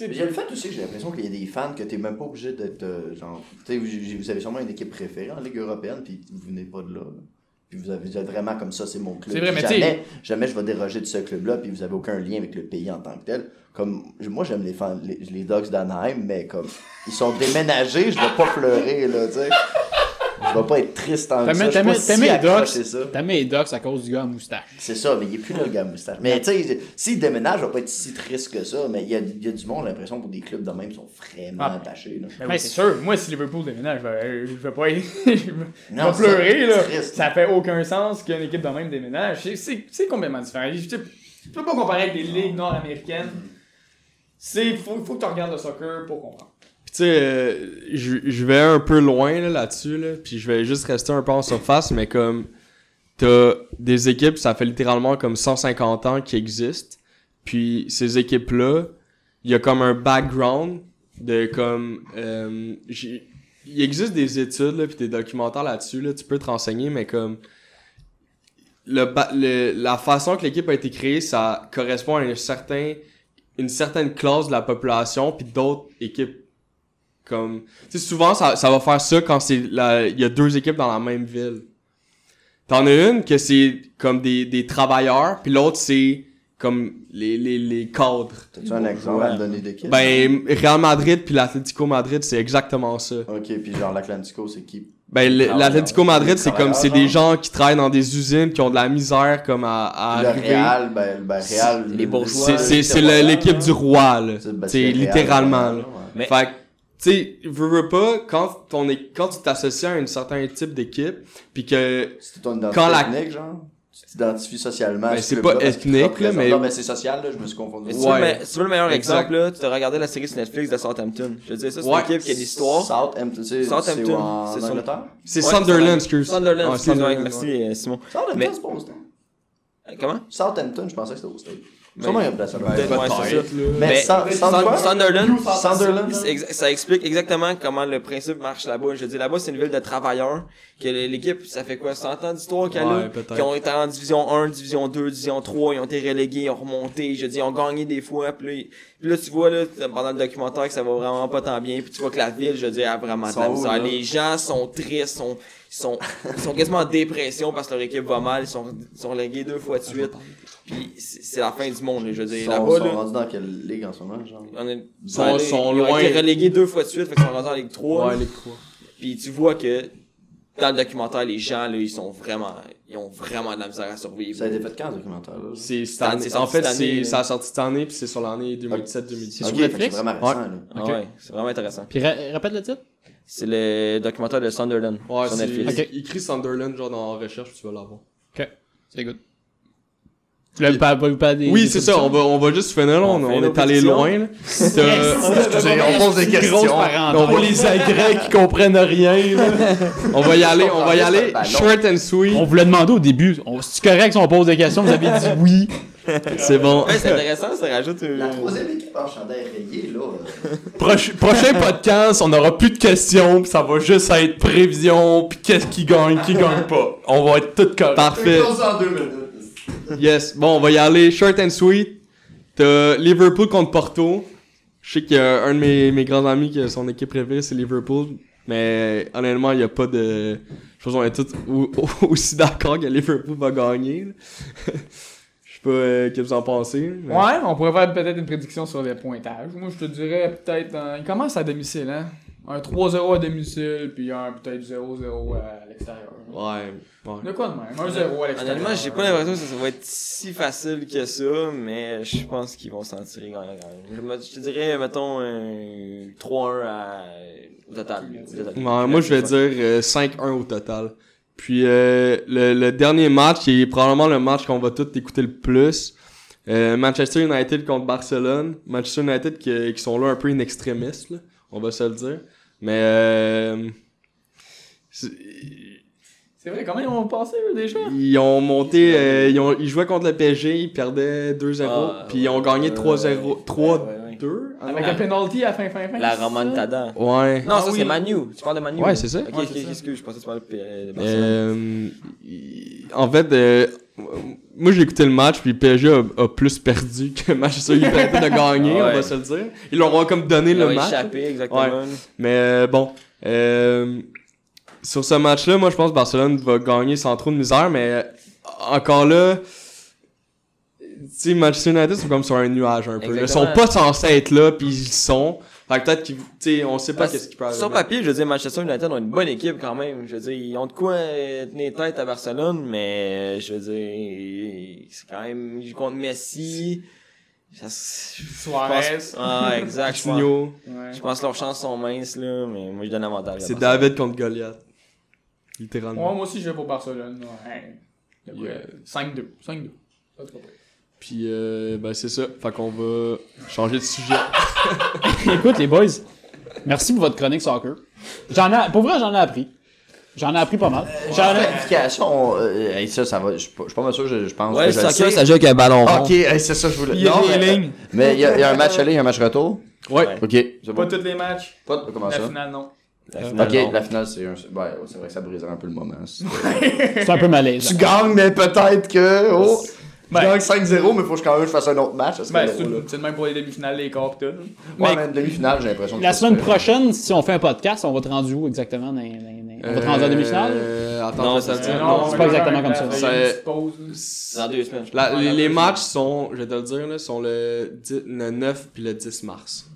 F: Il y a le fait aussi que j'ai l'impression qu'il y a des fans que t'es même pas obligé d'être euh, genre. Tu sais, vous, j'ai- vous avez sûrement une équipe préférée en Ligue européenne, puis vous venez pas de là. là. Puis vous, avez, vous êtes vraiment comme ça, c'est mon club.
G: C'est vrai,
F: Puis
G: mais
F: jamais, jamais je vais déroger de ce club-là, puis vous avez aucun lien avec le pays en tant que tel. Comme, je- moi, j'aime les, fans, les, les Dogs d'Anaheim, mais comme, ils sont déménagés, je vais pas pleurer, là, tu sais. Je vais pas être triste en
D: T'aimais-
F: ça. Je suis
D: t'aimais-
F: pas si
D: t'aimais les
F: accroché ça.
D: T'as mis les docs à cause du gars à moustache.
F: C'est ça, mais il est plus là, le gars à moustache. Mais tu sais, s'il déménage, il va pas être si triste que ça, mais il y a, il y a du monde, j'ai l'impression, pour des clubs de même, ils sont vraiment
G: Ah.
F: attachés. Là.
G: Ben oui, c'est sûr, moi si Liverpool déménage, je vais, je vais pas y- [laughs] je vais
F: Non,
G: pas pleurer
F: c'est
G: là.
F: triste.
G: Ça fait aucun sens qu'une équipe de même déménage. C'est- C'est c'est complètement différent. Je, tu- tu peux pas comparer avec des ligues nord-américaines. C'est faut, faut que tu regardes le soccer pour comprendre.
A: Puis tu sais, euh, je je vais un peu loin là, là-dessus, là, puis je vais juste rester un peu en surface, mais comme t'as des équipes, ça fait littéralement comme 150 ans qui existent, puis ces équipes-là, il y a comme un background de comme... euh, j'ai- il existe des études, là, puis des documentaires là-dessus, là, tu peux te renseigner, mais comme... Le, ba- le- la façon que l'équipe a été créée, ça correspond à un certain, une certaine classe de la population, puis d'autres équipes comme tu sais souvent ça, ça va faire ça quand c'est la il y a deux équipes dans la même ville t'en as une que c'est comme des, des travailleurs puis l'autre c'est comme les, les, les cadres
F: T'as-tu un exemple à me donner d'équipe?
A: ben Real Madrid puis l'Atlético Madrid c'est exactement ça
F: Ok, puis genre l'Atlantico, c'est qui?
A: ben le-
F: Travailleurs.
A: l'Atlético Madrid c'est comme
F: ah Travailleurs,
A: c'est des gens qui travaillent dans des usines qui ont de la misère comme à, à
F: le
A: arriver
F: Real, ben, ben Real.
I: les bourgeois,
A: Ah, c'est c'est c'est le- l'équipe du roi là
F: C'est- ben,
A: c'est
F: Real,
A: littéralement
F: ouais,
A: là.
F: ouais.
I: Mais-
A: Fait que, tu sais, veux, veux pas, quand, ton é- quand tu t'associes à un certain type d'équipe, puis que...
F: C'est ton identité
A: Quand la-
F: ethnique, genre? Tu t'identifies socialement.
A: Ben,
F: à ce
A: c'est
F: club-là
A: pas
F: parce que tu
A: ethnique,
F: représentes-
A: là, mais-
F: Non, mais c'est social, là, je me suis confondu.
I: Mais tu
A: Ouais.
I: veux le me- tu veux le meilleur
A: Exact.
I: exemple, là, tu as regardé la série sur Netflix de Southampton. Je veux dire, ça, c'est
A: Ouais.
I: une équipe qui a l'histoire.
F: Southampton, tu sais, c'est
I: Southampton,
F: en
I: c'est son-
F: Angleterre?
A: C'est Sunderland, excuse.
I: Sunderland,
A: Ah,
I: excuse-moi,
A: Sunderland,
I: merci
A: ouais.
I: euh, Simon.
F: Southampton,
I: Mais-
F: c'est pas au stade.
I: Euh, Comment?
F: Southampton, je pensais que c'était au stade. Sûrement, il y a une place à l'heure.
I: Peut-être, Ben, ouais, c'est Ben,
A: Peut-être,
I: ça.
A: là.
F: Mais
I: Mais-
F: sans, sans
I: Sun-
F: quoi?
I: Sunderland,
F: Sunderland.
I: c'est exa- ça explique exactement comment le principe marche là-bas. Je veux dire, là-bas, c'est une ville de travailleurs, que l- l'équipe, ça fait quoi, 100 ans d'histoire qu'elle
A: Ouais,
I: a,
A: peut-être.
I: qui ont été en division 1, division 2, division 3, ils ont été relégués, ils ont remonté, je dis, ils ont gagné des fois, puis là, ils- puis là, tu vois, là, pendant le documentaire, que ça va vraiment pas tant bien, puis tu vois que la ville, je dis, a vraiment de la
F: Sont où,
I: misère.
F: là?
I: Les gens sont tristes, sont, sont, ils sont quasiment en dépression parce que leur équipe va mal, ils sont, ils sont relégués deux fois de suite, puis c'est c'est la fin du monde, là, je veux
F: Ils
I: dire,
F: sont,
I: là-bas,
F: sont
I: là.
F: rendus dans quelle ligue en ce moment, genre?
I: On est-
A: Sont-
I: on est-
A: sont
I: ils ont
A: loin.
I: été relégués deux fois de suite, fait qu'ils sont rendus en Ligue 3.
A: Ouais, les croix.
I: Puis tu vois que dans le documentaire, les gens, là, ils sont vraiment, ils ont vraiment de la misère à survivre.
F: Ça a été fait quand, ce documentaire-là?
A: C'est cette
I: Ah,
A: année.
I: c'est
A: En
I: sorti
A: fait,
I: cette année,
A: c'est,
I: là.
A: ça a sorti cette année, puis c'est sur l'année 2017-2018.
F: Ok,
D: sur
F: fait que
D: Netflix?
F: C'est vraiment récent,
A: Ouais.
F: là.
I: Ah ouais, c'est vraiment intéressant.
D: Puis ra- répète le titre.
I: C'est le documentaire de Sunderland
A: Ouais,
I: sur
A: c'est,
I: Netflix.
D: Ok.
A: écrit Sunderland, genre, dans recherche, tu vas l'avoir.
D: C'est good. Le pas, pas, pas des-
A: Oui,
D: des
A: c'est ça, on va, on va juste finir là, on,
I: fait
A: on
I: une
A: est allé
I: autre
A: loin. Là. C'est, euh,
F: on pose des
D: Grosse
F: questions.
A: on,
D: parenthèse.
A: va les agrès qui comprennent rien. là. on va y aller, on va y aller short and sweet.
D: On vous l'a demandé au début. On- C'est correct si on pose des questions, vous avez dit oui.
A: C'est bon.
I: Ouais, c'est intéressant, ça rajoute. euh,
F: La troisième équipe en chandail rayé, là. euh,
C: Proche- prochain podcast, on n'aura plus de questions, pis ça va juste être prévision, puis qu'est-ce qui gagne, qui gagne pas. On va être tout correct.
A: Parfait.
F: close en deux minutes.
A: Yes. Bon, on va y aller short and sweet. T'as Liverpool contre Porto. Je sais qu'il y a un de mes, mes grands amis qui a son équipe préférée, c'est Liverpool. Mais honnêtement, il n'y a pas de. Je pense qu'on est tous au- au- aussi d'accord que Liverpool va gagner. [laughs] là. Je sais pas euh, ce que vous en pensez. mais-
G: Ouais, on pourrait faire peut-être une prédiction sur les pointages. Moi, je te dirais peut-être. un- Il commence à domicile, hein. Un 3-0 à domicile, puis un peut-être 0-0 à l'extérieur.
A: Ouais. ouais.
G: De quoi de même Un 0 à l'extérieur.
I: Honnêtement, j'ai pas l'impression que ça, ça va être si facile que ça, mais je pense qu'ils vont s'en tirer gagnant quand même. Je me- Je te dirais, mettons, un 3-1 à... au total. au total.
A: Ouais, moi, je vais dire euh, 5-1 au total. Puis euh, le, le dernier match, qui est probablement le match qu'on va tous écouter le plus. Euh, Manchester United contre Barcelone. Manchester United qui, qui sont là un peu in extremis, là, on va se le dire. Mais euh, c'est-
G: C'est vrai, comment ils ont passé, eux, déjà
A: ils ont monté, euh, ils, ont, ils jouaient contre le PSG, ils perdaient 2-0,
I: Ah,
A: puis ils ont gagné
I: ouais,
A: 3-0,
I: ouais,
A: 3-2.
I: ouais, ouais.
A: Ah non?
G: Avec un penalty à fin, fin, fin.
I: La
G: c'est ça?
I: remontada.
A: Ouais.
I: Non, ça
G: oui.
I: c'est Manu. Tu parles de Manu.
A: Ouais, c'est ça.
I: Ok,
G: Ouais,
I: ok,
G: c'est ça.
I: excuse, je pensais que tu parlais de, euh, de Barcelone.
A: Euh, il- en fait, euh, moi j'ai écouté le match, puis PSG a, a plus perdu que [laughs] Manchester United a gagné, on va
I: Ouais.
A: se le dire. Ils leur ont comme donné
I: Ils
A: le
I: l'ont
A: match.
I: échappé, exactement.
A: Mais euh, bon, euh, sur ce match-là, moi je pense que Barcelone va gagner sans trop de misère, mais euh, encore là, tu sais, Manchester United sont comme sur un nuage un peu. là. Ils sont
I: Exactement.
A: pas censés être là, puis ils le sont. Fait que peut-être qu'ils, tu sais, on sait pas
I: Parce-
A: qu'est-ce qui peut arriver.
I: Sur papier, je veux dire, Manchester United ont une bonne équipe quand même. Je veux dire, ils ont de quoi euh, tenir tête à Barcelone, mais euh, je veux dire, c'est quand même, ils jouent contre Messi. Ça, se- je
G: Suarez.
I: pense, ah, exact. Je pense,
A: Coutinho,
G: Ouais.
I: je pense que leurs chances sont minces, là, mais moi, je donne avantage. à
A: c'est
I: Barcelone.
A: David contre Goliath. Littéralement.
G: Ouais, moi aussi, je vais pour Barcelone. Ouais. Donc,
A: Yeah.
G: euh, 5-2. 5-2. Ça, c'est pas pire.
A: Puis euh, ben c'est ça, fait qu'on va changer de sujet.
D: Écoute, les boys, merci pour votre chronique soccer. J'en ai, pour vrai, j'en ai appris. J'en ai appris pas mal. J'en ai-
F: Qualification, euh, hey, ça, ça va. Je suis pas je suis pas mal sûr, je, je pense.
I: Ouais,
F: que je
I: ça,
F: le sais.
I: ça joue avec un ballon.
F: Ok, hey, c'est ça, je voulais.
G: Il y a des
F: mais,
G: lignes.
F: mais il y, a il y a un match aller, il y a un match retour.
A: Ouais.
F: Ok, c'est
G: Pas
F: bon.
G: tous les match.
F: Pas de-
D: Ah,
F: comment
G: La
F: ça?
G: finale, non.
F: Ok, la finale, c'est un. Ouais, c'est vrai que ça briserait un peu le moment. c'est-
D: C'est un peu malaise.
F: tu gagnes, mais peut-être que. Oh,
G: Ben.
F: tu gagnes 5-0, mais faut que je quand même je fasse un autre match. Ça serait
G: Ben,
F: drôle,
G: c'est
F: là.
G: c'est le même pour les demi-finales, les quarts, pis tout. là.
F: Ouais,
D: Mais-
F: mais demi-finale, j'ai l'impression que
D: La
F: c'est
D: semaine
F: pas-
D: prochaine, si on fait un podcast, on va te rendre où exactement? dans- dans- dans- On va te rendre en demi-finale?
A: Euh, attends,
I: Non,
A: je vais te
I: c'est-
A: dire.
D: non,
A: Non,
D: c'est pas exactement comme ça.
G: Il y a une
A: C'est-
G: petite pause.
I: Dans deux semaines. je pense.
A: La- les, les
I: Ouais,
A: matchs sont, je vais te le dire, là, sont le, 10 le 9 puis le 10 mars.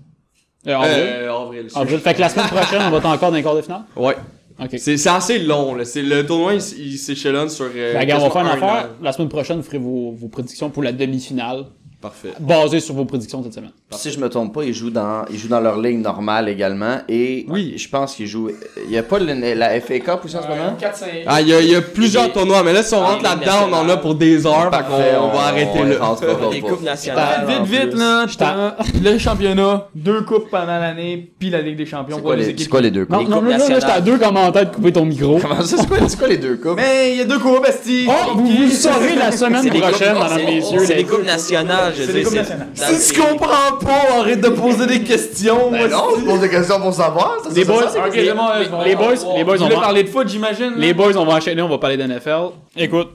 D: Euh, en vrai.
A: Euh, avril.
D: En vrai. Fait que la semaine prochaine, on va être encore dans les quarts de finale?
A: Ouais.
D: OK.
A: C'est c'est assez long, là. C'est- Le tournoi, il, s- il s'échelonne sur. euh,
D: Fait que, Ben, on va faire une
A: quasiment un
D: affaire.
A: an.
D: La semaine prochaine, vous ferez vos, vos prédictions pour la demi-finale,
A: Parfait.
D: basées sur vos prédictions cette semaine.
F: Puis Si je me trompe pas, ils jouent dans, ils jouent dans leur ligne normale également. Et oui. je pense qu'ils jouent. Il n'y a pas le- la FA Cup aussi en ce
G: hein?
F: moment?
G: 4-5.
A: Ah, il y, a- il y a plusieurs
I: Et-
A: tournois, mais là, si on
I: Ah,
A: rentre
I: les
A: là-dedans, on en a
I: nationales.
A: pour des heures, fait qu'on on va arrêter
F: le
A: là.
I: [laughs] Des coupes
D: Ah,
I: nationales. en
G: Vite, vite,
I: plus.
G: là,
D: t'en-
G: putain. le championnat, deux coupes pendant l'année, puis la Ligue des Champions
F: C'est
G: pour
F: quoi,
G: les
F: les, c'est
G: équipes.
F: quoi les deux coupes?
D: Non,
I: Les
D: non,
I: coupes
D: là, là, j'étais à
I: nationales.
D: deux commentaires de couper ton micro.
F: Comment ça, c'est quoi, c'est quoi les deux coupes?
G: Mais il y a deux cours, Basti!
D: Oh, vous, vous le saurez la semaine
I: C'est des coupes-
D: prochaine, mesdames, messieurs.
I: C'est
D: les-
I: des coupes nationales, je
G: [laughs] C'est
I: veux
G: des
I: dire.
G: coupes nationales.
I: dans le pays.
F: comprends pas, arrête de poser des questions. Ben non, je pose des questions pour savoir. ça,
D: Les
F: ça,
D: boys,
F: ça, ça.
G: Ok,
D: les,
G: c'est bon,
D: les-
G: c'est bon.
D: les boys, les boys,
G: Vous
D: on
G: voulez
D: va,
G: parler de foot, j'imagine?
D: les boys, on va enchaîner, on va parler d'NFL. Écoute,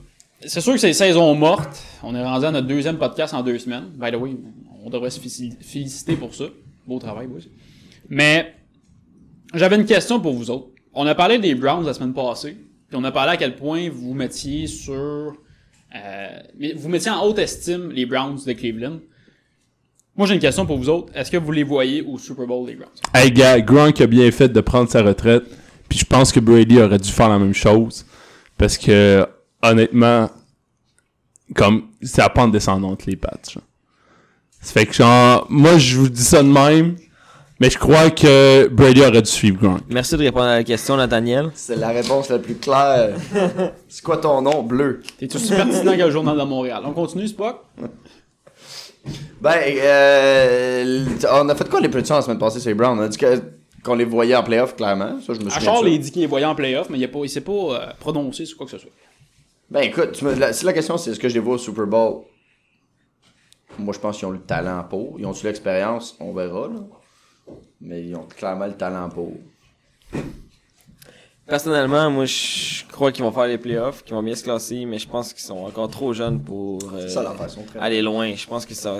D: c'est sûr que c'est saison morte. On est rendu à notre deuxième podcast en deux semaines. By the way, on devrait se fici- féliciter pour ça. Beau travail, boys. Mais, j'avais une question pour vous autres. On a parlé des Browns la semaine passée, puis on a parlé à quel point vous mettiez sur, euh, mais vous mettiez en haute estime les Browns de Cleveland. Moi, j'ai une question pour vous autres. Est-ce que vous les voyez au Super Bowl des Browns?
C: Hey gars, Gronk a bien fait de prendre sa retraite. Puis je pense que Brady aurait dû faire la même chose. Parce que, honnêtement, comme, c'est à pente descendante, les pattes. genre. Ça fait que, genre, moi, je vous dis ça de même. Mais je crois que Brady aurait dû suivre Gronk.
I: Merci de répondre à la question, Nathaniel.
F: C'est la réponse la plus claire. c'est quoi ton nom? Bleu.
D: T'es aussi pertinent que le journal de Montréal. On continue, Spock?
F: Ben, euh, on a fait quoi les prédictions la semaine passée sur les Browns? On a dit que- qu'on les voyait en playoff, clairement. Ça, je me souviens. de
D: Achard,
F: ça.
D: il dit qu'il les voyait en playoff, mais il, a pas, il s'est pas euh, prononcé sur quoi que ce soit.
F: Ben, écoute, tu me- la- si la question c'est est-ce que je les vois au Super Bowl, moi je pense qu'ils ont le talent pour. Ils ont-tu l'expérience? On verra, là. Mais ils ont clairement le talent pour.
I: Personnellement, moi, je crois qu'ils vont faire les playoffs, qu'ils vont bien se classer, mais je pense qu'ils sont encore trop jeunes pour euh,
F: Ça, l'affaire, ils sont très-
I: aller loin. Je pense que ça...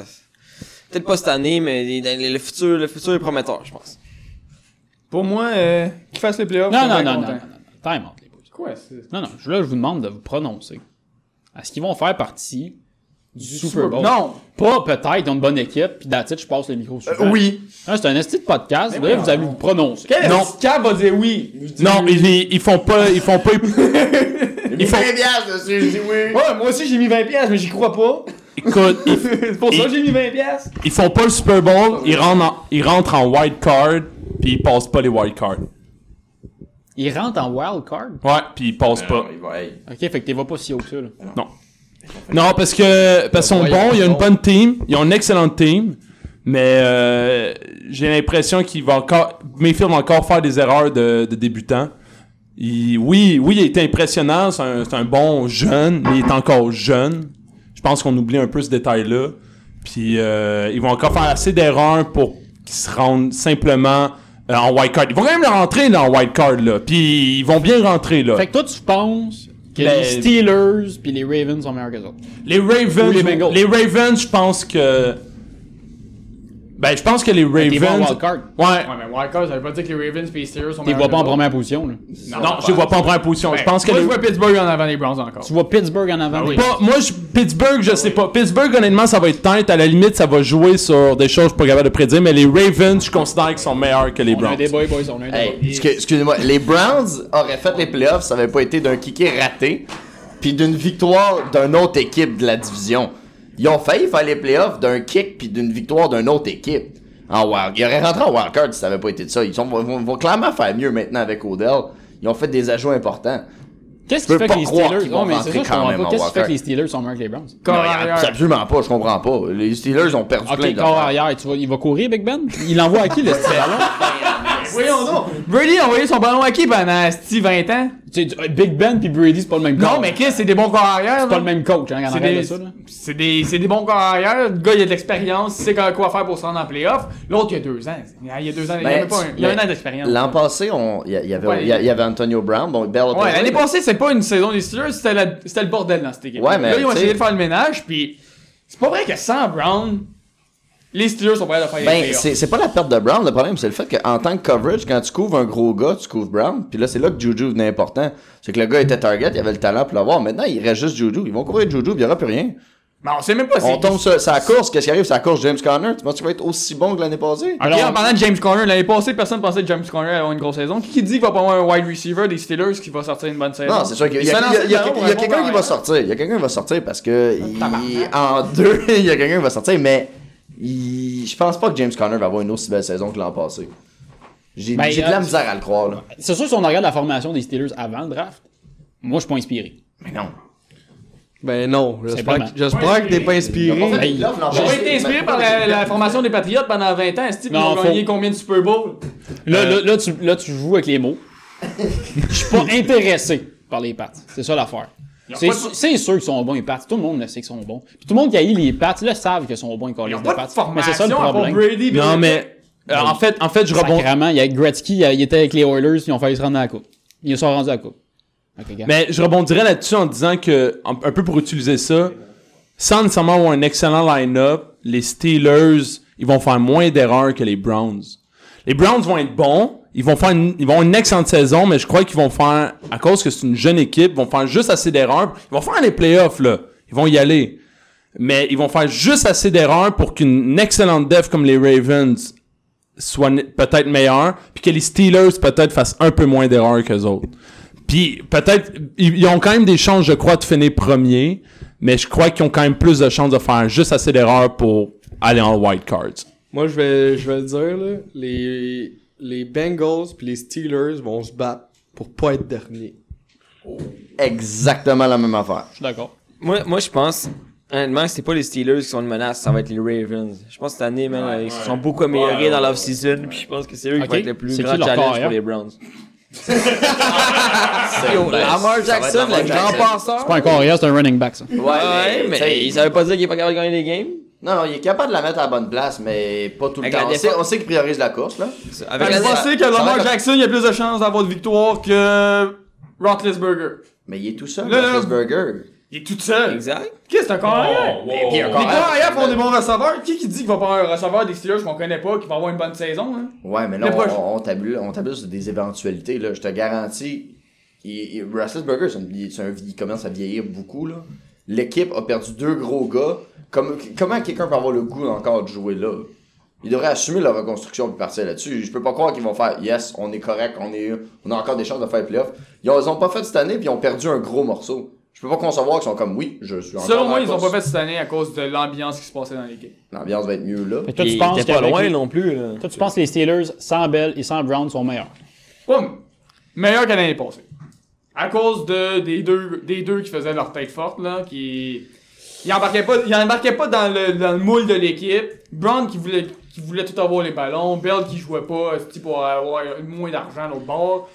I: Peut-être pas cette année, mais les- les- le futur, le futur est prometteur, je pense.
G: Pour moi, euh, qu'ils fassent les playoffs,
D: Non,
G: je
D: non,
G: suis
D: non,
G: bien
D: non, non,
G: content.
D: non, non. Time out, les boys.
G: Quoi, c'est...
D: Non, non, je- là, je vous demande de vous prononcer. Est-ce qu'ils vont faire partie du Super
G: Super
D: Bowl?
G: Bowl. Non.
D: Pas peut-être, ils ont une bonne équipe, puis d'attitude, je passe le micro sur
F: Euh, oui.
D: c'est un esti de podcast, là, vous allez vous prononcer.
G: Quel
C: Non.
G: handicap va dire oui?
C: Non, ils, ils- ils font pas, ils font pas.
F: Ils
G: [laughs]
F: font bien, monsieur, je dis oui.
G: Ouais, moi aussi j'ai mis 20$, piastres, mais j'y crois pas.
C: Écoute, ils,
G: c'est pour ça que j'ai mis 20$. piastres.
C: ils font pas le Super Bowl. Ils rentrent, en, ils rentrent en wild card, puis ils passent pas les wild cards.
D: Ils rentrent en wild card?
C: Ouais, puis ils
G: Euh,
C: passent pas.
D: Ok, fait que t'es vas pas si haut que ça, là.
C: Non. Non, parce que parce qu'ils sont bons, il y a une bonne team, ils ont une excellente team, mais euh, j'ai l'impression qu'ils vont encore Mayfield va encore faire des erreurs de, de débutant. Il- oui, oui, il est impressionnant, c'est un, c'est un bon jeune, mais il est encore jeune. Je pense qu'on oublie un peu ce détail-là. Puis euh, ils vont encore faire assez d'erreurs pour qu'ils se rendent simplement euh, en wild card. Ils vont quand même rentrer là, en wild card là. Puis ils vont bien rentrer là.
D: Fait que toi, tu penses que
C: Ben-
D: les Steelers puis les Ravens sont meilleurs que les autres.
C: Les Ravens,
D: Ou les Bengals.
C: les Ravens, je pense que. Ben, je pense que les
D: T'es pas en
C: Ravens.
D: wild card.
C: Ouais.
G: Ouais, mais Wildcard, ça veut pas dire que les Ravens et les Steelers sont
D: T'es vois pas en première position, là.
C: Non, je les vois pas en première position. je pense que
G: Ben, moi,
C: les-
G: je vois Pittsburgh en avant les Browns encore.
D: Tu vois Pittsburgh en
F: Ah
D: avant. des-
C: pas- moi, je- Pittsburgh, je sais pas. Pittsburgh, honnêtement, ça va être tête. À la limite, ça va jouer sur des choses que je suis pas capable de prédire. Mais les Ravens, je considère qu'ils sont meilleurs que les
D: On a un
C: Browns.
D: débat, boys, on a un
F: Hey,
D: débat.
F: excu- excusez-moi, les Browns auraient fait les playoffs, ça avait pas été d'un kicker raté, puis d'une victoire d'une autre équipe de la division. Ils ont failli faire les playoffs d'un kick puis d'une victoire d'une autre équipe. En wild, ils auraient rentré en wildcard si ça avait pas été de ça. Ils sont- vont, vont clairement faire mieux maintenant avec Odell. Ils ont fait des ajouts importants.
D: Qu'est-ce
F: peux
D: qui fait que
F: pas
D: les
F: croire
D: Steelers.
F: qu'ils vont
D: Non, mais c'est
F: rentrer
D: ça, je
F: quand
D: comprends
F: même
D: pas.
F: en
D: Qu'est-ce qui fait
F: wildcard.
D: que les Steelers sont meilleurs que les Browns?
G: Corps
F: Non, ils-
G: arrière.
F: c'est absolument pas, je comprends pas. Les Steelers ont perdu plein
D: Ok,
F: de
D: corps arrière, tu vas- il va courir, Big Ben? Il l'envoie à qui, le petit ballon?
G: [laughs] Voyons donc. Brady a envoyé son ballon à qui pendant Steve 20 ans?
D: Tu sais, Big Ben puis Brady, c'est pas le même
G: Non,
D: corps.
G: mais Chris, c'est des bons corps arrière.
D: C'est pas le même coach, hein, quand on
G: C'est
D: arrête de
G: des,
D: ça, là.
G: c'est des, c'est des bons corps arrière. Le gars, il a de l'expérience, il sait quoi quoi faire pour se rendre en playoff. L'autre, il y a deux ans. Il y a deux ans, il y a
F: Ben,
G: même pas un, il y a
F: mais
G: un an d'expérience.
F: L'an passé, on- il y, a- il y avait,
G: Ouais.
F: il y a- il y avait Antonio Brown, bon, Bell a pas
G: Ouais,
F: joué,
G: l'année
F: mais-
G: passée, c'est pas une saison des Steelers, c'était la- c'était le bordel dans cette équipe.
F: Ouais, mais
G: là, ils ont
F: tu sais-
G: essayé de faire le ménage, puis c'est pas vrai que sans Brown, les Steelers sont prêts à faire les
F: Ben,
G: playoffs.
F: c'est c'est pas la perte de Brown, le problème, c'est le fait qu'en tant que coverage, quand tu couvres un gros gars, tu couvres Brown. Puis là, c'est là que Juju venait important. C'est que le gars était target, il avait le talent pour l'avoir. Maintenant, il reste juste Juju. Ils vont couvrir Juju, puis il n'y aura plus rien.
G: Mais on sait même pas si.
F: On tombe sur sa course. Qu'est-ce qui arrive? Sa course, James Conner. Tu penses qu'il va être aussi bon que l'année passée?
G: Puis en parlant de James Conner, l'année passée, personne pensait que James Conner allait avoir une grosse saison. Qui dit qu'il va pas avoir un wide receiver des Steelers qui va sortir une bonne saison?
F: Non, c'est sûr qu'il y a, il y a- il y a- il y a quelqu'un qui va sortir. Il y a quelqu'un qui va sortir parce que il- en deux, [laughs] il y a quelqu'un qui va sortir, mais il- je pense pas que James Conner va avoir une aussi belle saison que l'an passé. J'ai
D: Ben,
F: j'ai de la
D: euh,
F: misère à le croire. Là.
D: C'est sûr, si on regarde la formation des Steelers avant le draft, moi, je suis pas inspiré.
F: Mais non.
A: Ben non,
D: pas
A: j'espère
D: mal.
A: que, j'espère que t'es pas inspiré.
D: Hey,
G: J'ai pas été inspiré par la, la formation des Patriotes pendant 20 ans. Steve, ils
D: Non,
G: ont
D: faut-
G: gagné combien de Super Bowl?
D: Là, là, là, tu, là, tu joues avec les mots. Je suis pas intéressé par les pattes. C'est ça l'affaire. C'est
G: pas de-
D: c'est sûr qu'ils sont bons, les pattes. Tout le monde le sait qu'ils sont bons. Puis tout le monde qui a eu les pattes le savent qu'ils sont bons, ils
G: Ils
D: collent
G: ont
D: les
G: pas de
D: pattes. Mais c'est ça
G: formation
D: le
G: à part
D: problème.
G: Brady.
C: Non,
G: Bill-
C: mais euh, en fait, en fait, je rebondis.
D: Sacrément, il y a Gretzky, il était avec les Oilers, ils ont failli se rendre à la coupe. Ils sont rendus à la coupe. Ok, gars.
C: Mais je rebondirais là-dessus en disant que, en- un peu pour utiliser ça, sans nécessairement avoir un excellent line-up, les Steelers, ils vont faire moins d'erreurs que les Browns. Les Browns vont être bons, ils vont faire une, ils vont avoir une excellente saison, mais je crois qu'ils vont faire, à cause que c'est une jeune équipe, ils vont faire juste assez d'erreurs. Ils vont faire les playoffs, là. Ils vont y aller. Mais ils vont faire juste assez d'erreurs pour qu'une excellente def comme les Ravens soit ne- peut-être meilleure, puis que les Steelers peut-être fassent un peu moins d'erreurs qu'eux autres. Puis peut-être, ils, ils ont quand même des chances, je crois, de finir premier, mais je crois qu'ils ont quand même plus de chances de faire juste assez d'erreurs pour aller en wild cards.
A: Moi, je vais, je vais le dire, là, les, les Bengals puis les Steelers vont se battre pour pas être dernier.
K: Exactement la même affaire.
D: Je suis d'accord.
I: Moi, moi je pense, honnêtement, c'est pas les Steelers qui sont une menace, ça va être les Ravens. Je pense que cette année, man, ils se sont beaucoup améliorés dans l'off-season, puis je pense que c'est eux
D: Ok.
I: qui vont être le plus
D: C'est
I: grand
D: qui leur hein?
I: challenge
D: carrière?
I: pour les [laughs] Browns.
F: Yo,
I: Lamar Jackson, le grand passeur.
D: C'est pas un carrière, c'est un running back, ça.
I: Ouais, mais,
F: tu sais,
I: ils savaient pas dire qu'il est pas capable de gagner des games.
F: Non, non, il est capable de la mettre à la bonne place, mais pas tout le
I: Avec
F: temps.
I: la
F: On sait,
I: défense-
F: on sait qu'il priorise la course, là.
I: Avec
G: Vous
I: la-
G: pensez que
F: ça va
G: Lamar
F: comme-
G: Jackson, il y a plus de chances d'avoir de victoire que Roethlisberger?
F: Mais il est tout seul,
G: Là, là.
F: Roethlisberger.
G: Il est tout seul.
I: Exact.
G: Hein? Qu'est-ce que c'est un carrière?
F: Puis un
G: Les
F: carrière-
G: carrières font des bons receveurs. Qui qui dit qu'il va pas avoir un receveur des Steelers qu'on connaît pas, qui va avoir une bonne saison? Hein?
F: Ouais, mais là,
G: Le
F: on,
G: proche-
F: on, tabule, on tabule sur des éventualités, là. Je te garantis. il- il- Roethlisberger, c'est une vie- c'est un, vie- il commence à vieillir beaucoup, là. L'équipe a perdu deux gros gars. Comme- comment quelqu'un peut avoir le goût encore de jouer là? Ils devraient assumer la reconstruction et partir là-dessus. Je peux pas croire qu'ils vont faire Yes, on est correct, on, est, on a encore des chances de faire les playoffs. Ils ont, ils ont pas fait cette année puis ils ont perdu un gros morceau. Je peux pas concevoir qu'ils sont comme oui, je suis encore.
G: Selon
F: dans
G: moi,
F: la
G: ils ont
F: course.
G: pas fait cette année à cause de l'ambiance qui se passait dans l'équipe.
F: L'ambiance va être mieux là.
D: Mais toi, tu
I: Ils
D: penses
I: étaient pas
D: qu'avec
I: loin
D: les-
I: non plus, là.
D: Toi, tu penses que les Steelers, sans Bell et sans Brown, sont meilleurs.
G: Pas m- meilleur que l'année passée. À cause de, des, deux, des deux qui faisaient leur tête forte, là, qui. Ils embarquaient pas, ils embarquaient pas dans, le, dans le moule de l'équipe. Brown qui voulait, qui voulait tout avoir les ballons. Bell qui jouait pas esti, pour avoir moins d'argent à l'autre bord.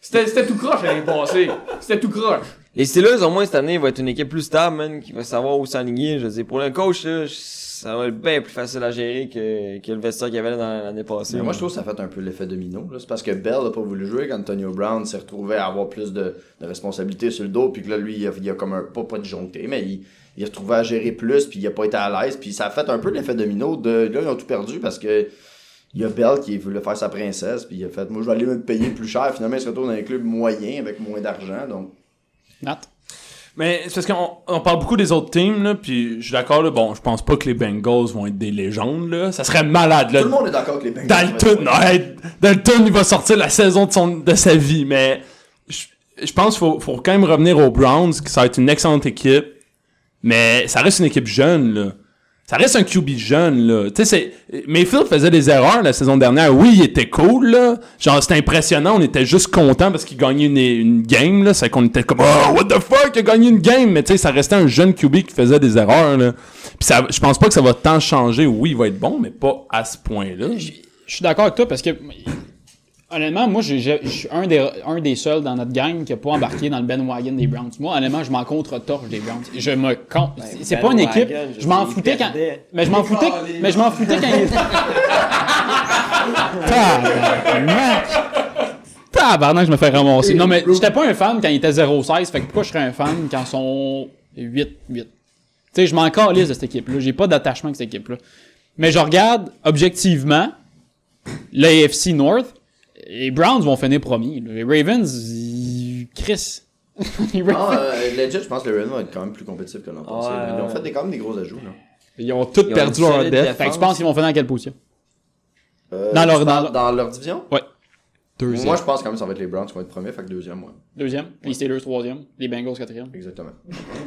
G: C'était c'était tout croche l'année passée. C'était tout croche.
I: Les Steelers, au moins, cette année, va être une équipe plus stable, man, qui va savoir où s'aligner. Je veux dire, pour le coach, là, je- ça va être bien plus facile à gérer que, que le vestiaire qu'il y avait dans- l'année passée.
F: Mais moi, je trouve que ça fait un peu l'effet domino. là. C'est parce que Bell n'a pas voulu jouer qu'Antonio Brown s'est retrouvé à avoir plus de, de responsabilités sur le dos. Puis que là, lui, il a, il a comme un pas, pas disjoncté, mais il, il a retrouvé à gérer plus. Puis il n'a pas été à l'aise. Puis ça a fait un peu l'effet domino. De, là, ils ont tout perdu parce que il y a Bell qui voulait faire sa princesse. Puis il a fait Moi, je vais aller me payer plus cher. Finalement, il se retourne dans un club moyen avec moins d'argent. Donc,
D: Nat?
C: Mais c'est parce qu'on on parle beaucoup des autres teams, là, puis je suis d'accord, là, bon, je pense pas que les Bengals vont être des légendes, là. Ça serait malade, là.
F: tout le monde est d'accord que les Bengals.
C: Dalton, ouais, Dalton, il va sortir la saison de, son, de sa vie, mais je je pense qu'il faut, faut quand même revenir aux Browns, qui ça va être une excellente équipe, mais ça reste une équipe jeune, là. Ça reste un QB jeune, là. Tu sais, c'est- Mayfield faisait des erreurs la saison dernière. Oui, il était cool, là. Genre, c'était impressionnant. On était juste content parce qu'il gagnait une, une game, là. C'est qu'on était comme, oh, what the fuck, il a gagné une game. Mais tu sais, ça restait un jeune QB qui faisait des erreurs, là. Puis ça, je pense pas que ça va tant changer. Oui, il va être bon, mais pas à ce point-là.
D: Je suis d'accord avec toi parce que, honnêtement, moi, j'ai- j'ai- je suis un des, un des seuls dans notre gang qui n'a pas embarqué dans le Ben Wagon des Browns. Moi, honnêtement, je m'en contre-torche des Browns. Je me compte. C'est
I: Ben
D: pas une équipe.
I: Wagon, je
D: Je m'en
I: sais, il
D: foutais quand.
I: perdait.
D: Mais je m'en [laughs] foutais. Mais je m'en foutais quand il. Tabarnak! Tabarnak, Ah, je me fais ramasser. Non, mais j'étais pas un fan quand il était 0-16. Fait que pourquoi je serais un fan quand ils sont 8-8? Tu sais, je m'en calisse de cette équipe-là. J'ai pas d'attachement avec cette équipe-là. Mais je regarde objectivement l'AFC North. Les Browns vont finir premier. là. Les Ravens, ils... [laughs] Chris. Les Ravens-
F: Non, euh, legit, je pense que le Ravens va être quand même plus compétitif que l'an passé.
I: Ouais,
F: Ils ont
I: ouais.
F: fait des, quand même des gros ajouts. Là.
A: Ils ont tous
I: Ils ont
A: perdu
I: une
A: leur
I: solide
A: dette.
I: défense.
D: fait que tu penses qu'ils vont finir en quelle position?
F: Euh,
D: Dans leur-
F: tu
D: dans
F: parles
D: leur-
F: dans leur division
D: Ouais.
F: Moi, je pense quand même que ça va être les Browns qui vont être premiers, fait que deuxième, moi.
D: Deuxième. Les Steelers, troisième. Les Bengals, quatrième.
F: Exactement.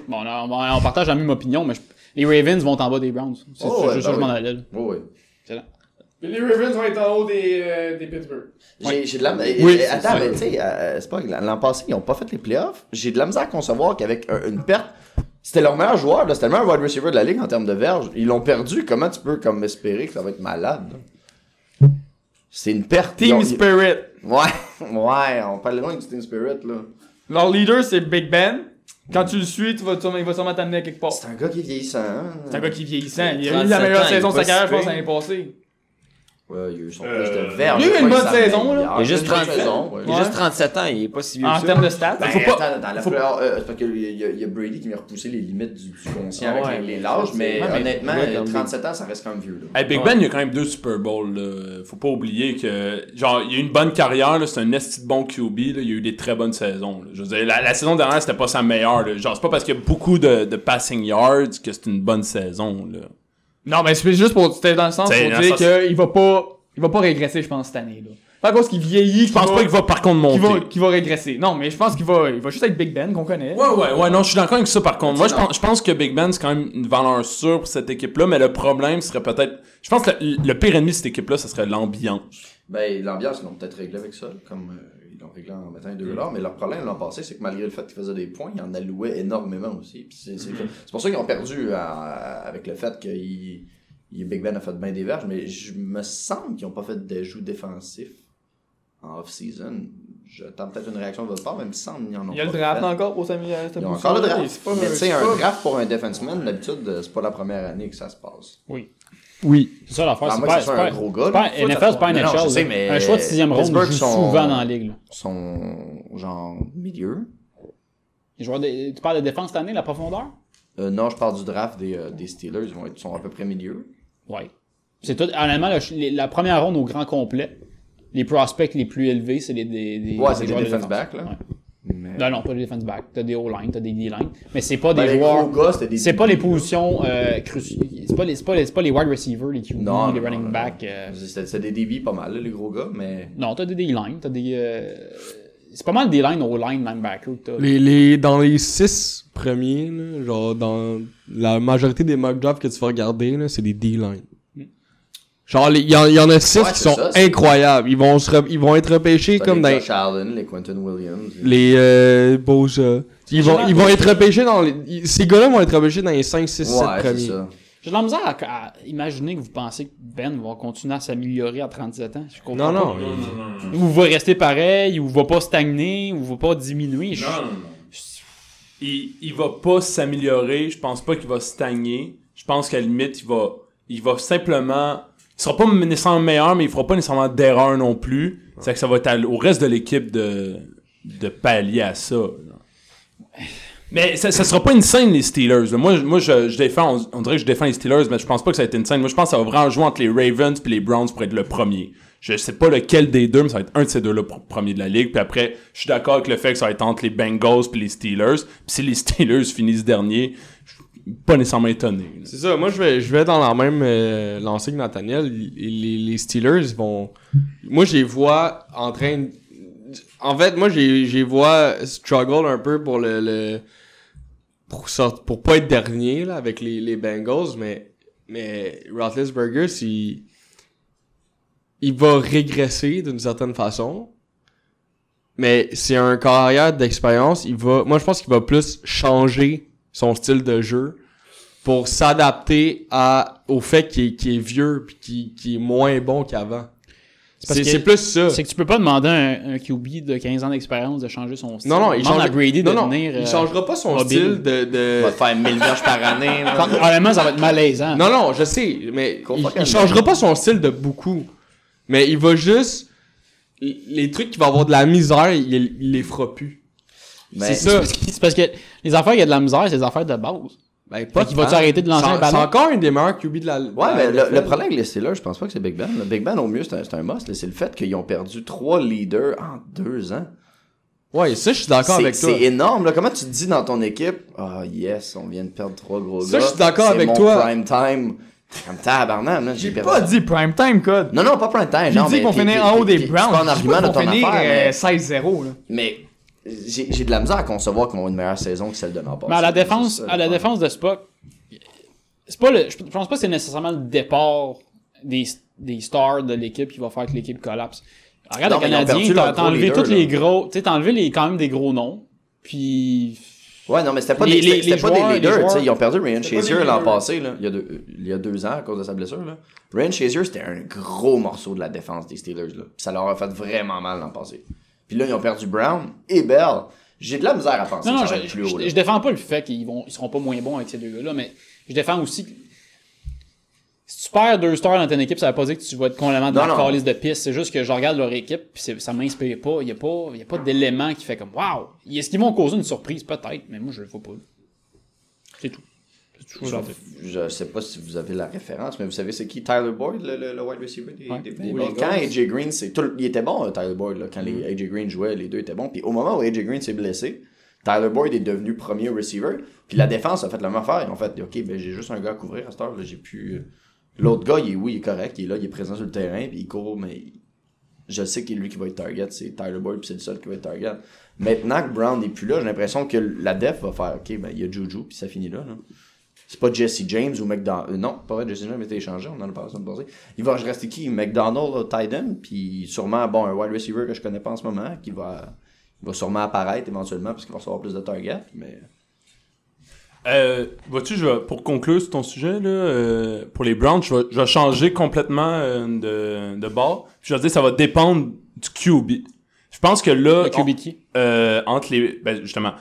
D: Bon, là, on, on partage la même opinion, mais je- les Ravens vont en bas des Browns. C'est
F: Oh,
D: c'est
F: ouais, bah
D: juste
I: ben
D: ça que je m'en
F: oui.
D: allais. là.
F: Oh, oui.
D: Excellent.
G: Les Ravens vont être en haut des, euh, des Pittsburgh.
F: J'ai j'ai de la mais-
D: Oui,
F: eh,
D: c'est
F: Attends,
D: ça.
F: mais tu sais, euh, c'est pas que l'an passé, ils ont pas fait les playoffs. J'ai de la misère à concevoir qu'avec un- une perte, c'était leur meilleur joueur, là, c'était le meilleur wide receiver de la ligue en termes de verge. Ils l'ont perdu. Comment tu peux comme espérer que ça va être malade? là? C'est une perte. Ils
G: Team
F: ont- ils-
G: Spirit.
F: Ouais, [laughs] ouais, on parle loin du Team Spirit, là.
G: Leur leader, c'est Big Ben. Quand tu le suis, tu vas, tu- il va sûrement t'amener à quelque
D: Oh.
G: part.
F: C'est un gars qui est vieillissant. hein?
G: C'est un gars qui est vieillissant. Il a eu
I: 37
G: la meilleure
I: ans,
G: saison de
I: il est pas
G: sa carrière, je
I: si
G: pense,
I: pire.
G: l'année passée.
F: Ouais, il a eu son plus de verge.
G: il a eu une bonne
F: s'en-
G: saison, là.
F: a
I: Il a juste
F: une bonne
I: 37.
F: saison, ouais.
I: Il a juste 37 ans, il est pas si vieux.
G: En
I: que ça.
G: termes de stats.
F: Ben,
G: faut pas-
F: attends, attends, la fleur, euh, c'est parce qu'il y, a- il y a Brady qui m'a repoussé les limites du, du
G: Ah
F: conscient
I: Ouais,
F: avec les, les larges, mais
I: ouais, mais-
F: honnêtement,
I: ouais, comme-
F: 37 ans, ça reste quand même vieux. Là.
C: Hey, Big Ben, il y a quand même deux Super Bowls. là. Faut pas oublier que, genre, il a eu une bonne carrière. là. C'est un esti de bon QB. là. Il y a eu des très bonnes saisons. là. Je veux dire, la, la saison dernière, c'était pas sa meilleure. là. Genre, c'est pas parce qu'il y a beaucoup de, de passing yards que c'est une bonne saison. Là.
G: Non, mais c'est juste pour. C'était dans le sens
C: C'est-
G: pour
C: dans
G: dire
C: le sens-
G: qu'il va pas. Il va pas régresser, je pense, cette année. là. Pas à cause qu'il vieillit.
C: Je pense pas qu'il va par contre
G: qu'il va,
C: monter.
G: qu'il va régresser. Non, mais je pense qu'il va, il va juste être Big Ben qu'on connaît.
C: Ouais, ouais, ouais, non, je suis d'accord avec ça par contre. Moi, je
F: Non.
C: pense, je pense que Big Ben, c'est quand même une valeur sûre pour cette équipe-là, mais le problème serait peut-être. Je pense que le, le pire ennemi de cette équipe-là, ce serait l'ambiance.
F: Ben, l'ambiance, ils l'ont peut-être réglé avec ça, comme euh, ils l'ont réglé en mettant
G: Mm.
F: 2 dollars. Mais leur problème l'an passé, c'est que malgré le fait qu'ils faisaient des points, ils en allouaient énormément aussi. Puis C'est
G: Mm.
F: c'est- c'est pour ça qu'ils ont perdu à- avec le fait que ils- ils- Big Ben a fait bien des verges, mais je me semble qu'ils n'ont pas fait d'ajout défensif en off-season. J'attends peut-être une réaction de votre part, mais il me semble qu'ils en ont
G: Il y a le
F: pas
G: draft
F: fait.
G: encore pour s'amuser à cette
F: Ils ont
G: position-là.
F: encore le draft.
G: C'est pas-
F: mais tu sais,
G: c'est
F: un
G: pas-
F: draft pour un defenseman, d'habitude, euh, c'est pas la première année que ça se passe.
D: C'est ça l'affaire.
F: À
D: C'est
F: moins que
D: pas,
F: ce
D: c'est
F: soit un
D: pas,
F: gros
D: c'est
F: gars.
D: pas
F: là, faut
D: NFL, c'est pas
F: t'attendre.
D: NHL.
F: Non, je sais,
D: là.
F: mais
D: Un choix de sixième ronde
F: Pittsburgh
D: joue
F: sont-
D: souvent dans la ligue. là.
F: Son genre milieu.
D: Les joueurs de- Tu parles de défense cette année, la profondeur?
F: Euh, non, je parle du draft des, euh, des Steelers. Ils vont être, sont à peu près milieu.
D: Ouais. C'est tout. Honnêtement, le ch- les- la première ronde au grand complet, les prospects les plus élevés, c'est les, des, des,
F: Ouais, c'est
D: des
F: des
D: joueurs de
F: defense
D: défense.
F: back, là.
D: Ouais.
F: Mais...
D: Non, non, pas des defense back. T'as des O-line, t'as des D-line. Mais c'est pas
F: Ben,
D: des
F: les
D: joueurs.
F: gros gars, c'était des.
D: C'est pas les positions euh, cruciales. C'est pas, les- c'est pas, les- c'est pas les wide receivers, les QB,
F: Non,
D: les
F: non,
D: running
F: non, non.
D: back. euh,
F: C'était c'était des DB pas mal, là, les gros gars, mais.
D: Non, t'as des D-line, t'as des. euh, C'est pas mal des lines O-line, linebacker. que t'as.
A: Les, les, dans les six premiers, là, genre dans la majorité des mock drafts que tu vas regarder, là, c'est des D-line. Genre, il y, en- y en a six
F: Hmm. Ouais,
A: qui
F: c'est
A: sont
F: ça, c'est-
A: incroyables. Ils vont, se re- ils vont être repêchés
F: T'as
A: comme
F: les
A: dans
F: Josh Allen, les Quentin Williams.
A: les euh, Bosa. Ils vont, ils vont être repêchés dans les... ils- Ces gars-là vont être repêchés dans les 5, 6, 7
F: Ouais, c'est
A: premiers.
F: ça.
D: J'ai de la misère à, à imaginer que vous pensez que Ben va continuer à s'améliorer à 37 ans. Je comprends
A: Non, non.
D: pas. Ou va rester pareil, ou va pas stagner, ou va pas diminuer. Je-
C: Il, il va pas s'améliorer, je pense pas qu'il va stagner. Je pense qu'à la limite, il va, il va simplement. Il sera pas nécessairement meilleur, mais il fera pas nécessairement d'erreur non plus. C'est que ça va être à l- au reste de l'équipe de, de pallier à ça. là. Mais ça, ça sera pas une scène, les Steelers. là. Moi, je- moi je, je défends, on, on dirait que je défends les Steelers, mais je pense pas que ça va être une scène. Moi, je pense que ça va vraiment jouer entre les Ravens et les Browns pour être le premier. Je sais pas lequel des deux, mais ça va être un de ces deux-là pour premier de la ligue. Puis après, je suis d'accord avec le fait que ça va être entre les Bengals puis les Steelers. Puis si les Steelers finissent dernier, je suis pas nécessairement étonné. là.
A: C'est ça, moi je vais, je vais dans la même euh, lancée que Nathaniel. Il- Les, les Steelers ils vont. Moi je les vois en train. de- En fait, moi je les- je les vois struggle un peu pour le. le- Pour, sort- pour pas être dernier là, avec les, les Bengals, mais. Mais Roethlisberger, s'il- Il va régresser d'une certaine façon. Mais c'est un carrière d'expérience. Il va. Moi je pense qu'il va plus changer son style de jeu pour s'adapter à au fait qu'il est, qu'il est vieux puis qu'il qu'il est moins bon qu'avant.
D: parce
A: C'est
D: que-
A: c'est plus ça.
D: C'est que tu peux pas demander à un, un QB de 15 ans d'expérience de changer son style.
A: Non non, il
D: Demande
A: change
D: à Brady de
A: non, non,
D: devenir, euh,
A: il changera pas son
D: mobile.
A: style de, de...
F: On va te faire 1000 verges par année. là.
D: Honnêtement, ça va être malaisant.
A: Non non, je sais, mais il,
F: Confortable.
A: il changera pas son style de beaucoup. Mais il va juste les trucs qui vont avoir de la misère, il, il les fera plus.
F: Mais-
A: c'est ça.
D: Parce que- C'est parce que les affaires, il y a de la misère, c'est des affaires de base.
A: Ben, pas
D: Fait qu'il va-tu arrêter de lancer un
A: C'est c'est
D: ballon?
A: encore une des meilleures QB de la
F: Ouais, mais
A: de la
F: le, le
A: NFL.
F: problème avec les Steelers, je pense pas que c'est Big Ben. Le Big Ben, au mieux, c'est un, c'est un must. là. C'est le fait qu'ils ont perdu trois leaders en deux ans.
A: Ouais, ça je suis d'accord
F: C'est-
A: avec toi.
F: C'est énorme. Là. Comment tu te dis dans ton équipe, ah yes, on vient de perdre trois gros
A: Ça,
F: gars.
A: je suis d'accord
F: c'est
A: avec
F: mon
A: toi.
F: prime time. T'es Comme tabarnak, là, j'ai
G: J'ai
F: perdu.
G: pas dit prime time, code.
F: Non, non, pas prime time.
G: J'ai
F: non,
G: dit
F: mais
G: qu'on
F: t'es-
G: finit
F: t'es-
G: en haut
F: t'es-
G: des
F: t'es-
G: Browns.
F: C'est pas un argument de
G: qu'on
F: ton
G: finit euh,
F: affaire,
G: 16-0. là.
F: mais, mais j'ai j'ai de la misère à concevoir qu'ils ont une meilleure saison que celle de l'an passé.
D: Mais à la défense,
F: C'est ça,
D: à la
F: le problème.
D: défense de Spock, c'est pas le, je pense pas que c'est nécessairement le départ des, des stars de l'équipe qui va faire que l'équipe collapse. Regarde
F: Non,
D: le
F: mais ils ont
D: Canadien,
F: perdu
D: t'as
F: leurs
D: t'as
F: gros
D: enlevé
F: leaders,
D: tous les
F: là.
D: gros, tu sais, t'as enlevé les, quand même des gros noms, puis
F: Ouais, non, mais c'était pas, des,
D: Les- les-
F: c'était
D: les
F: pas
D: joueurs-
F: des
D: les
F: leaders.
D: joueurs-
F: tu sais, Ils ont perdu Ryan
G: pas des
F: Shazier l'an
G: leaders.
F: passé, là, il, y a deux, il y a deux ans à cause de sa blessure. Là. Ryan Shazier, c'était un gros morceau de la défense des Steelers. Là. Puis Ça leur a fait vraiment mal l'an passé. Puis là, ils ont perdu Brown et Bell. J'ai de la misère à penser
D: Non, non,
F: que ça va
D: je,
F: être plus haut.
D: je-
F: là.
D: je défends pas le fait qu'ils vont, ils seront pas moins bons avec ces deux gars-là, mais je défends aussi que si tu perds deux stars dans ton équipe, ça veut pas dire que tu vas être complètement dans
F: Non,
D: la
F: non.
D: calice de piste. C'est juste que je regarde leur équipe, puis c'est- ça m'inspire pas. Il y a pas, il y a pas d'élément qui fait comme waouh. Est-ce qu'ils vont causer une surprise peut-être, mais moi je le vois pas. C'est tout. C'est tout ce que je veux dire.
F: Je sais pas si vous avez la référence, mais vous savez c'est qui Tyler Boyd, le, le- le wide receiver des,
D: Ouais.
F: des-
D: Oui,
F: des-
D: les
F: Quand AJ Green, c'est tout, il était bon, euh, Tyler Boyd, là, quand les AJ Green jouait, les deux étaient bons. Puis au moment où AJ Green s'est blessé, Tyler Boyd est devenu premier receiver. Puis la défense a fait la même affaire. Ils ont fait, OK, ben, j'ai juste un gars à couvrir à cette euh, heure, là, j'ai pu. L'autre gars, il est, oui, il est correct, il est là, il est présent sur le terrain, puis il court, mais je sais que lui qui va être target, c'est Tyler Boyd, puis c'est le seul qui va être target. Maintenant que Brown n'est plus là, j'ai l'impression que la def va faire, ok, ben il y a Juju, puis ça finit là. là. C'est pas Jesse James ou McDonald. Non, pas vrai, Jesse James a été échangé, on en a parlé la semaine passée. Il va rester qui McDonald, Titan, puis sûrement, bon, un wide receiver que je connais pas en ce moment, qui va, il va sûrement apparaître éventuellement, parce qu'il va recevoir plus de targets, mais.
C: Euh, vois-tu, je vais- pour conclure sur ton sujet, là, euh, pour les Browns, je vais, je vais changer complètement euh, de, de bord. Je vais dire ça va dépendre du QB. Je pense que là,
D: Le
C: on-
D: QB de qui?
C: euh, entre les ben, justement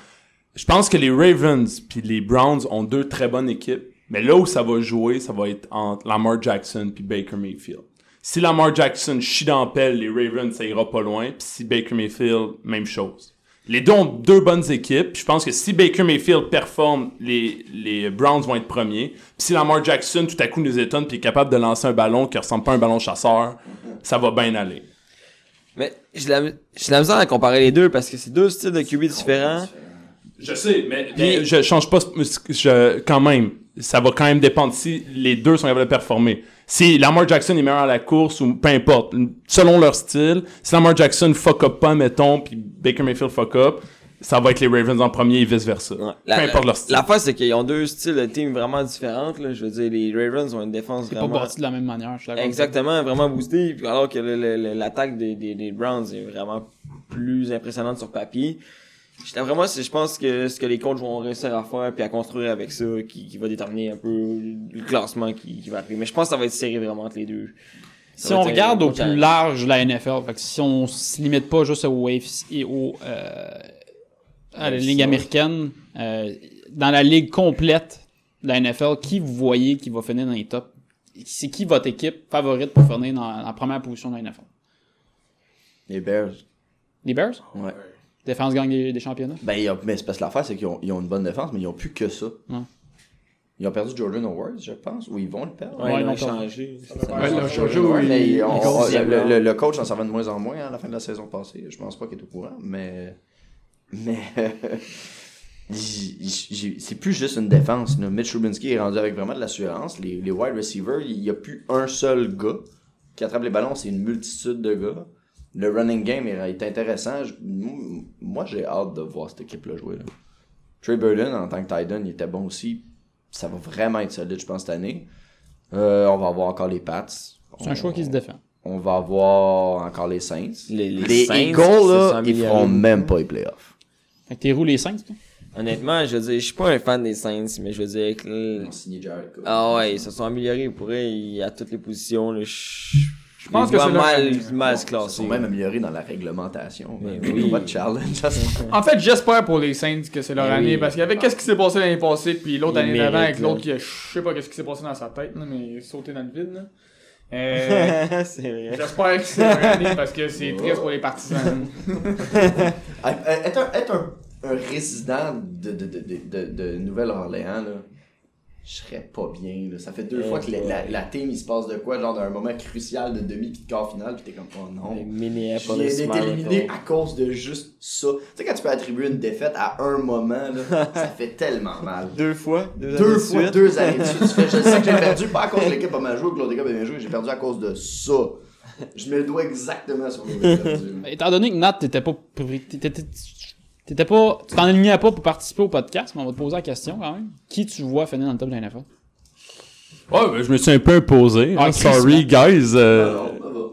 C: je pense que les Ravens puis les Browns ont deux très bonnes équipes mais là où ça va jouer ça va être entre Lamar Jackson puis Baker Mayfield si Lamar Jackson chie dans la pelle les Ravens ça ira pas loin puis si Baker Mayfield même chose les deux ont deux bonnes équipes puis je pense que si Baker Mayfield performe les, les Browns vont être premiers puis si Lamar Jackson tout à coup nous étonne puis est capable de lancer un ballon qui ressemble pas à un ballon chasseur ça va bien aller
I: Mais j'ai de la, j'ai de la misère à comparer les deux parce que c'est deux styles de QB différents.
C: Je sais, mais, mais je change pas. ce- Je, quand même, ça va quand même dépendre si les deux sont capables de performer. Si Lamar Jackson est meilleur à la course ou peu importe, selon leur style, si Lamar Jackson fuck up pas, mettons, puis Baker Mayfield fuck up, ça va être les Ravens en premier et vice versa.
I: La-
C: peu importe leur style.
I: L'affaire, c'est qu'ils ont deux styles de team vraiment différents. là. Je veux dire, les Ravens ont une défense
D: C'est pas
I: vraiment...
D: bâti de la même manière, je suis d'accord.
I: Exactement, vraiment boosté. puis Alors que le- le- le- l'attaque des, des, des Browns est vraiment plus impressionnante sur papier. J'étais vraiment, c'est- je pense que ce que les coachs vont réussir à faire puis à construire avec ça, qui, qui va déterminer un peu le classement qui, qui va arriver. Mais je pense que ça va être serré vraiment entre les deux. Ça
D: Si
I: va
D: on
I: être un
D: regarde
I: gros
D: au plus
I: challenge.
D: large la NFL, fait que si on se limite pas juste aux AFC et aux euh, à la ligue américaine, euh, dans la ligue complète de la NFL, qui vous voyez qui va finir dans les tops C'est qui votre équipe favorite pour finir dans la première position de la NFL
F: Les Bears.
D: Les Bears
F: Ouais.
D: Défense gagne des, des championnats
F: Ben, ils ont- mais c'est parce que l'affaire, c'est qu'ils ont, ils ont une bonne défense, mais ils ont plus que ça.
D: Ouais.
F: Ils ont perdu Jordan Howard, je pense, ou ils vont le perdre.
I: Ouais,
D: Ouais,
I: ils
D: non,
I: ont
D: pas.
I: changé.
G: Ouais, le Jojo,
F: Ouais,
G: il-
F: mais ils ont-
G: il compte.
F: le, le- le- le coach en servait de moins en moins hein, à la fin de la saison passée. Je pense pas qu'il est au courant, mais. Mais. [laughs] j- j- c'est plus juste une défense. là. Mitch Rubinsky est rendu avec vraiment de l'assurance. Les, les wide receivers, il n'y a plus un seul gars qui attrape les ballons, c'est une multitude de gars. Le running game est, est intéressant. Je- m- moi, j'ai hâte de voir cette équipe-là jouer. là. Trey Burden, en tant que Titan, il était bon aussi. Ça va vraiment être solide, je pense, cette année. Euh, on va avoir encore les Pats.
D: C'est un
F: On-
D: choix qui se défend.
F: on va voir encore les Saints.
I: Les- les Saints,
F: Eagles,
I: qui se
F: là,
I: sont
F: ils feront
I: améliorés.
F: même pas les playoffs.
D: Fait que t'es roulé les 5,
I: Honnêtement, je veux dire, je suis pas un fan des Saints, mais je veux dire que le-
F: Ils ont signé Jared Cook.
I: Ah ouais, ils se sont améliorés pour vrai, à toutes les positions. Là, je je
G: pense
I: les
G: que
I: vois
G: c'est leur
I: mal,
G: année.
I: mal se
F: Ils
I: classer.
F: sont même améliorés dans la réglementation.
I: Mais
F: Ils
I: oui.
F: ont pas de challenge.
I: [laughs]
G: En fait, j'espère pour les Saints que c'est leur
I: Mais
G: année,
I: oui.
G: parce qu'avec qu'est-ce qui s'est passé l'année passée, puis l'autre
I: Ils
G: année d'avant, avec
I: méritent, là.
G: l'autre qui a, je sais pas qu'est-ce qui s'est passé dans sa tête, là, mais il a sauté dans le vide, là. Euh,
I: [laughs] c'est vrai.
G: j'espère que c'est leur année, parce que c'est triste pour les partisans.
F: être un, être un- un résident de, de, de, de, de- de Nouvelle-Orléans, là, je serais pas bien. là. Ça fait deux
I: Eh
F: fois que la,
I: boy.
F: la, la team, il se passe de quoi, genre d'un moment crucial de demi puis de quart final, puis t'es comme, oh non.
I: Les
F: Je viens
I: Minneapolis
F: d'être éliminé à cause de juste ça. Tu sais, quand tu peux attribuer une défaite à un moment,
I: [laughs]
F: là, ça fait tellement mal.
I: Deux fois, deux,
F: Deux
I: années de
F: fois,
I: suite.
F: deux années de suite. Tu fais, je
I: [laughs]
F: sais que j'ai perdu, pas à cause de l'équipe à ma joué, que l'autre équipe a bien joué, j'ai perdu à cause de ça. Je me le dois exactement sur le perdu.
D: Ben, Étant donné que Nat, t'étais pas. pri- t'étais- t'étais- T'étais pas. Tu t'en alignais pas pour participer au podcast, mais on va te poser la question quand même. Qui tu vois finir dans le top de la NFL
C: Ouais, ben, je me suis un peu imposé.
D: Ah,
C: hein. sorry, guys. euh,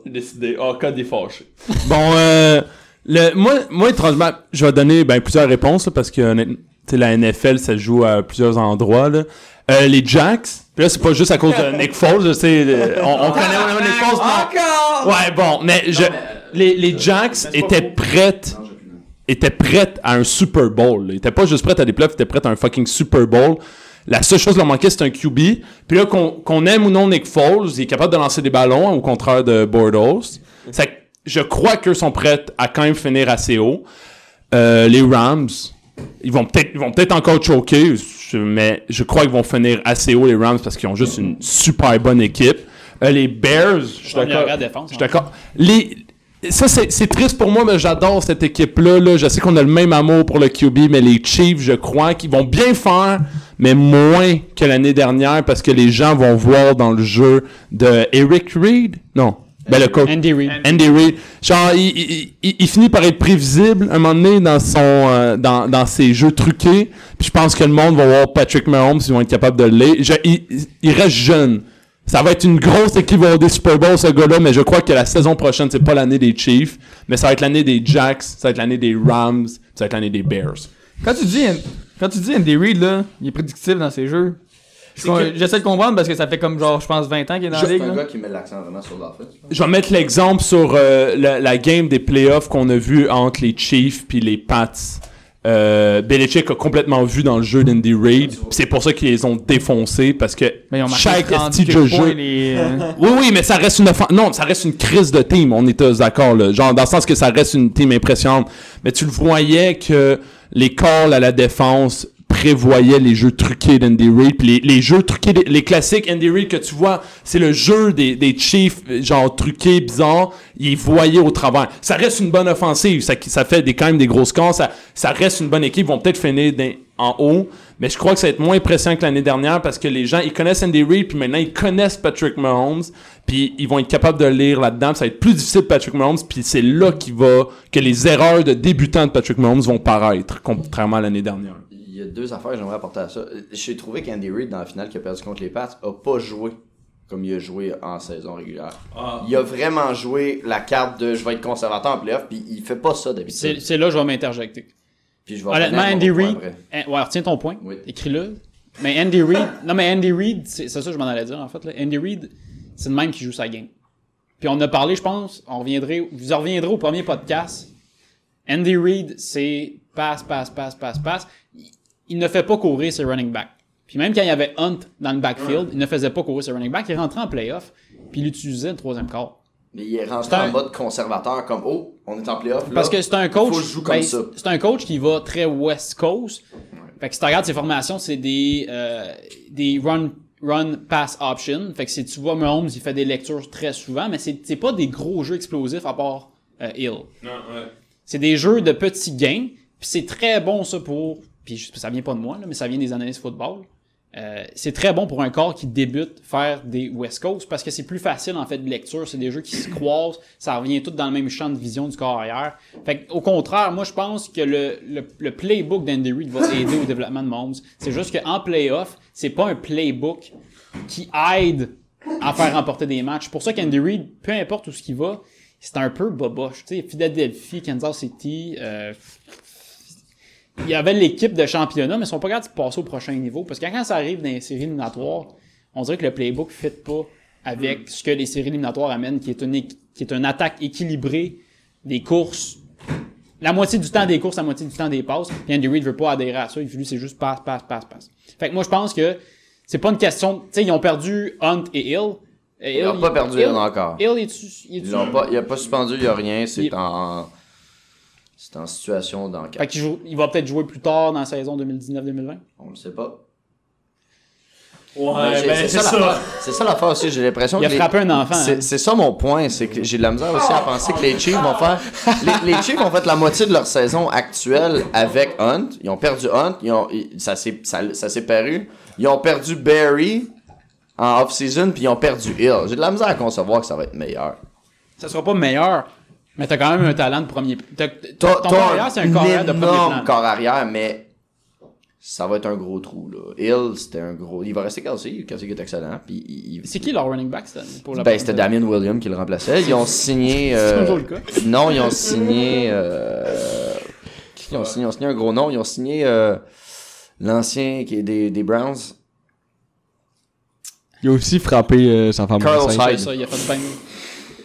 C: décidé. Ah, cas des fâchés. [laughs] bon, euh, le, moi, moi, étrangement, je vais donner ben, plusieurs réponses là, parce que honnêtement, tu sais, la NFL, ça se joue à plusieurs endroits. Là. Euh, les Jacks, puis là, c'est pas juste à cause de Nick Foles. je sais, euh, on, on connaît vraiment Nick Foles. Encore! Ouais, bon, mais, euh, je, les, les Jacks étaient prêtes était prête à un Super Bowl. là. Il était pas juste prête à des playoffs, il était prête à un fucking Super Bowl. La seule chose qui leur manquait, c'était un QB. Puis là, qu'on qu'on aime ou non Nick Foles, il est capable de lancer des ballons, hein, au contraire de Bordeaux. Ça, fait que je crois qu'eux sont prêts à quand même finir assez haut. Euh, les Rams, ils vont peut-être ils vont peut-être encore choquer, mais je crois qu'ils vont finir assez haut, les Rams, parce qu'ils ont juste une super bonne équipe. Euh, les Bears, je suis
D: Première
C: d'accord.
D: grade défense.
C: Je suis d'accord. Les... Ça, c'est c'est triste pour moi, mais j'adore cette équipe-là. là. Je sais qu'on a le même amour pour le QB, mais les Chiefs, je crois qu'ils vont bien faire, mais moins que l'année dernière, parce que les gens vont voir dans le jeu de Eric Reed. Non. Ben, le coach.
D: Andy Reid.
C: Andy Reid. Genre, il, il- il- il finit par être prévisible un moment donné dans, son, euh, dans, dans ses jeux truqués. Puis je pense que le monde va voir Patrick Mahomes, ils vont être capables de l'aider. Je- il, il- il reste jeune. Ça va être une grosse équipe au des Super Bowl, ce gars-là, mais je crois que la saison prochaine, c'est pas l'année des Chiefs, mais ça va être l'année des Jacks, ça va être l'année des Rams, puis ça va être l'année des Bears.
G: Quand tu dis, quand tu dis Andy Reid, là, il est prédictif dans ses jeux. Je com- J'essaie de comprendre parce que ça fait comme genre, je pense, 20 ans qu'il est dans la
F: C'est
G: ligue.
F: un
G: là.
F: gars qui met l'accent vraiment sur l'offense.
C: Je vais mettre l'exemple sur euh, la, la game des playoffs qu'on a vu entre les Chiefs puis les Pats. Euh, Belichick a complètement vu dans le jeu d'Andy Reid. puis C'est pour ça qu'ils les ont défoncés parce que
G: Mais ils ont marqué
C: chaque
G: 30
C: esti de
G: quelques points,
C: jeu.
G: les, euh,
C: Oui, oui, mais ça reste une offen- Non, ça reste une crise de team. On est tous d'accord, là. Genre, dans le sens que ça reste une team impressionnante. Mais tu le voyais que les calls à la défense prévoyaient les jeux truqués d'Andy Reid. Puis les, les jeux truqués, des- les classiques Andy Reid que tu vois, c'est le jeu des, des Chiefs, euh, genre truqués, bizarre. Ils voyaient au travers. Ça reste une bonne offensive. Ça, ça fait des, quand même des gros scores. Ça, ça reste une bonne équipe. Ils vont peut-être finir dans- en haut. Mais je crois que ça va être moins impressionnant que l'année dernière parce que les gens, ils connaissent Andy Reid, puis maintenant, ils connaissent Patrick Mahomes, puis ils vont être capables de lire là-dedans. puis Ça va être plus difficile pour Patrick Mahomes, puis c'est là qu'il va, que les erreurs de débutants de Patrick Mahomes vont paraître, contrairement à l'année dernière.
F: Il y a deux affaires que j'aimerais apporter à ça. J'ai trouvé qu'Andy Reid, dans la finale qui a perdu contre les Pats, a pas joué comme il a joué en saison régulière.
D: Ah.
F: Il a vraiment joué la carte de je vais être conservateur en playoff, puis il fait pas ça
D: C'est
F: d'habitude.
D: c'est là que je vais m'interjecter.
F: Puis je vais revenir
D: Honnêtement,
F: à mon
D: Ah, Andy
F: point
D: Reid.
F: après.
D: Hein, Ouais, retiens ton point.
F: Oui.
D: Écris-le. Mais Andy Reid. Non, mais Andy Reid, c'est c'est ça que je m'en allais dire, en fait. là. Andy Reid, c'est le même qui joue sa game. Puis on en a parlé, je pense. On reviendrait, vous en reviendrez au premier podcast. Andy Reid, c'est passe, passe, passe, passe, passe. Il, il ne fait pas courir ses running backs. Puis même quand il y avait Hunt dans le backfield, il ne faisait pas courir ses running backs. Il rentrait en playoff, puis il utilisait le troisième quart.
F: Mais il est rentré
D: C'est un-
F: en mode conservateur, comme oh, on est en playoff. là.
D: Parce que c'est un coach.
F: Faut que je joue comme
D: ben,
F: ça.
D: C'est un coach qui va très West Coast. Fait que si tu regardes ses formations, c'est des, euh, des run, run pass option. Fait que si tu vois Mahomes, il fait des lectures très souvent, mais c'est c'est pas des gros jeux explosifs à part euh, Hill. C'est des jeux de petits gains, puis c'est très bon ça pour. Puis je- ça vient pas de moi, là, mais ça vient des analystes football. Euh, c'est très bon pour un corps qui débute faire des West Coast parce que c'est plus facile en fait de lecture. C'est des jeux qui se croisent, ça revient tout dans le même champ de vision du corps arrière. Fait que, au contraire, moi je pense que le, le, le playbook d'Andy Reid va aider au développement de Mahomes. C'est juste qu'en playoff, c'est pas un playbook qui aide à faire remporter des matchs. C'est pour ça qu'Andy Reid, peu importe où ce qu'il va, c'est un peu boboche. Tu sais, Philadelphie, Kansas City, euh, il y avait l'équipe de championnat, mais ils sont pas capables de passer au prochain niveau. Parce que quand ça arrive dans les séries éliminatoires, on dirait que le playbook ne fit pas avec
F: Hmm.
D: ce que les séries éliminatoires amènent, qui est une, équ- qui est une attaque équilibrée des courses. La moitié du temps des courses, la moitié du temps des passes. Puis Andy Reid veut pas adhérer à ça. Il veut lui, c'est juste passe, passe, passe, passe. Fait que moi, je pense que c'est pas une question. Tu sais, ils ont perdu Hunt et Hill. Et
F: Ils n'ont
D: Hill,
F: pas
D: il-
F: perdu
D: Hill-
F: Hill encore.
D: Hill, est-tu- est-tu-
F: Ils l'ont pas, il a pas suspendu, il a rien. C'est
D: Il-
F: en. C'est en situation d'enquête.
D: Fait qu'il joue- il va peut-être jouer plus tard dans la saison 2019-2020.
F: On le sait pas.
C: Ouais,
F: J'ai- c'est ça. l'affaire- C'est ça l'affaire aussi, j'ai l'impression
D: ben, Il
F: que.
D: a
F: les-
D: frappé un enfant. hein.
F: C'est c'est ça mon point, c'est que j'ai de la misère aussi à penser que les Chiefs vont faire. Les, les Chiefs ont fait la moitié de leur saison actuelle avec Hunt. Ils ont perdu Hunt, ils ont, ils- ça s'est ça, ça s'est paru. Ils ont perdu Barry en off-season, puis ils ont perdu Hill. J'ai de la misère à concevoir que ça va être meilleur.
D: ça sera pas meilleur, mais t'as quand même un talent de premier. t'as-
F: T'as- t'as
D: ton carrière, c'est un carrière de premier
F: énorme
D: plan.
F: corps arrière, mais ça va être un gros trou. Là. Hill, c'était un gros. Il va rester Kelsey. Kelsey qui est excellent. Puis il- il-
D: C'est qui leur running back cette année pour la
F: Ben, c'était Damien Williams qui le remplaçait. Ils ont
D: [laughs]
F: signé. euh,
D: toujours le cas.
F: Non, ils ont signé. euh, Ils ont signé, ils ont signé un gros nom. Ils ont signé euh, l'ancien qui est des, des Browns.
A: Il a aussi frappé euh, sa femme
F: Carlos
A: enceinte.
D: C'est ça, il a fait bien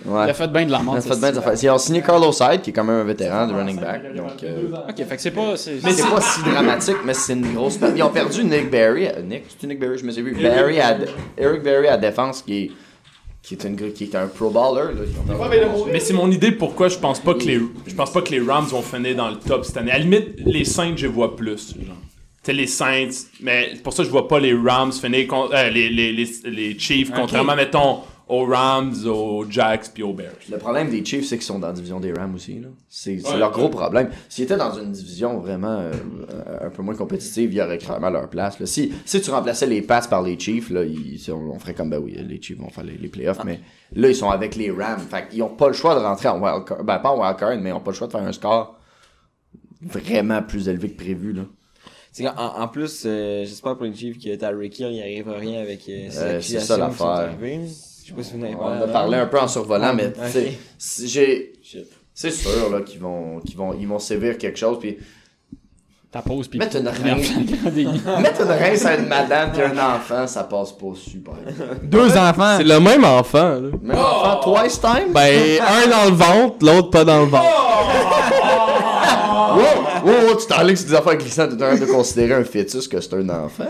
D: il
F: Ouais.
D: a fait ben de la
F: Ils ont
D: mort.
F: fait bien des affaires. Ils ont signé Carlos Hyde, qui est quand même un vétéran de running back. Donc, euh,
D: Ok, fait que c'est pas. c'est-
F: c'est pas si dramatique, mais c'est une grosse perte. Ils ont perdu Nick Barry. à- Nick, c'est Nick Barry, je me suis vu. Barry à, Eric Barry à défense, qui est, qui est, une, gr- qui est un pro baller. Là. Ils ont perdu-
C: Mais c'est mon idée pourquoi je pense pas que les je pense pas que les Rams vont finir dans le top cette année. À la limite, les Saints, je vois plus. genre. Tu sais, les Saints, mais c'est pour ça que je vois pas les Rams finir contre euh, les, les, les, les Chiefs, contrairement, mettons, aux Rams, aux Jacks puis aux Bears.
F: Le problème des Chiefs, c'est qu'ils sont dans la division des Rams aussi. là. C'est c'est leur gros problème. S'ils étaient dans une division vraiment euh, euh, un peu moins compétitive, ils auraient clairement leur place. là. Si, si tu remplaçais les passes par les Chiefs, là, ils- si on, on ferait comme ben oui, les Chiefs vont faire les, les playoffs. Mais là, ils sont avec les Rams. Fait qu'ils n'ont pas le choix de rentrer en wildcard. Ben, pas en wildcard, mais ils n'ont pas le choix de faire un score vraiment plus élevé que prévu. Là.
I: C'est qu'en- en, en plus, euh, j'espère pour les Chiefs que Tyreek Hill n'y arrive à rien avec euh, ces
F: Euh, c'est
I: accusations
F: ça,
I: qui sont
F: l'affaire.
I: arrivées. Je sais pas si vous en avez
F: On en
I: parlé.
F: a parlé un peu en survolant, mais tu sais,
I: Ok.
F: si j'ai. C'est sûr là qu'ils vont, qu'ils vont, ils vont sévir quelque chose. Puis
D: Ta pause, puis.
F: mettre une
D: Merde,
F: rince,
D: [laughs] des-
F: mettre une rince à une madame et un enfant, ça passe pas super. bien.
A: Deux enfants. C'est le même enfant, là.
F: Même enfant, twice time. [laughs]
A: Ben, un dans le ventre, l'autre pas dans le ventre.
F: Wow, wow, wow, tu t'en allais sur des affaires glissantes, t'es en train de considérer un fœtus que c'est un enfant.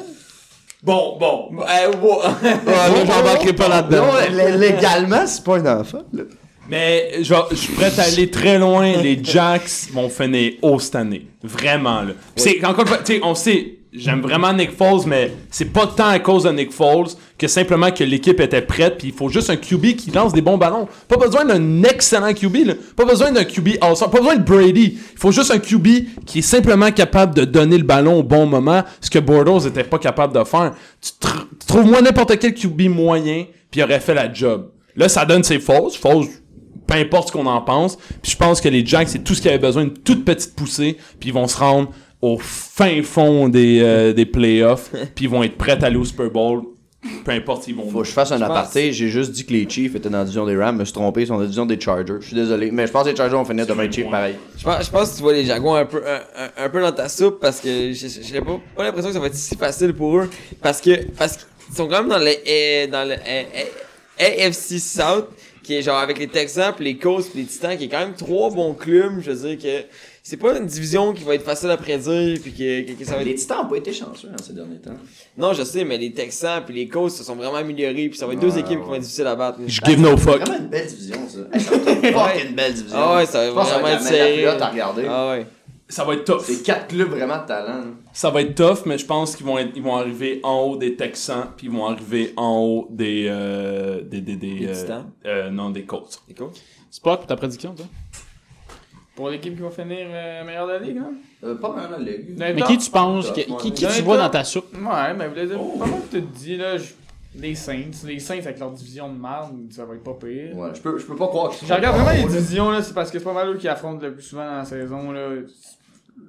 I: Bon, bon. euh, wow.
A: Ah, là, j'embarquerai pas là-dedans.
F: Non, lé- légalement, c'est pas un enfant. là.
C: Mais genre, je suis prêt à aller très loin. Les Jacks vont finir haut cette année. Vraiment, là. Puis c'est encore une fois, tu sais, on sait, j'aime vraiment Nick Foles, mais c'est pas tant à cause de Nick Foles que simplement que l'équipe était prête. Puis il faut juste un QB qui lance des bons ballons. Pas besoin d'un excellent QB, là. Pas besoin d'un QB awesome. Pas besoin de Brady. Il faut juste un QB qui est simplement capable de donner le ballon au bon moment, ce que Bordeaux était pas capable de faire. Tu, tr- tu trouves moi n'importe quel QB moyen, puis il aurait fait la job. Là, ça donne ses fausses. Fausses, peu importe ce qu'on en pense. Puis je pense que les Jacks, c'est tout ce qu'ils avaient besoin, une toute petite poussée. Puis ils vont se rendre au fin fond des, euh, des playoffs. Puis ils vont être prêts à aller au Super Bowl. Peu importe s'ils vont.
F: Faut que je fasse un aparté, j'ai juste dit que les Chiefs étaient dans la division des Rams, me suis trompé, ils sont dans la division des Chargers. Je suis désolé, mais je pense que les Chargers vont finir devant les Chiefs pareil.
I: Je pense, je pense que tu vois les Jaguars un peu, un, un- un peu dans ta soupe parce que j'ai- j'ai j'ai pas, pas l'impression que ça va être si facile pour eux. Parce que parce qu'ils sont quand même dans le, eh, dans le eh, eh, AFC South, qui est genre avec les Texans, puis les Colts, puis les Titans, qui est quand même trois bons clubs. Je veux dire que c'est pas une division qui va être facile à prédire, puis que, que- que ça va être...
F: Les Titans ont pas été chanceux en ces derniers temps.
I: Non, je sais, mais les Texans, puis les Colts se sont vraiment améliorés, puis ça va être deux équipes qui vont être difficiles à battre.
C: Je give no fuck.
F: Vraiment une belle division, ça. Hey, [laughs] ça va être une fucking belle division.
I: Ah ouais, ça va
F: Je pense que
I: vraiment
F: va
I: être
F: la
I: serré.
F: meilleure culotte à regarder.
I: Ah ouais.
C: Ça va être tough.
F: C'est quatre clubs vraiment de talent. là.
C: Ça va être tough, mais je pense qu'ils vont, être- ils vont arriver en haut des Texans. Puis ils vont arriver en haut des. euh, des, des, des,
I: Des
C: euh,
I: Titans.
C: euh, non, des Colts.
I: Les Colts?
D: Spot pour ta prédiction, toi.
G: Pour l'équipe qui va finir euh, meilleure de la ligue, hein?
F: Euh, pas mal, là, les gars.
G: Dans les
D: Mais
G: tops?
D: qui tu penses, que- qui, qui tu vois dans ta soupe
G: Ouais, mais vous l'avez pas mal tout dit, là. je- Les Saints. Les Saints avec leur division de merde, ça va être pas pire.
F: Ouais, je peux, je peux pas croire que
G: Je regarde vraiment les divisions, là, c'est parce que c'est pas mal eux qui affrontent le plus souvent dans la saison, là.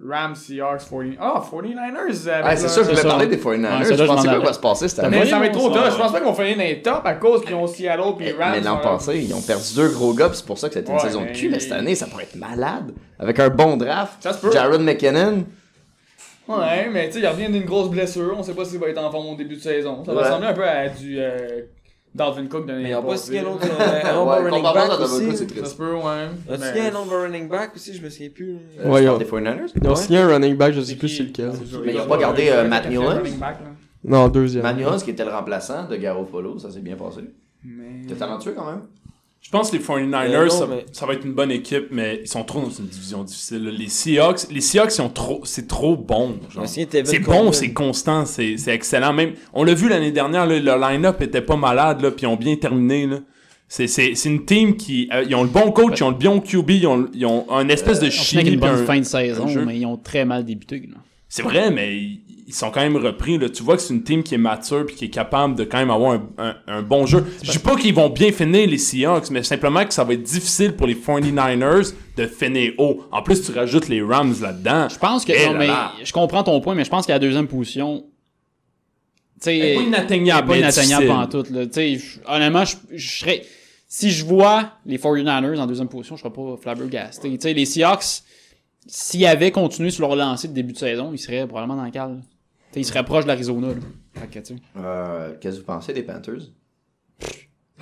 G: Rams, Seahawks, 49ers. Ah, 49ers! avec
F: Ah, c'est
G: leur-
F: sûr, je voulais
D: ça.
F: parler des 49ers.
D: Ouais, ça,
F: je
D: là, je
F: pensais
D: m'en
F: pas qu'il
D: allais.
F: va se passer cette année.
G: Mais ça va être trop
C: Ça,
G: tard. Je pense pas qu'ils vont finir dans les tops à cause qu'ils ont Seattle puis Rams.
F: Eh,
G: hein.
F: Mais l'an
G: sont là.
F: passé, ils ont perdu deux gros gars, puis c'est pour ça que c'était une
G: Ouais,
F: saison de cul.
G: mais-
F: Mais cette année, ça pourrait être malade. Avec un bon draft.
G: Ça se peut.
F: Jared McKinnon.
G: Ouais, mais tu sais, il revient d'une grosse blessure. On sait pas s'il va être en forme au début de saison. Ça va
F: Ouais.
G: ressembler un peu à du euh, Dalvin Cook de l'année
I: Mais ils ont pas
G: passée.
I: signé un autre euh, un autre
F: Ouais,
I: running
F: comparé à
I: back
F: Donovan
I: aussi. hein.
F: Cook, c'est
G: Ça se
F: triste.
G: peut, ouais.
I: As-tu
G: Mais-
I: gagné un nombre running back aussi? Je me souviens plus.
F: Euh,
A: Ouais,
F: tu
A: ils ont-
F: parles des 49ers?
A: Ils ont signé un running back, je sais plus
G: qui-
A: c'est lequel.
G: c'est sûr,
F: Mais ils ont
G: ont
F: pas gardé,
G: un
F: euh, Matt
G: quatrième
F: Newell?
G: running back, là.
A: Non, deuxième.
F: Manu Hans, qui était le remplaçant de Garoppolo, ça s'est bien passé. T'es talentueux quand même.
C: Je pense que les 49ers,
I: Euh, non,
C: ça,
I: mais-
C: ça va être une bonne équipe, mais ils sont trop dans une division difficile. là. Les Seahawks, les Seahawks ils ont trop, c'est trop bon. genre.
I: Aussi, Tevin
C: C'est
I: Coleman.
C: bon, c'est constant, c'est c'est excellent. Même, on l'a vu l'année dernière, là, le line-up était pas malade, là, puis ils ont bien terminé. là. C'est c'est- c'est une team qui. euh, ils ont le bon coach, ils ont le bon QB, ils ont, ils ont un espèce de
D: Ils ont fini avec une
C: chimie.
D: bonne
C: puis un-
D: fin de
C: un jeu.
D: saison, mais ils ont très mal débuté. là.
C: C'est vrai, mais ils ils sont quand même repris. Là. Tu vois que c'est une team qui est mature puis qui est capable de quand même avoir un, un- un bon jeu. Je dis pas qu'ils vont bien finir les Seahawks, mais simplement que ça va être difficile pour les 49ers de finir haut. En plus, tu rajoutes les Rams là-dedans.
D: Je pense que.
C: Eh
D: non,
C: là
D: mais
C: là.
D: je comprends ton point, mais je pense qu'à la deuxième position. Tu sais.
C: pas inatteignable,
D: Pas
C: mais
D: inatteignable
C: difficile.
D: en tout. Là. Tu sais, je- honnêtement, je, je serais. Si je vois les 49ers en deuxième position, je serais pas flabbergasté. Tu sais, les Seahawks, s'ils avaient continué sur leur lancée de début de saison, ils seraient probablement dans le calme. Tu sais, ils seraient proches de l'Arizona. là. Fait que, tu sais.
F: Euh, Qu'est-ce que vous pensez des Panthers?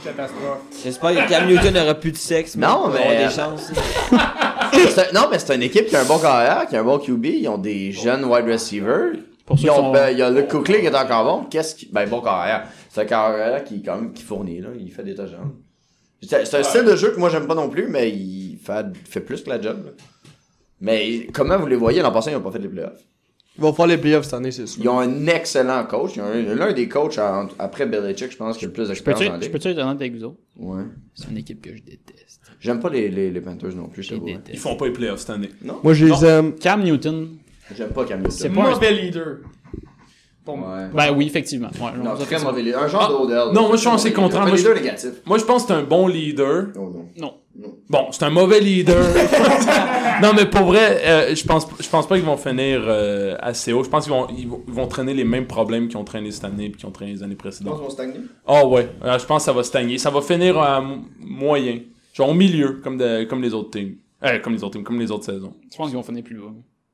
G: Catastrophe.
I: J'espère que Cam Newton n'aura plus de sexe.
F: Non,
I: il va avoir
F: mais- euh,
I: des chances.
F: C'est un- non, mais c'est une équipe qui a un bon carrière, qui a un bon QB, ils ont des jeunes wide receivers.
D: Pour ceux
F: Ils
D: qui
F: ont,
D: sont-
F: ben, il y a le Cookley qui est encore bon. Qu'est-ce qui. Ben, bon carrière. C'est un carrière qui, quand même, qui fournit, là. Il fait des tâches jambes. C'est c'est un style de jeu que moi, j'aime pas non plus, mais il fait, fait plus que la job. là. Mais comment vous les voyez l'an passé, ils n'ont pas fait les playoffs.
A: Ils vont faire les playoffs cette année, c'est sûr.
F: Ils ont un excellent coach. Ils ont un- l'un des coachs en- après Belichick, je pense, qui a le plus
D: Je peux-tu
F: d'expérience dans la
D: je
F: ligue.
D: peux-tu être honnête avec vous autres?
F: Ouais.
D: C'est une équipe que je déteste.
F: J'aime pas les, les, les Panthers non plus, je
D: Je les
F: t'avoue. hein.
C: Ils
D: déteste.
C: font pas les playoffs cette année.
A: Moi, je les aime.
D: Cam Newton,
F: J'aime pas Cam Newton.
D: c'est pas un...
G: Mauvais leader. Pour moi.
F: Ouais.
D: Ben oui, effectivement. Ouais,
F: Non,
D: on va
F: très
D: dire
F: mauvais leader. Un genre
C: Ah,
F: d'Odell.
C: non, moi, je pense que c'est contraire.
F: Un
C: Moi, je-
F: leader négatif.
C: Moi, je pense que c'est un bon leader.
F: Oh non.
D: Non.
C: Bon, c'est un
D: [laughs]
C: mauvais leader. non, mais pour vrai, euh, je pense, je pense pas qu'ils vont finir euh, assez haut. Je pense qu'ils vont, ils vont, ils vont traîner les mêmes problèmes qu'ils ont traîné cette année puis qu'ils ont traîné les années
F: Je pense
C: précédentes.
F: qu'on stagne.
C: Ah ouais, Euh, je pense que ça va stagner. Ça va finir à m- moyen, genre au milieu, comme, de, comme les autres teams. Euh, comme les autres teams, comme les autres saisons.
D: Je pense qu'ils vont finir plus bas.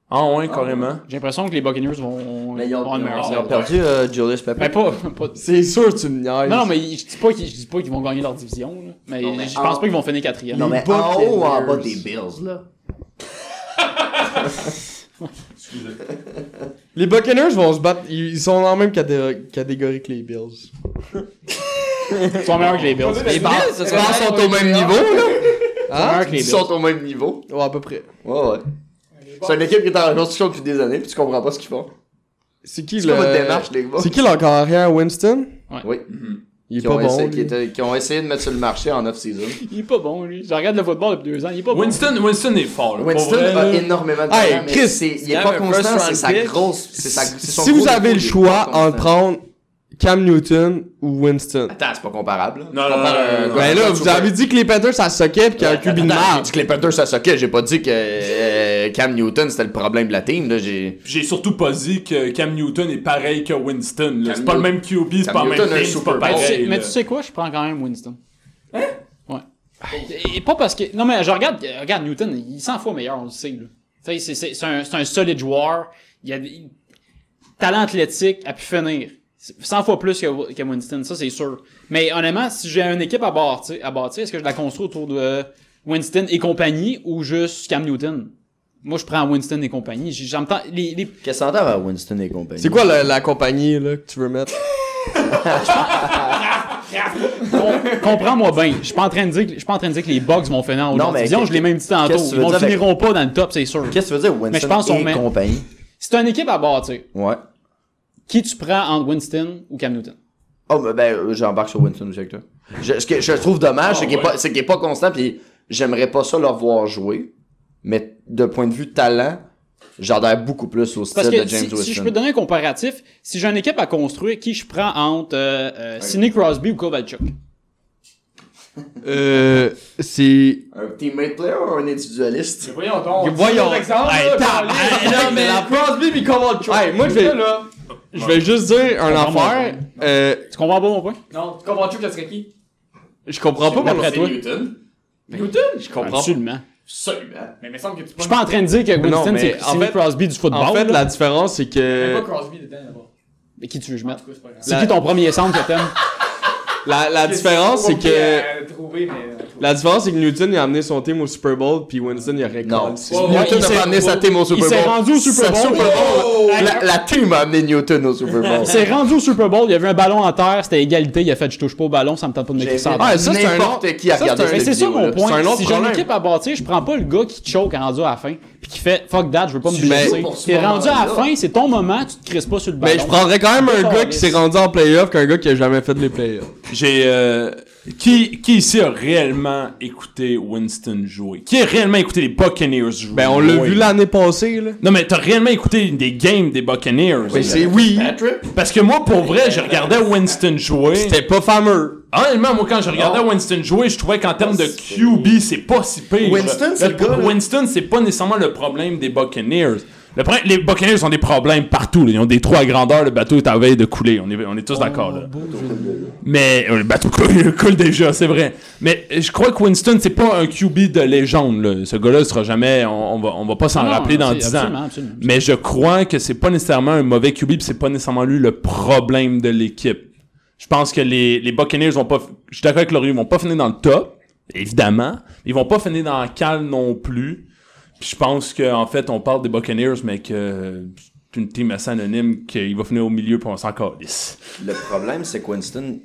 C: Ah ouais, carrément.
D: J'ai l'impression que les Buccaneers vont
F: Ah, Mais ils ont,
D: vont avoir
F: ils
D: une
F: ont-
D: meilleure
F: ils ont
D: saison.
F: perdu euh, Julius Pepe.
D: Ben pas, [laughs] pas-
A: C'est sûr, tu me niaises.
D: Non, non, mais je dis pas qu'ils je dis pas qu'ils vont gagner leur division, là. mais,
F: Non, mais
D: je
F: en-
D: pense pas qu'ils vont finir quatrième.
F: non, mais
A: les
F: en haut ou en bas
A: Buccaneers.
F: des Bills, là?
A: Les Buccaneers vont se battre. Ils ils sont dans la même catég- catégorie que les Bills.
D: Ils sont meilleurs que les Bills. Les Bills
F: Ils sont au même niveau, là?
D: sont meilleurs que les
F: Ils
D: Bills.
F: sont au même niveau.
A: Hein? Ouais, à peu près.
F: Ouais, ouais. C'est une équipe qui est en construction depuis des années, puis tu comprends pas ce qu'ils font.
A: C'est qui
F: C'est quoi votre
A: le.
F: démarche, les gars?
A: C'est qui leur carrière, Winston
F: Oui.
A: Il est
F: Qui
A: pas
F: ont, essayé-
A: bon.
F: qui,
A: lui.
F: étaient- qui ont essayé de mettre sur le marché en off-season.
D: Il est pas bon, lui. Je regarde le football depuis deux ans, il est pas bon.
C: Winston, Winston est fort. là. Pour
F: Winston euh,
C: vrai,
F: a
C: là.
F: énormément de
A: Hey,
F: talent, mais
A: Chris,
F: c'est- il
I: quand
F: est pas
I: même un
F: constant,
I: first
F: c'est
I: round
F: sa
I: pick.
F: grosse. C'est sa, c'est son
A: Si
F: gros
A: vous avez le
F: défaut, il est
A: choix
F: pas constant.
A: entre prendre Cam Newton ou Winston.
F: Attends, c'est pas comparable. là.
C: Non,
F: Tu
C: non,
F: compares
C: non,
F: un
C: non,
F: gars
A: Ben là,
F: comme
A: vous
F: Super-
A: avez dit que les Panthers ça soquait pis qu'il y a un
F: Attends,
A: QB de
F: attends, J'ai
A: marde.
F: dit que les Panthers ça soquait, j'ai pas dit que euh, Cam Newton c'était le problème de la team. Là, j'ai...
C: J'ai surtout pas dit que Cam Newton est pareil que Winston. là.
F: Cam
C: C'est pas le même QB, c'est
F: Cam
C: pas le même
F: Newton a un
C: game, c'est
F: Super
C: pas
F: Bowl.
D: Ben, tu sais-
C: pareil.
D: mais
C: là.
D: tu sais quoi, je prends quand même Winston. Hein? Ouais. Et pas parce que. Non, mais je regarde, regarde Newton, il est 100 fois meilleur, on le sait. là. Tu sais, c'est- C'est c'est un, c'est un solide joueur. Il a des- talent athlétique à pu finir. C'est 100 fois plus que, que Winston, ça c'est sûr. Mais honnêtement, si j'ai une équipe à bâtir, à bâtir est-ce que je la construis autour de euh, Winston et compagnie ou juste Cam Newton? Moi, je prends Winston et compagnie. J'ai- J'entends les, les
F: Qu'est-ce qu'on entend à Winston et compagnie?
A: C'est quoi la, la compagnie là, que tu veux mettre
D: Com- Comprends-moi bien, je suis pas en train de dire que, je suis pas en train de dire que les Bucks vont finir en haut de
F: Non,
D: la
F: mais
D: division,
F: qu'est-
D: je l'ai même dit tantôt,
F: qu'est-ce que tu
D: ils
F: veux
D: vont
F: dire avec-
D: finiront pas dans le top, c'est sûr.
F: Qu'est-ce que tu veux dire
D: Mais je pense qu'on
F: Winston et
D: met-
F: compagnie?
D: C'est une équipe à bâtir.
F: Ouais.
D: Qui tu prends entre Winston ou Cam Newton
F: Oh, ben, ben euh, j'embarque sur Winston aussi avec toi. Je- ce que je trouve dommage,
D: Ah,
F: c'est qu'il est pas- c'est qu'il est pas constant, puis j'aimerais pas ça le voir jouer, mais de point de vue talent, j'adhère beaucoup plus au style
D: Parce
F: de James
D: que si, si je
F: Winston.
D: peux te donner un comparatif, si j'ai une équipe à construire, qui je prends entre euh, euh, Sidney Crosby ou Kovalchuk
A: Euh. C'est.
F: Un teammate player ou un individualiste?
G: Voyons donc.
D: Voyons.
G: Exemple,
D: Hey,
G: là,
D: tabarnak.
G: Colin.
D: Eh
G: [laughs]
D: Non, mais-
G: La Crosby puis Kovalchuk.
A: Hey, moi, je vais-
G: Ça, là.
A: Je vais juste dire un
D: comprends mon
A: affaire. Euh.
D: Tu comprends pas mon point
G: Non, Kovalchuk, ça serait qui
A: Je comprends pas mon
D: D'après toi Ben,
F: Newton?
G: Newton
A: Je comprends pas.
D: Absolument.
F: Absolument.
G: Mais il me semble que tu
D: Je suis
G: peux.
D: pas en train de dire que
A: Mais non,
D: Winston
A: mais
D: c'est
A: en
D: Sidney
A: fait-
D: Crosby du football.
A: En fait,
D: là.
A: la différence c'est
G: Il y a
A: que.
G: pas Crosby dedans là-bas.
D: Mais qui tu veux que je
G: En
D: mette
G: tout cas, c'est pas grave.
D: C'est qui ton premier centre
F: [laughs]
D: que t'aimes
A: La, la différence c'est que.
G: compliqué à trouver, mais, euh,
A: La différence c'est que Newton il a amené son team au Super Bowl puis Winston il a
F: Non.
A: récolté.
F: Newton
D: il
F: a
D: s'est-
F: pas amené sa team au Super Bowl.
D: s'est rendu au Super
F: Sa
D: Bowl.
F: Bowl. Oh! La, la team a amené Newton au Super Bowl.
D: Il s'est rendu au Super Bowl, il y avait un ballon en terre, c'était égalité, il a fait je touche pas au ballon, ça me tente pas de mettre ça en terre.
A: Ah, ça, c'est un
F: N'importe qui a
A: ça,
F: regardé
A: c'est un-
D: Mais
F: cette
D: c'est ça mon
F: vidéo-là.
A: c'est un
D: point.
A: autre
D: Si j'ai une
A: problème.
D: équipe à bâtir, je prends pas le gars qui choke rendu à la fin, puis qui fait fuck that, je veux pas me
A: Tu mets-
D: blesser.
F: pour ce
D: T'es rendu à la
F: moment-là.
D: fin, c'est ton moment, tu te crises pas sur le ballon.
A: Mais je prendrais quand même un
D: Décaliste.
A: gars qui s'est rendu en playoff qu'un gars qui a jamais fait les playoffs.
C: J'ai euh, qui qui ici a réellement écouté Winston jouer Qui a réellement écouté les Buccaneers jouer
A: Ben on l'a
C: Oui.
A: vu l'année passée là.
C: Non mais t'as réellement écouté des games des Buccaneers
A: Mais c'est oui.
C: Parce que moi pour vrai, je regardais Winston jouer.
A: C'était pas fameux.
C: Honnêtement, moi quand je regardais
F: Ah.
C: Winston jouer, je trouvais qu'en termes de QB, c'est pas si pire.
F: Winston, c'est le
C: pro-
F: gars, là.
C: Winston, c'est pas nécessairement le problème des Buccaneers. Le problème- les Buccaneers ont des problèmes partout. là. Ils ont des trous à grandeur. Le bateau est à veille de couler. On est, on est
D: Oh,
C: tous d'accord. là. Mais euh, le bateau coule, [laughs] coule déjà, c'est vrai. Mais euh, je crois que Winston, c'est pas un QB de légende. là. Ce gars-là sera jamais. On, on va, on va pas s'en
D: Non,
C: rappeler dans
D: c'est-
C: 10 ans.
D: absolument, absolument.
C: Mais je crois que c'est pas nécessairement un mauvais QB, puis c'est pas nécessairement lui le problème de l'équipe. Je pense que les, les Buccaneers vont pas. Je suis d'accord avec Laurie, ils vont pas finir dans le top, évidemment. Ils vont pas finir dans la cale non plus. Puis je pense qu'en fait, on parle des Buccaneers, mais que c'est une team assez anonyme, qu'il va finir au milieu, puis on s'en calisse.
F: Le problème, c'est que Winston,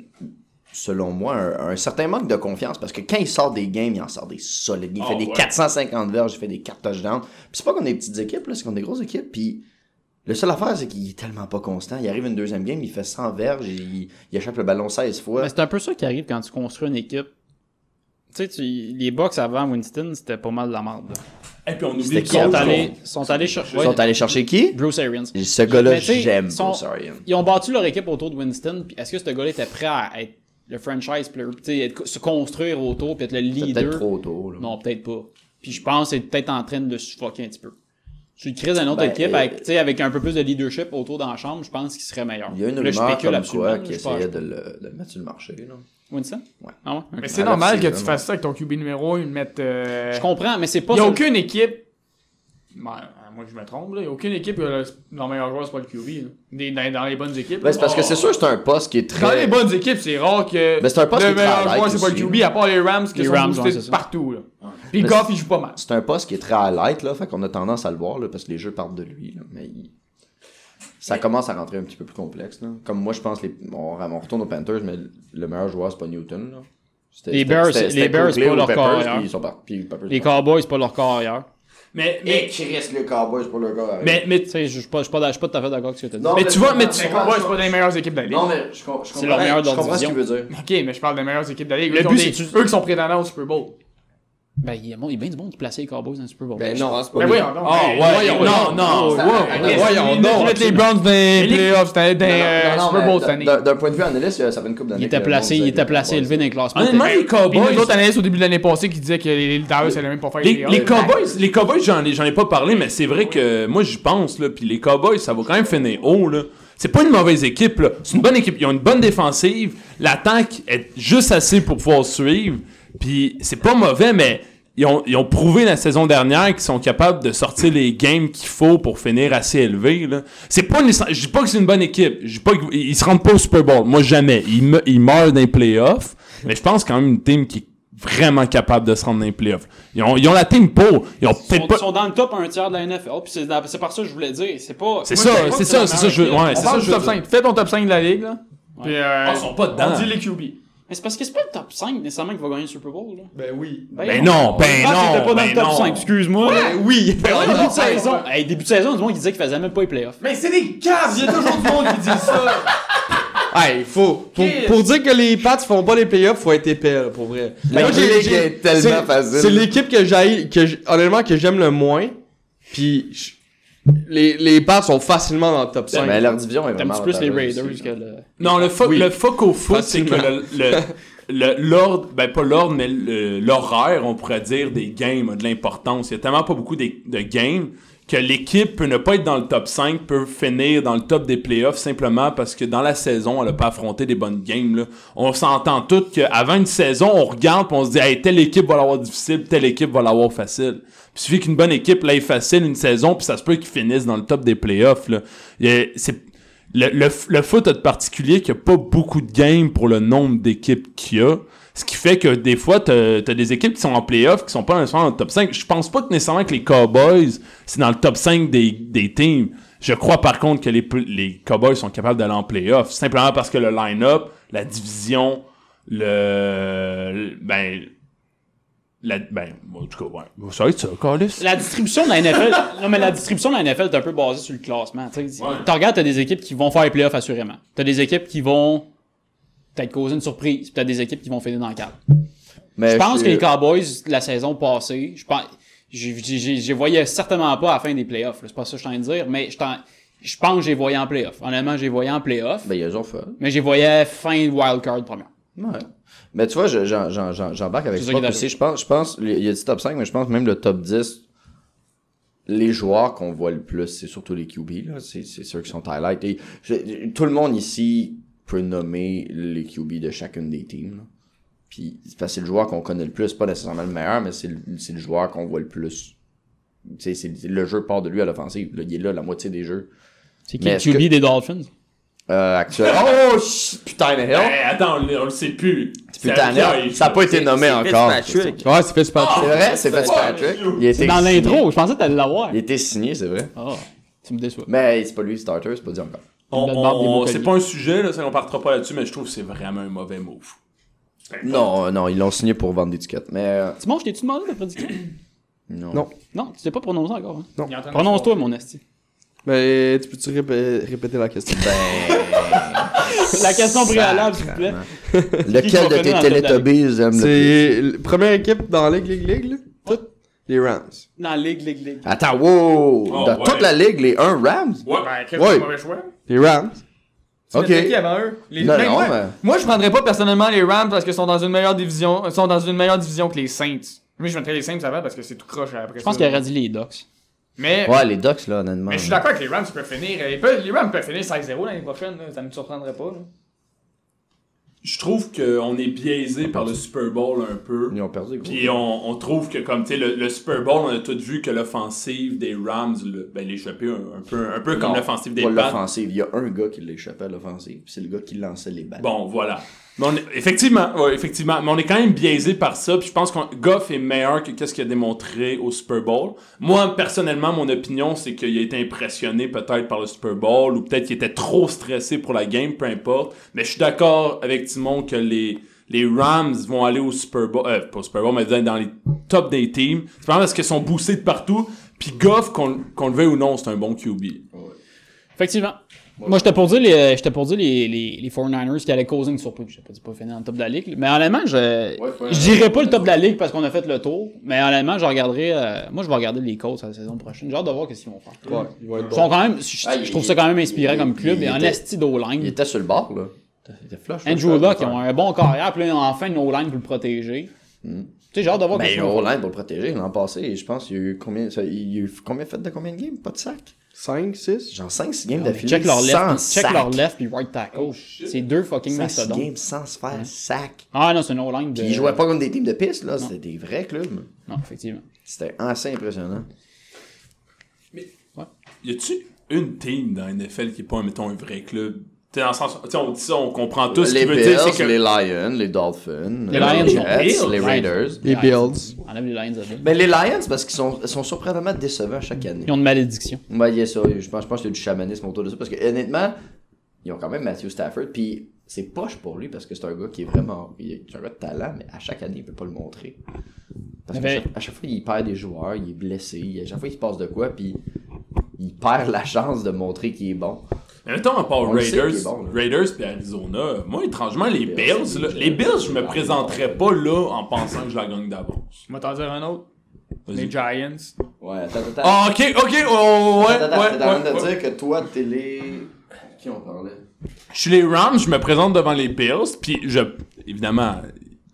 F: selon moi, a un, un certain manque de confiance parce que quand il sort des games, il en sort des solides. Il fait des 450 verges, il fait des 4 touchdowns. Puis c'est pas qu'on est des petites équipes, là, c'est qu'on est des grosses équipes. Puis Le seul affaire, c'est qu'il est tellement pas constant. Il arrive une deuxième game, il fait 100 verges, et il, il échappe le ballon 16 fois.
D: Mais c'est un peu ça qui arrive quand tu construis une équipe. Tu sais, tu- les box avant Winston, c'était pas mal de la merde. là.
C: Et puis on
F: C'était
C: oublie
D: Ils
F: qui,
C: qu'on
D: sont
F: Coach,
D: allés, sont allés chercher
F: Ils sont allés chercher qui?
D: Bruce Arians.
F: Ce gars-là,
D: Mais tu sais,
F: j'aime
D: sont-
F: Bruce Arians.
D: Ils ont bâti leur équipe autour de Winston. puis Est-ce que ce gars-là était prêt à être le franchise player, puis tu sais, être- se construire autour, puis être le
F: C'est
D: leader
F: peut-être trop tôt. Là.
D: Non, peut-être pas. Puis je pense que c'est peut-être en train de suffoquer un petit peu. Tu le crées dans une autre
F: Ben,
D: équipe
F: euh,
D: avec, tu sais, avec un peu plus de leadership autour dans la chambre, je pense qu'il serait meilleur.
F: Il y a une
D: Là, je
F: rumeur
D: spécule
F: comme
D: absolument,
F: quoi qui
D: je pense.
F: essayait de le, de le mettre sur le marché. Là.
D: Winston?
F: Ouais.
D: Ah ouais?
G: Mais
D: Ok.
G: c'est
F: Alors,
G: normal
F: c'est
G: que
F: vraiment-
G: tu fasses ça avec ton QB numéro 1, ils le mettent. euh,
D: Je comprends, mais c'est pas...
G: Il n'y a
D: ça-
G: aucune équipe. Ben, euh, moi, je me trompe. là. Il n'y a aucune équipe que le- leur meilleur joueur, c'est pas le QB. là. Des- Dans, dans les bonnes équipes.
F: Ben, c'est parce que c'est sûr que c'est un poste qui est
G: Dans les
F: très.
G: bonnes équipes, c'est rare que
F: Ben, c'est un poste
G: le
F: qui
G: meilleur
F: travaille
G: joueur, c'est pas le
F: aussi,
G: QB, à part les Rams qui
D: Les
G: sont
D: Rams,
G: boostés
D: ouais, c'est ça.
G: partout. Là. Puis
F: Mais
G: Goff,
F: c'est-
G: il joue pas mal.
F: C'est un poste qui est très light, là. Fait qu'on a tendance à le voir, là, parce que les jeux partent de lui, là, Mais il- ça commence à rentrer un petit peu plus complexe, là. Comme moi, je pense, les... on, on retourne aux Panthers, mais le meilleur joueur, c'est pas Newton, là. C'était-
D: Les
F: c'était-
D: Bears,
F: c'était-
D: les
F: c'était
D: Bears,
F: Coakley
D: c'est pas
F: ou
D: leur
F: Peppers,
D: carrière.
F: puis ils sont partis, puis Peppers
D: Les
F: sont partis.
D: Cowboys, c'est pas leur corps ailleurs.
G: Mais,
F: Et
G: mais,
F: Chris, le Cowboy, c'est pas le gars.
G: mais, mais,
D: Tu sais, je je suis pas, je suis pas, je suis pas tout à fait d'accord avec ce que tu as dit.
F: Non,
G: mais tu vois, mais tu
F: mais-
G: comprends, c'est pas des meilleures équipes de la Ligue.
F: Non, mais je, com- je comprends.
D: leur meilleur
F: je
D: dans la
F: comprends ce
D: division.
F: qu'il veut dire.
G: Ok, mais je parle des meilleures équipes de la Ligue.
D: Le
G: Eux qui
D: but,
G: ont des-
D: c'est-tu-
G: Eux qui sont prétendants au Super Bowl.
D: Ben, il est, bon, il est bien du bon de placer les Cowboys dans le Super Bowl.
A: Ben non.
G: Ben voyons donc.
C: Ah,
G: Hey,
C: ouais,
G: voyons
C: non,
G: donc.
C: non,
G: Ça-
C: wow,
G: Hey,
C: voyons
G: ils
C: donc,
G: mettent- ils mettent les Browns dans les
F: les-
G: playoffs, dans les dans les,
F: Non,
G: euh,
F: non,
G: Super
F: mais
G: Bowl cette
F: d'un-
G: année.
F: d'un- D'un point de vue analyste, ça fait une couple d'années.
D: Il était
C: euh,
F: que le
D: placé,
F: monde
D: il
F: disait
D: était
F: que
D: placé
F: les
D: élevé dans les classements.
C: Honnêtement, les
G: Puis nous,
C: Cowboys.
G: les autres analystes au début de l'année passée qui disaient que les les Dallas allaient même pas faire
C: Les,
G: playoffs.
C: les Cowboys, les Cowboys, j'en ai, j'en ai pas parlé, mais c'est vrai que moi j'y pense là, puis les Cowboys, ça va quand même finir haut là. C'est pas une mauvaise équipe là, c'est une bonne équipe. Ils ont une bonne défensive, l'attaque est juste assez pour pouvoir suivre. Puis c'est pas mauvais, mais ils ont, ils ont prouvé la saison dernière qu'ils sont capables de sortir les games qu'il faut pour finir assez élevé là. C'est pas une, je dis pas que c'est une bonne équipe, je dis pas qu'ils ils se rendent pas au Super Bowl, moi jamais. Ils, me, ils meurent dans les playoffs, mais je pense quand même une team qui est vraiment capable de se rendre dans les playoffs. Ils ont, ils ont la team pour. Ils ont
D: Ils
C: peut-être
D: sont,
C: pas.
D: sont dans le top un tiers de la NFL, puis c'est dans- c'est par ça que je voulais dire. C'est pas.
C: C'est
D: moi,
C: ça,
D: je sais pas
C: c'est
D: que
C: ça,
D: la
C: c'est ça, je veux-
D: meilleure
C: ouais,
D: équipe.
G: On
C: c'est ça,
G: parle
C: je
G: du
C: veux
G: top
C: dire.
G: 5. Fais ton top 5 de la Ligue, là. Puis, euh,
C: Ah, ils sont pas dedans.
G: On dit les QB.
D: Mais c'est parce que c'est pas le top 5 nécessairement qui va gagner le Super Bowl. Là.
A: Ben oui.
C: Ben non, ben
D: Ah,
C: non.
D: c'était pas dans le
C: ben
D: top
C: non.
D: 5, excuse-moi.
A: Ben oui.
D: Ben,
A: Ben
D: début de saison. Hey, début de saison, du monde qui disait qu'il faisait même pas les playoffs.
G: Mais c'est des caves, il y a toujours du monde qui
D: [laughs]
G: dit ça.
A: Hey, faut. Pour, pour dire que les Pats font pas les playoffs, faut être épais, là, pour vrai.
F: La
A: Moi, j'ai-
F: ligue
A: j'ai-
F: est tellement
A: c'est-
F: facile.
A: C'est l'équipe que j'aille, que j'- honnêtement, que j'aime le moins. Puis, je- les, les Pats sont facilement dans le top 5.
F: Mais leur division est
D: T'aimes
F: vraiment.
D: petit plus les
F: avantageuse
D: Raiders
F: aussi,
D: que
F: là.
D: le.
C: Non, le, fo
A: Oui.
C: le fuck au foot, c'est que
A: Facilement.
C: le- le- le- l'ordre, ben pas l'ordre, mais le- l'horaire, on pourrait dire, des games a de l'importance. Il y a tellement pas beaucoup des- de games que l'équipe peut ne pas être dans le top 5, peut finir dans le top des playoffs simplement parce que dans la saison, elle a pas affronté des bonnes games. Là. On s'entend toutes qu'avant une saison, on regarde pis on se dit hey, telle équipe va l'avoir difficile, telle équipe va l'avoir facile. Puis il suffit qu'une bonne équipe l'aille facile une saison, puis ça se peut qu'ils finissent dans le top des playoffs. Là. Il y a- c'est- le, le, f- le foot a de particulier qu'il n'y a pas beaucoup de games pour le nombre d'équipes qu'il y a. Ce qui fait que des fois, t'as t'as des équipes qui sont en playoff, qui sont pas nécessairement dans le top 5. Je pense pas que nécessairement que les Cowboys, c'est dans le top 5 des, des teams. Je crois par contre que les, pl- les Cowboys sont capables d'aller en playoff. Simplement parce que le line-up, la division, le... le- ben... La, ben, en tout cas, ouais. Ça va être ça, Carlis.
D: La distribution de la NFL, [laughs] non mais la distribution de la NFL est un peu basée sur le classement. Tu sais. T'en regardes, t'as des équipes qui vont faire les playoffs assurément. T'as des équipes qui vont peut-être causer une surprise, puis t'as des équipes qui vont finir dans le cadre.
F: Mais
D: Euh, Je pense
F: c'est-
D: que les Cowboys la saison passée, je pense, j'ai- j'ai- j'ai- je les voyais certainement pas à la fin des playoffs. là. C'est pas ça que je t'en de dire, mais je t'en- je pense que j'ai voyais en playoff. Honnêtement, j'ai voyais en playoff,
F: Ben, ils ont fait.
D: mais j'ai voyais fin wildcard première.
F: Ouais. Mais tu vois, je- j'en- j'en- j'en- j'embarque avec
D: C'est ça
F: Spock
D: qui est
F: aussi. Je pense, je pense, il y a dit top 5, mais je pense même le top 10, les joueurs qu'on voit le plus, c'est surtout les QB. là. C'est c'est ceux qui sont highlight. Et je- tout le monde ici peut nommer les QB de chacune des teams. là. Puis c'est parce que c'est le joueur qu'on connaît le plus, pas nécessairement le meilleur, mais c'est le, c'est le joueur qu'on voit le plus. Tu sais, c'est- c'est- le jeu part de lui à l'offensive. là. Il est là la moitié des jeux.
D: C'est
F: Mais
D: qui le
F: est-ce
D: QB des Dolphins?
F: Euh, actuel. Oh, shit, putain de hell!
C: Hey, Ben, attends, on, le- on le sait plus.
F: Putain,
C: C'est
F: de
C: un
F: hell.
C: piège.
F: ça n'a pas été nommé
I: C'est
F: encore.
I: Fitzpatrick.
A: Ouais, c'est Fitzpatrick.
F: C'est vrai, c'est Fitzpatrick. Il était
D: C'est dans
F: signé.
D: l'intro, je pensais que t'allais l'avoir.
F: Il était signé, c'est vrai.
D: Ah, tu me déçois.
F: Mais c'est pas lui, le starter, c'est pas dit encore.
C: On-
D: Il me demande des
C: on-
D: mots
C: c'est
D: connus.
C: pas un sujet, là, ça, on partira pas là-dessus, mais je trouve que c'est vraiment un mauvais move.
F: Non, non, ils l'ont signé pour vendre des tickets. Mais euh,
D: Simon, je t'ai-tu demandé ta prédiction?
F: non.
A: Non.
D: [clears throat] Non, tu t'es pas prononcé encore. hein?
G: Il est en train de-
D: Prononce-toi, mon esti.
A: Ben, tu peux-tu répé- répéter la question?
F: Ben,
D: La question préalable, s'il vous plaît.
F: Lequel de tes Teletubbies aime le
A: C'est la première équipe dans la Ligue, Ligue, Ligue, là? Toutes les Rams.
D: Dans Ligue, Ligue, Ligue.
F: Attends, wow!
C: Oh,
F: Dans
C: ouais.
F: toute la ligue, les 1 Rams?
G: Ouais, ben, quel
A: Ouais.
G: mauvais choix.
A: Les Rams?
G: Tu
F: Ok.
G: mettais qui avant eux? Les...
F: Non,
G: Ben,
F: non,
G: moi,
F: mais-
G: moi, je prendrais pas personnellement les Rams parce qu'ils sont dans une meilleure division, euh, sont dans une meilleure division que les Saints. Mais je mettrais les Saints avant parce que c'est tout croche après
D: Je pense qu'il aurait dit les Ducks.
G: Mais,
F: Ouais, les Ducks, là, honnêtement.
G: mais je suis d'accord que les Rams peuvent finir. euh, ils peuvent- les Rams peuvent finir 5-0 l'année prochaine, là, ça me surprendrait pas. là.
C: Je trouve qu'on est biaisé par le Super Bowl un peu.
F: Ils ont perdu, gros.
C: Puis on, on trouve que, comme, tu sais, le, le Super Bowl, on a tout vu que l'offensive des Rams, le- ben, l'échappée un, un peu, un peu comme
F: Non,
C: l'offensive des
F: Pas
C: Pats.
F: l'offensive. Il y a un gars qui l'échappait à l'offensive, puis c'est le gars qui lançait les balles.
C: Bon, voilà. Mais on est- effectivement, ouais, effectivement, mais on est quand même biaisé par ça. Puis je pense que Goff est meilleur que qu'est-ce qu'il a démontré au Super Bowl. Moi, personnellement, mon opinion, c'est qu'il a été impressionné peut-être par le Super Bowl ou peut-être qu'il était trop stressé pour la game, peu importe. Mais je suis d'accord avec Timon que les les Rams vont aller au Super Bowl, euh, pas au Super Bowl, mais dans les top des teams. C'est vraiment parce qu'ils sont boostés de partout. Puis Goff, qu'on qu'on le veuille ou non, c'est un bon QB.
D: Effectivement. Moi, j'étais pour dire les, j'étais pour dire les, les, les 49ers qui allaient causer une surprise. Je pas dit pas finir en top de la ligue. Mais honnêtement, je, je dirais pas le top de la ligue parce qu'on a fait le tour. Mais honnêtement, je regarderai, euh, moi, je vais regarder les Colts la saison prochaine. J'ai hâte de voir ce qu'ils vont faire.
A: Ouais, ils vont être
D: Ils
A: bons.
D: sont quand même, je,
F: Ah,
D: je
F: il-
D: trouve ça quand même inspirant
F: il-
D: comme club
F: il
D: et en
F: était-
D: esti d'O-line.
F: Il était sur le bord, là. Il était flush. là,
D: Andrew
F: flush,
D: Luck, ils ont un bon carrière, puis là, enfin une O-line pour le protéger. Tu sais, j'ai hâte de voir
F: Ben,
D: qu'est-ce
F: ils
D: qu'ils vont
F: ont
D: faire.
F: line pour le protéger. L'an passé, je pense, il y a eu combien, ça, il y a eu combien fait de combien de games? Pas de sac?
A: 5, 6?
F: Genre 5, 6 games
D: Ah, Mais
F: d'affilée.
D: Check leur
F: sans
D: left, puis- check
F: sac.
D: leur left puis right tackle.
F: Oh,
D: c'est deux fucking
F: 5, 6
D: mastodontes.
F: games sans se faire sac.
D: Ah non, c'est une O-line de...
F: Puis ils jouaient pas comme des teams de piste, là. C'était des vrais clubs.
D: Non, effectivement.
F: C'était assez impressionnant.
C: Y a-tu une team dans la NFL qui est pas, mettons, un vrai club? T'sais, dans le sens, t'sais, on dit ça, on comprend tous ce
F: les
C: qu'il veut
F: Bills,
C: dire, c'est que...
F: les Lions, les Dolphins,
D: Les Lions,
F: Jets,
D: sont pires.
F: les Raiders.
A: Les Bills.
D: Enlève les Lions à deux.
F: Mais les Lions, parce qu'ils sont, sont surprenamment décevants chaque année.
D: Ils ont une malédiction.
F: Ouais, il y a ça. Je pense, je pense qu'il y a du chamanisme autour de ça. Parce que, honnêtement, ils ont quand même Matthew Stafford. Puis, c'est poche pour lui parce que c'est un gars qui est vraiment. il- C'est un gars de talent, mais à chaque année, il peut pas le montrer. Parce qu'à
D: Mais-
F: chaque, à chaque fois, il perd des joueurs, il est blessé. il- À chaque fois, il se passe de quoi. Puis, il perd la chance de montrer qu'il est bon.
C: Mais mettons, à part
F: On le sait
C: Raiders,
F: qu'il est bon, là.
C: Raiders puis Arizona, moi, étrangement, les
F: Bills, euh, ah,
C: Bills, là,
F: c'est-
C: les Bills, je me présenterais pas là en pensant que je la gagne d'avance.
G: Je vais t'en dire un autre.
C: Vas-y.
G: Les Giants.
F: Ouais, attends, attends.
C: Ah, ok, ok, oh, ouais,
F: attends, attends, t'es en train
C: ouais,
F: de
C: ouais, ouais.
F: dire que toi, t'es les. Qui on parlait
C: Je suis les Rams, je me présente devant les Bills, puis je... Évidemment,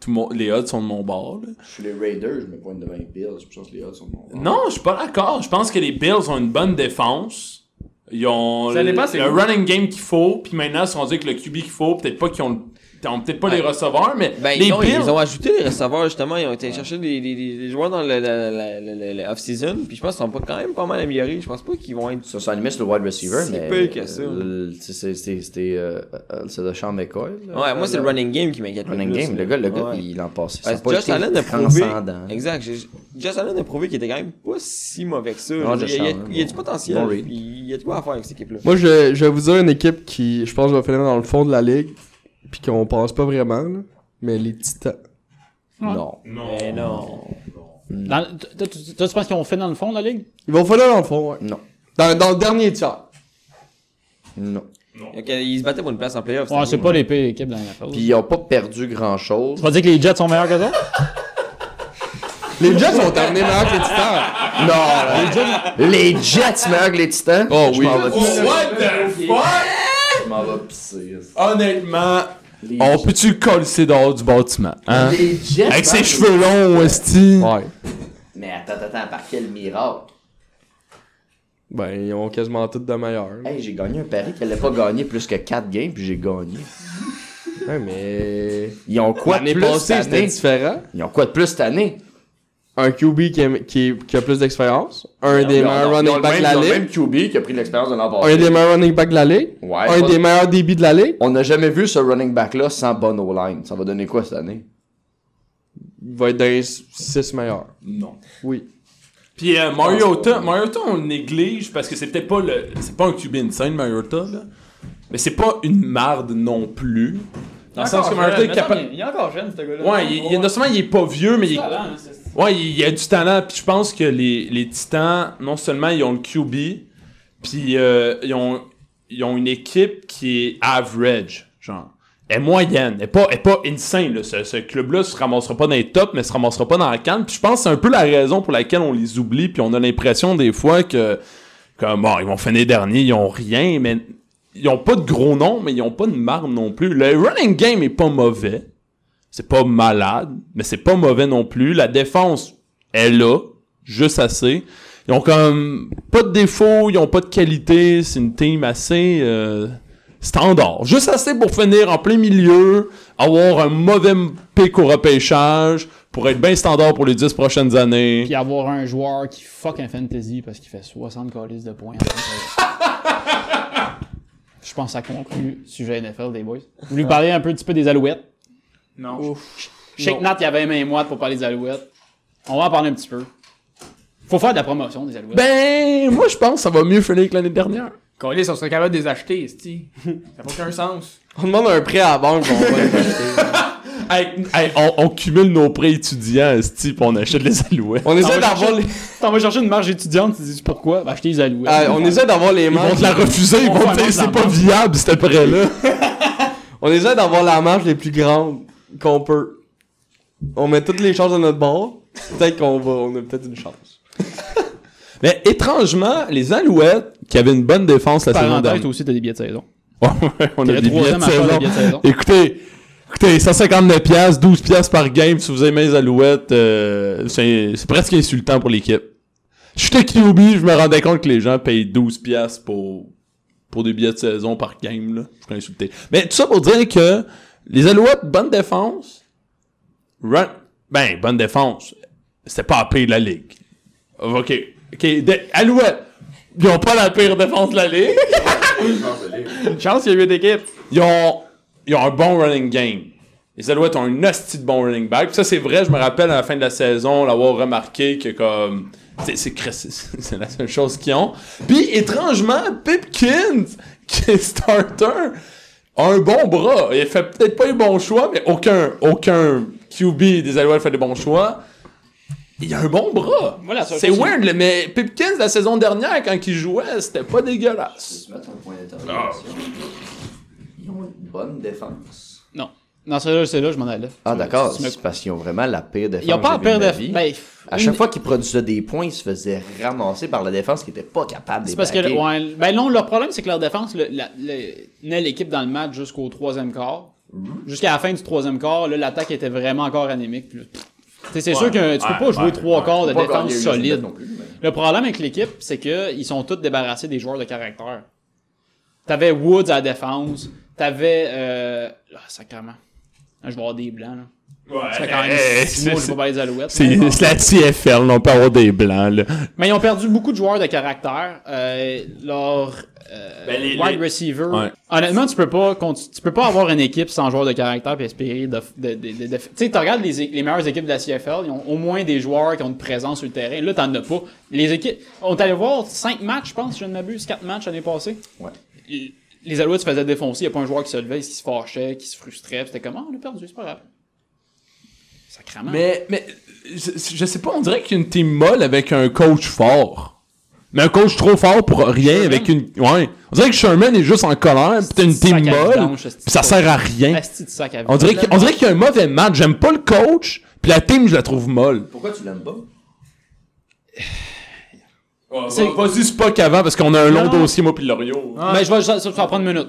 C: tout mon... les odds sont de mon bord, là.
F: Je suis les Raiders, je me pointe devant les Bills. Je pense que les autres sont bons.
C: Non, je suis pas d'accord. Je pense que les Bills ont une bonne défense. Ils ont
G: Ça
C: le,
G: dépend, c'est
C: le
G: où.
C: running game qu'il faut, puis maintenant ils sont dit que le QB qu'il faut, peut-être pas qu'ils ont, ils ont peut-être pas les receveurs, mais
I: Ben,
C: les
I: ils, ont,
C: Bills.
I: ils ont ajouté les receveurs, justement. Ils ont été chercher des, des, des- des joueurs dans le, la- la- la- la- la off-season. Puis je pense qu'ils sont pas, quand même pas mal améliorés. Je pense pas qu'ils vont être.
F: Ça, ça animait sur le wide receiver,
I: C'est
F: mais.
I: pire que ça.
F: euh, c'est- c'est- c'est- C'était. euh, euh, C'est de Sean McCoy. là.
I: Ouais, moi, c'est le running game qui m'inquiète.
F: Running
I: plus,
F: game,
I: là.
F: le gars, le gars,
I: Ouais.
F: il en passait. Ça
I: Parce
F: a
I: que
F: pas
I: Josh
F: été
I: Allen a prouvé.
F: transcendant.
I: Exact. j'ai- Josh Allen a prouvé qu'il était quand même pas si mauvais que ça.
F: Non,
I: il, y a,
F: Josh
I: il y a-
F: Allen,
I: il y a
F: bon.
I: du potentiel.
F: Bon read.
I: puis il y a de quoi à faire avec cette équipe-là.
A: Moi, je, je vais vous dire une équipe qui, je pense, va finir dans le fond de la ligue, puis qu'on pense pas vraiment, là, mais les Titans.
F: Non.
I: Mais non.
D: Dans- t- t- t- Toi, tu penses qu'ils ont fait dans le fond de la ligue?
A: Ils vont finir dans le fond, ouais.
F: Non.
A: Dans, dans le dernier tiers.
F: Non.
I: Ok, ils se battaient pour une place en playoff.
D: Ouais,
I: cette
D: c'est
I: année.
D: pas les pires équipes dans la phase.
F: Puis ils ont pas perdu grand
D: Tu
F: chose.
D: vas dire que les Jets sont meilleurs que ça?
A: Les Jets vont terminer meilleurs que les Titans. [laughs]
F: Non, là. les Jets meilleurs que les Titans.
A: Oh,
F: Je
A: oui.
F: m'en vais pisser.
C: What the fuck?
F: Je m'en vais pisser.
C: Honnêtement,
F: Les-
C: on peut-tu le coller dehors du bâtiment? Hein?
F: Les Jets.
C: Avec ses
F: meilleurs-
C: cheveux longs, Westy.
A: Ouais.
F: Mais attends, attends, attends, par quel miracle.
A: Ben, ils ont quasiment toutes de meilleurs.
F: Hey, j'ai gagné un pari qu'elle n'allait pas gagner plus que 4 games, puis j'ai gagné.
A: Ouais, mais.
F: Ils ont quoi de
A: L'année
F: plus
A: passée,
F: cette
A: c'était
F: année?
A: différent.
F: Ils ont quoi de plus cette année?
A: Un QB qui, aime- qui, qui a plus d'expérience. Un des
F: Ils ont-
A: meilleurs
F: ils ont
A: running
F: le
A: back
F: même-
A: de la
F: ils ont le
A: ligue.
F: même QB qui a pris de l'expérience de l'an
A: Un
F: passé.
A: des meilleurs running back de la ligue.
F: Ouais,
A: un
F: pas-
A: des meilleurs débuts de la ligue.
F: On n'a jamais vu ce running back-là sans bonne O-line. Ça va donner quoi cette année?
A: Il va être dans les 6 meilleurs.
C: Non.
A: Oui.
C: Puis euh, Mariota, Mariota, on le néglige parce que c'est peut-être pas le. C'est pas un QB insane, Mariota, là. Mais c'est pas une marde non plus. Dans le sens que Mariota est capable.
G: Il est encore jeune, ce gars-là.
C: Ouais, il, il- non seulement il est pas vieux, mais il, ouais, il, il a du talent. Puis je pense que les, les Titans, non seulement ils ont le QB, Puis euh, ils, ont, ils ont une équipe qui est average, genre. Elle est moyenne, elle est pas, elle est pas insane. là. Ce, ce club-là se ramassera pas dans les tops, mais se ramassera pas dans la canne. Puis je pense que c'est un peu la raison pour laquelle on les oublie, puis on a l'impression des fois que, comme, bon, ils vont finir dernier, ils ont rien, mais ils ont pas de gros noms, mais ils ont pas de marbre non plus. Le running game est pas mauvais. C'est pas malade, mais c'est pas mauvais non plus. La défense est là, juste assez. Ils ont comme pas de défauts, ils ont pas de qualité. C'est une team assez euh, standard. Juste assez pour finir en plein milieu, avoir un mauvais pic au repêchage, pour être bien standard pour les 10 prochaines années.
D: Puis avoir un joueur qui fuck un fantasy parce qu'il fait 60 calices de points. en fantasy. [laughs] Je pense que ça conclut le sujet NFL des boys. Vous voulez parler un peu, petit peu des alouettes?
G: Non.
D: Je sais que Nat, il y avait aimé moi pour parler des alouettes. On va en parler un petit peu. Faut faire de la promotion des alouettes.
C: Ben, moi je pense que ça va mieux finir que l'année dernière.
G: Colis, on serait capable de les acheter, [laughs] esti. Ça n'a aucun sens.
A: On demande un prêt à la banque, on va les acheter.
C: Hey, hey, on, on cumule nos prêts étudiants, esti, pis on achète les alouettes.
A: [laughs] Ah, On essaie
D: va
A: d'avoir les,
D: T'en vas chercher une marge étudiante, tu dis pourquoi? Ben, acheter des alouettes.
A: Ah, on essaie d'avoir les
C: Ils vont
A: marges,
C: te la refuser, ils
D: On
C: vont
D: fait
C: te dire
D: de la
C: c'est pas
D: merde.
C: viable ce prêt-là.
A: [laughs] on essaie d'avoir la marge les plus grandes qu'on peut. On met toutes les chances de notre bord. Peut-être qu'on va, on a peut-être une chance.
C: Mais étrangement, les Alouettes, qui avaient une bonne défense la saison
D: Parenthèse, toi
C: dernière.
D: aussi, t'as des billets de saison.
C: [laughs] Ouais, on
D: T'es
C: a
D: le
C: des billets
D: troisième
C: de
D: à faire des
C: saison.
D: billets de saison.
C: Écoutez, écoutez, 159 pièces, 12 pièces par game, si vous aimez les Alouettes, euh, c'est c'est presque insultant pour l'équipe. J'étais QB, je me rendais compte que les gens payent 12 pièces pour pour des billets de saison par game là, je suis insulté. Mais tout ça pour dire que les Alouettes bonne défense. Run, ben bonne défense. C'était pas la pire de la ligue. OK. OK, de- Alouettes, ils ont pas la pire défense de la ligue.
G: Une chance, il y a 8 équipes.
C: Ils ont, ils ont un bon running game. Les Alouettes ont un hostie de bon running back. Puis Ça, c'est vrai, je me rappelle à la fin de la saison l'avoir remarqué que comme. C'est, c'est, cr- c'est- [laughs] c'est la seule chose qu'ils ont. Puis, étrangement, Pipkins, [laughs] qui est starter, a un bon bras. Il fait peut-être pas les bons choix, mais aucun, aucun QB des Alouettes fait des bons choix. Il a un bon bras.
D: Voilà, ça,
C: c'est
D: ça, c'est-
C: weird, là, mais Pipkins, la saison dernière, quand il jouait, c'était pas dégueulasse.
B: se mettre un point d'interrogation. Ils ont une bonne défense.
D: Non. Non, c'est là, c'est là, je m'en allais.
B: Ah, d'accord.
D: Tu me-
B: C'est parce qu'ils ont vraiment la pire défense.
D: Ils ont pas à
B: que j'ai vue
D: perdre
B: de ma
D: de
B: vie.
D: ben,
B: À
D: une-
B: chaque fois qu'ils produisaient des points, ils se faisaient ramasser par la défense qui était pas capable de
D: C'est parce que.
B: les backer.
D: ouais, ben non, leur problème, c'est que leur défense le, la, le- menait l'équipe dans le match jusqu'au troisième quart.
B: Mhm.
D: Jusqu'à la fin du troisième quart, là, l'attaque était vraiment encore anémique. Puis là, pff, t'sais, c'est sûr que tu peux pas jouer trois quarts de
B: Pas
D: défense
B: gagner juste
D: solide.
B: non plus, mais-
D: Le problème avec l'équipe, c'est que ils sont tous débarrassés des joueurs de caractère. T'avais Woods à la défense, t'avais. Euh... Ah, sacrément. Là, je vais avoir des blancs, là. Ça fait quand même six mois que je vais parler des Alouettes.
C: C'est
D: Mais bon.
C: c'est la TFL, là, on peut avoir des blancs, là.
D: Mais ils ont perdu beaucoup de joueurs de caractère. Euh, leur euh,
C: Ben, les-
D: wide
C: les-
D: receiver.
C: Ouais.
D: Honnêtement, tu peux pas conti- tu peux pas avoir une équipe sans joueurs de caractère et espérer de, de- de- de- de- Tu sais, tu regardes les, é- les meilleures équipes de la CFL, ils ont au moins des joueurs qui ont une présence sur le terrain. Là, t'en as pas. Les équipes, on t'allait voir 5 matchs, je pense, si je ne m'abuse, 4 matchs l'année passée.
B: Ouais.
D: Et Les Alouettes se faisaient défoncer, il n'y a pas un joueur qui se levait, qui se fâchait, qui se frustrait, puis c'était comme, ah, on a perdu, c'est pas grave. Sacrament.
C: Mais, mais je, je sais pas, on dirait qu'il y a une team molle avec un coach fort. Mais un coach trop fort pour rien avec une. Ouais. On dirait que Sherman est juste en colère, pis t'as une team
D: Sac à
C: molle,
D: vidange,
C: pis ça sert à rien.
D: Asti de sac à
C: On
D: vidange.
C: dirait qu'il on dirait qu'il y a un mauvais match. J'aime pas le coach, pis la team, je la trouve molle.
B: Pourquoi tu l'aimes pas?
D: C'est-
C: Vas-y, c'est pas qu'avant, parce qu'on a un long
D: Non.
C: dossier, moi, pis Loriot.
D: Mais je vais ça, ça va prendre une minute.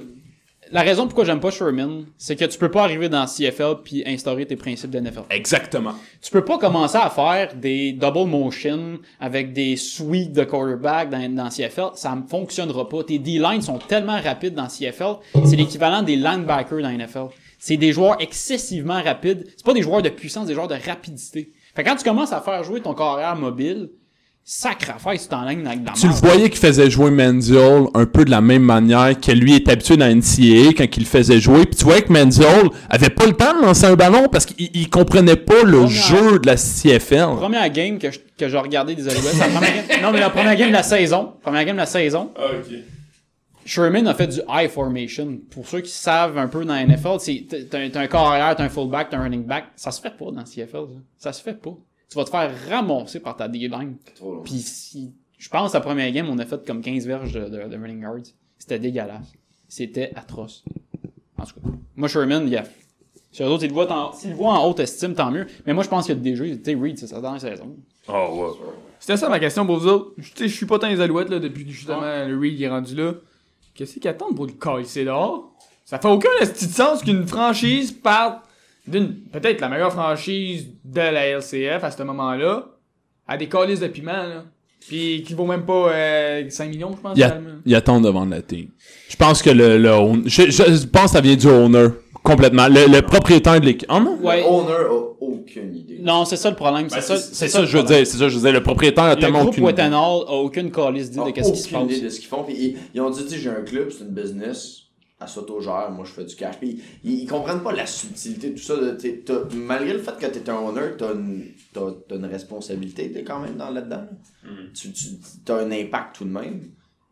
D: La raison pourquoi j'aime pas Sherman, c'est que tu peux pas arriver dans CFL puis instaurer tes principes de NFL.
C: Exactement.
D: Tu peux pas commencer à faire des double motion avec des sweeps de quarterback dans, dans CFL. Ça ne fonctionnera pas. Tes D-lines sont tellement rapides dans CFL. C'est l'équivalent des linebackers dans NFL. C'est des joueurs excessivement rapides. C'est pas des joueurs de puissance, c'est des joueurs de rapidité. Fait que quand tu commences à faire jouer ton carrière mobile, sacre affaire, tu t'enlignes dans, dans la
C: Tu le
D: merde.
C: voyais qu'il faisait jouer Mendiol un peu de la même manière que lui est habitué dans la NCAA quand il le faisait jouer. Puis tu voyais que Mendiol avait pas le temps de lancer un ballon parce qu'il il comprenait pas le
D: Première-
C: jeu de la CFL.
D: Première game que je- que j'ai regardé des Alouettes, la première game- non mais la première game de la saison, première game de la saison. Sherman a fait du high formation. Pour ceux qui savent un peu dans la NFL, c'est t'as- t'as un- t'as un corps arrière, t'as un fullback, t'as un running back, ça se fait pas dans la CFL, ça, Ça se fait pas. Tu vas te faire ramasser par ta D-line. Puis si Je pense, la première game, on a fait comme 15 verges de, de- de running yards. C'était dégueulasse. C'était atroce. En tout cas, moi, Sherman, il a... Si eux autres, ils le voient en, s'ils le voient en haute estime, tant mieux. Mais moi, je pense qu'il y a des jeux, tu sais, Reed, c'est ça, dans la saison.
C: Oh, ouais.
G: C'était ça ma question pour vous autres. Je tu sais, je suis pas dans les alouettes là, depuis que justement le Reed est rendu là. Qu'est-ce qu'ils attendent pour le casser dehors? Ça fait aucun esti de sens qu'une franchise parte d'une peut-être la meilleure franchise de la LCF à ce moment-là à des calices de piment là. Puis qui vaut même pas euh, 5 millions, je pense.
C: Ils,
G: finalement.
C: attendent attendent devant la team. Je pense que le, le own- je, je pense que ça vient du owner complètement. Le, le propriétaire de l'équipe. Oh non.
D: Ouais.
F: Owner a aucune idée.
D: Ben, Non, c'est ça le problème.
C: Ben,
D: c'est ça,
C: c'est
D: ça
C: ça,
D: le
C: je veux
D: problème.
C: dire. C'est ça, je veux dire. Le propriétaire a
D: Le
C: tellement
D: groupe
C: aucune. idée. Ah,
D: Wetanal a aucune calice d'idée de qu'est-ce qui se
F: Ah, Aucune
D: passe.
F: idée de ce qu'ils font. Puis ils, ils ont dit, tu sais, j'ai un club, c'est une business, à s'autogère, moi je fais du cash. Puis ils, ils comprennent pas la subtilité de tout ça. là. T'sais, t'as- malgré le fait que t'es un owner, t'as une, t'as- t'as une responsabilité t'es quand même dans, là-dedans. là. Tu, tu as un impact tout de même.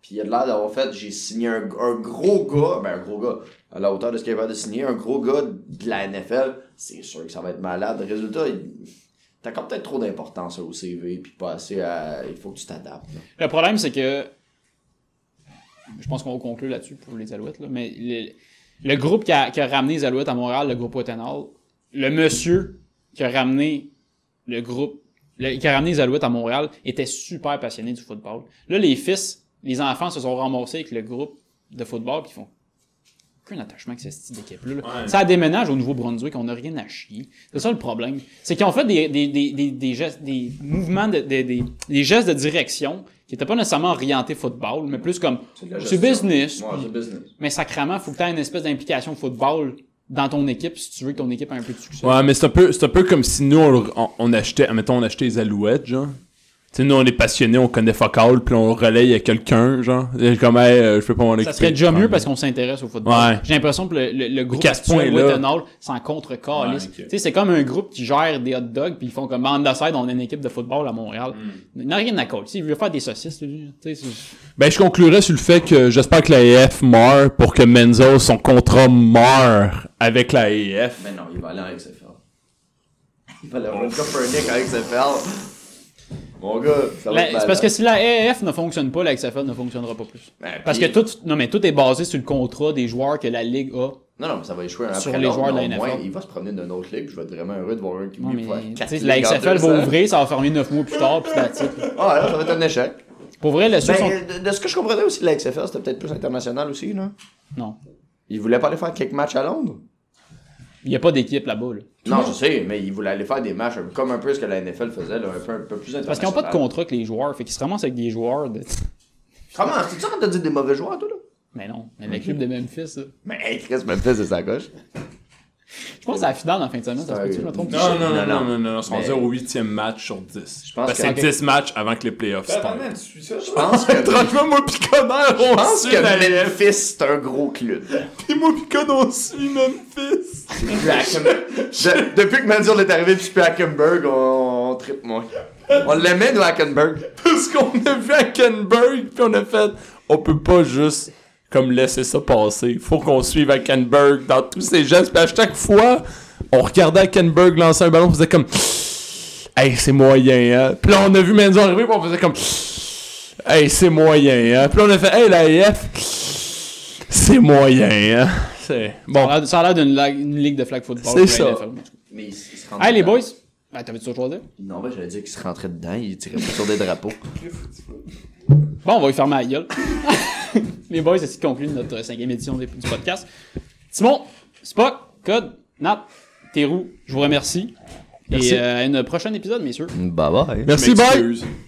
F: Puis il a de l'air d'avoir fait, j'ai signé un, un gros gars, ben un gros gars, à la hauteur de ce qu'il est capable de signer, un gros gars de la NFL, c'est sûr que ça va être malade. Résultat, il- t'as quand peut-être trop d'importance au CV, puis pas assez à... Il faut que tu t'adaptes. là.
D: Le problème, c'est que. Je pense qu'on va conclure là-dessus pour les Alouettes, là, mais le, le groupe qui a, qui a ramené les Alouettes à Montréal, le groupe Wetanal, le monsieur qui a ramené le groupe, le- qui a ramené les Alouettes à Montréal, était super passionné du football. Là, les fils, les enfants se sont remboursés avec le groupe de football, puis ils font aucun attachement avec cette style d'équipe-là. là. Ça déménage au Nouveau-Brunswick, on n'a rien à chier. C'est ça le problème. C'est qu'ils ont fait des, des, des, des, des gestes, des mouvements, de, des, des, des gestes de direction qui n'étaient pas nécessairement orientés football, mais plus comme
F: de la
D: c'est
F: gestion.
D: business.
F: Ouais,
D: puis-
F: c'est business.
D: mais sacrément, il faut que tu aies une espèce d'implication football dans ton équipe si tu veux que ton équipe ait un peu de succès.
C: Ouais, mais c'est un peu, c'est un peu comme si nous on, on- on achetait, mettons on achetait les alouettes, genre. Tu sais, nous on est passionnés, on connaît Focal, puis on relaye à quelqu'un, genre. Et comme, hey, euh, je peux pas m'en
D: Ça serait déjà mieux parce qu'on s'intéresse au football.
C: Ouais.
D: J'ai l'impression que le, le, le groupe
C: qu'à ce
D: actuel
C: point-là-
D: Whittenall s'en contre
C: Ouais,
D: calisse
C: ok.
D: Tu sais, c'est comme un groupe qui gère des hot dogs puis ils font comme bande de side, on a une équipe de football à Montréal.
F: Hmm.
D: Il n'a rien à coller. Il veut faire des saucisses, lui. Tu sais,
F: Ah
D: c'est-
C: Ben, je conclurais sur le fait que j'espère que la AF meurt pour que Menzo, son contrat meurt avec la E AF.
F: Mais non, il va aller en XFL. [laughs] Il va aller en Copernic en XFL. Mon gars, ça va
D: La-
F: être
D: C'est parce
F: malade.
D: que si la AF ne fonctionne pas, la XFL ne fonctionnera pas plus.
F: Ben,
D: Parce que
F: puis-
D: tout, non, mais tout est basé sur le contrat des joueurs que la Ligue a.
F: Non, non, mais ça va échouer un
D: Sur
F: après
D: les
F: l'autre,
D: joueurs de
F: mais
D: la
F: au moins,
D: NFL.
F: Il va se promener d'une autre ligue. puis Je vais être vraiment heureux de voir un qui
D: Non,
F: lui
D: mais,
F: faire quatre
D: tu sais,
F: ligues
D: la
F: en
D: XFL
F: deux
D: va
F: ans.
D: ouvrir, ça va fermer 9 mois plus tard, puis that's it.
F: Ah, là, ça va être un échec.
D: Pour vrai, le ceux
F: Ben,
D: sont...
F: de, de ce que je comprenais aussi, la XFL, c'était peut-être plus international aussi, là.
D: Non.
F: Il voulait pas aller faire quelques matchs à Londres.
D: Il n'y a pas d'équipe là-bas. Là.
F: Non, je sais, mais il voulait aller faire des matchs un- comme un peu ce que la NFL faisait, là, un peu, un peu plus international.
D: Parce qu'ils n'ont pas de contrat avec les joueurs. Fait qu'ils se ramassent avec des joueurs de. [laughs]
F: Comment? C'est ça qu'on t'a dit des mauvais joueurs, toi, là?
D: Mais non, mais le club de Memphis. là.
F: Mais hey, Chris Memphis, c'est sa coche.
D: Je pense à la finale en fin de semaine. Ça se peut-tu, je me trompe?
C: Non, non,
F: Non,
C: non,
F: non.
C: non, non, non, on s'en
F: Mais-
C: dit au huitième match sur 10. Je
F: pense
C: pense que
F: que-
C: c'est 10 matchs avant que les playoffs startent.
L: tu suis ça?
F: Je pense [laughs] que...
C: Franchement, moi pis Connor, on
F: Je pense
C: suit
F: que
C: la AF.
F: Memphis, c'est un gros club.
C: Pis moi pis Connor, on suit Memphis.
F: Je- depuis que Mansour est arrivé, puis je suis à Hackenberg, on, on tripe moins. On l'aimait, nous, à Hackenberg.
C: Parce qu'on a vu à Canberg, puis on a fait, on peut pas juste comme laisser ça passer. Faut qu'on suive à Canberg dans tous ses gestes. Puis à chaque fois, on regardait à Canberg lancer un ballon, on faisait comme, hey, c'est moyen, hein. Puis là, on a vu Menzo arriver, puis on faisait comme, hey, c'est moyen, hein. Puis là, on a fait, hey, la AF, c'est moyen, hein. C'est bon.
D: Ça a l'air- Ça a l'air d'une la- une ligue de flag football.
C: C'est ça.
F: Mais il, il se rentrait
D: Hey les
F: dedans.
D: boys! Ben, T'avais-tu autre chose à dire?
F: Non, ben, j'allais dire qu'il se rentrait dedans, il tirait pas sur des drapeaux.
D: Bon, on va y fermer la gueule. [laughs] les boys, c'est ce qui conclut notre euh, cinquième édition des- du podcast. Simon, Spock, Code, Nat, Térou, je vous remercie. Et euh, à un prochain épisode, messieurs.
F: Bye bye.
C: Merci, bye.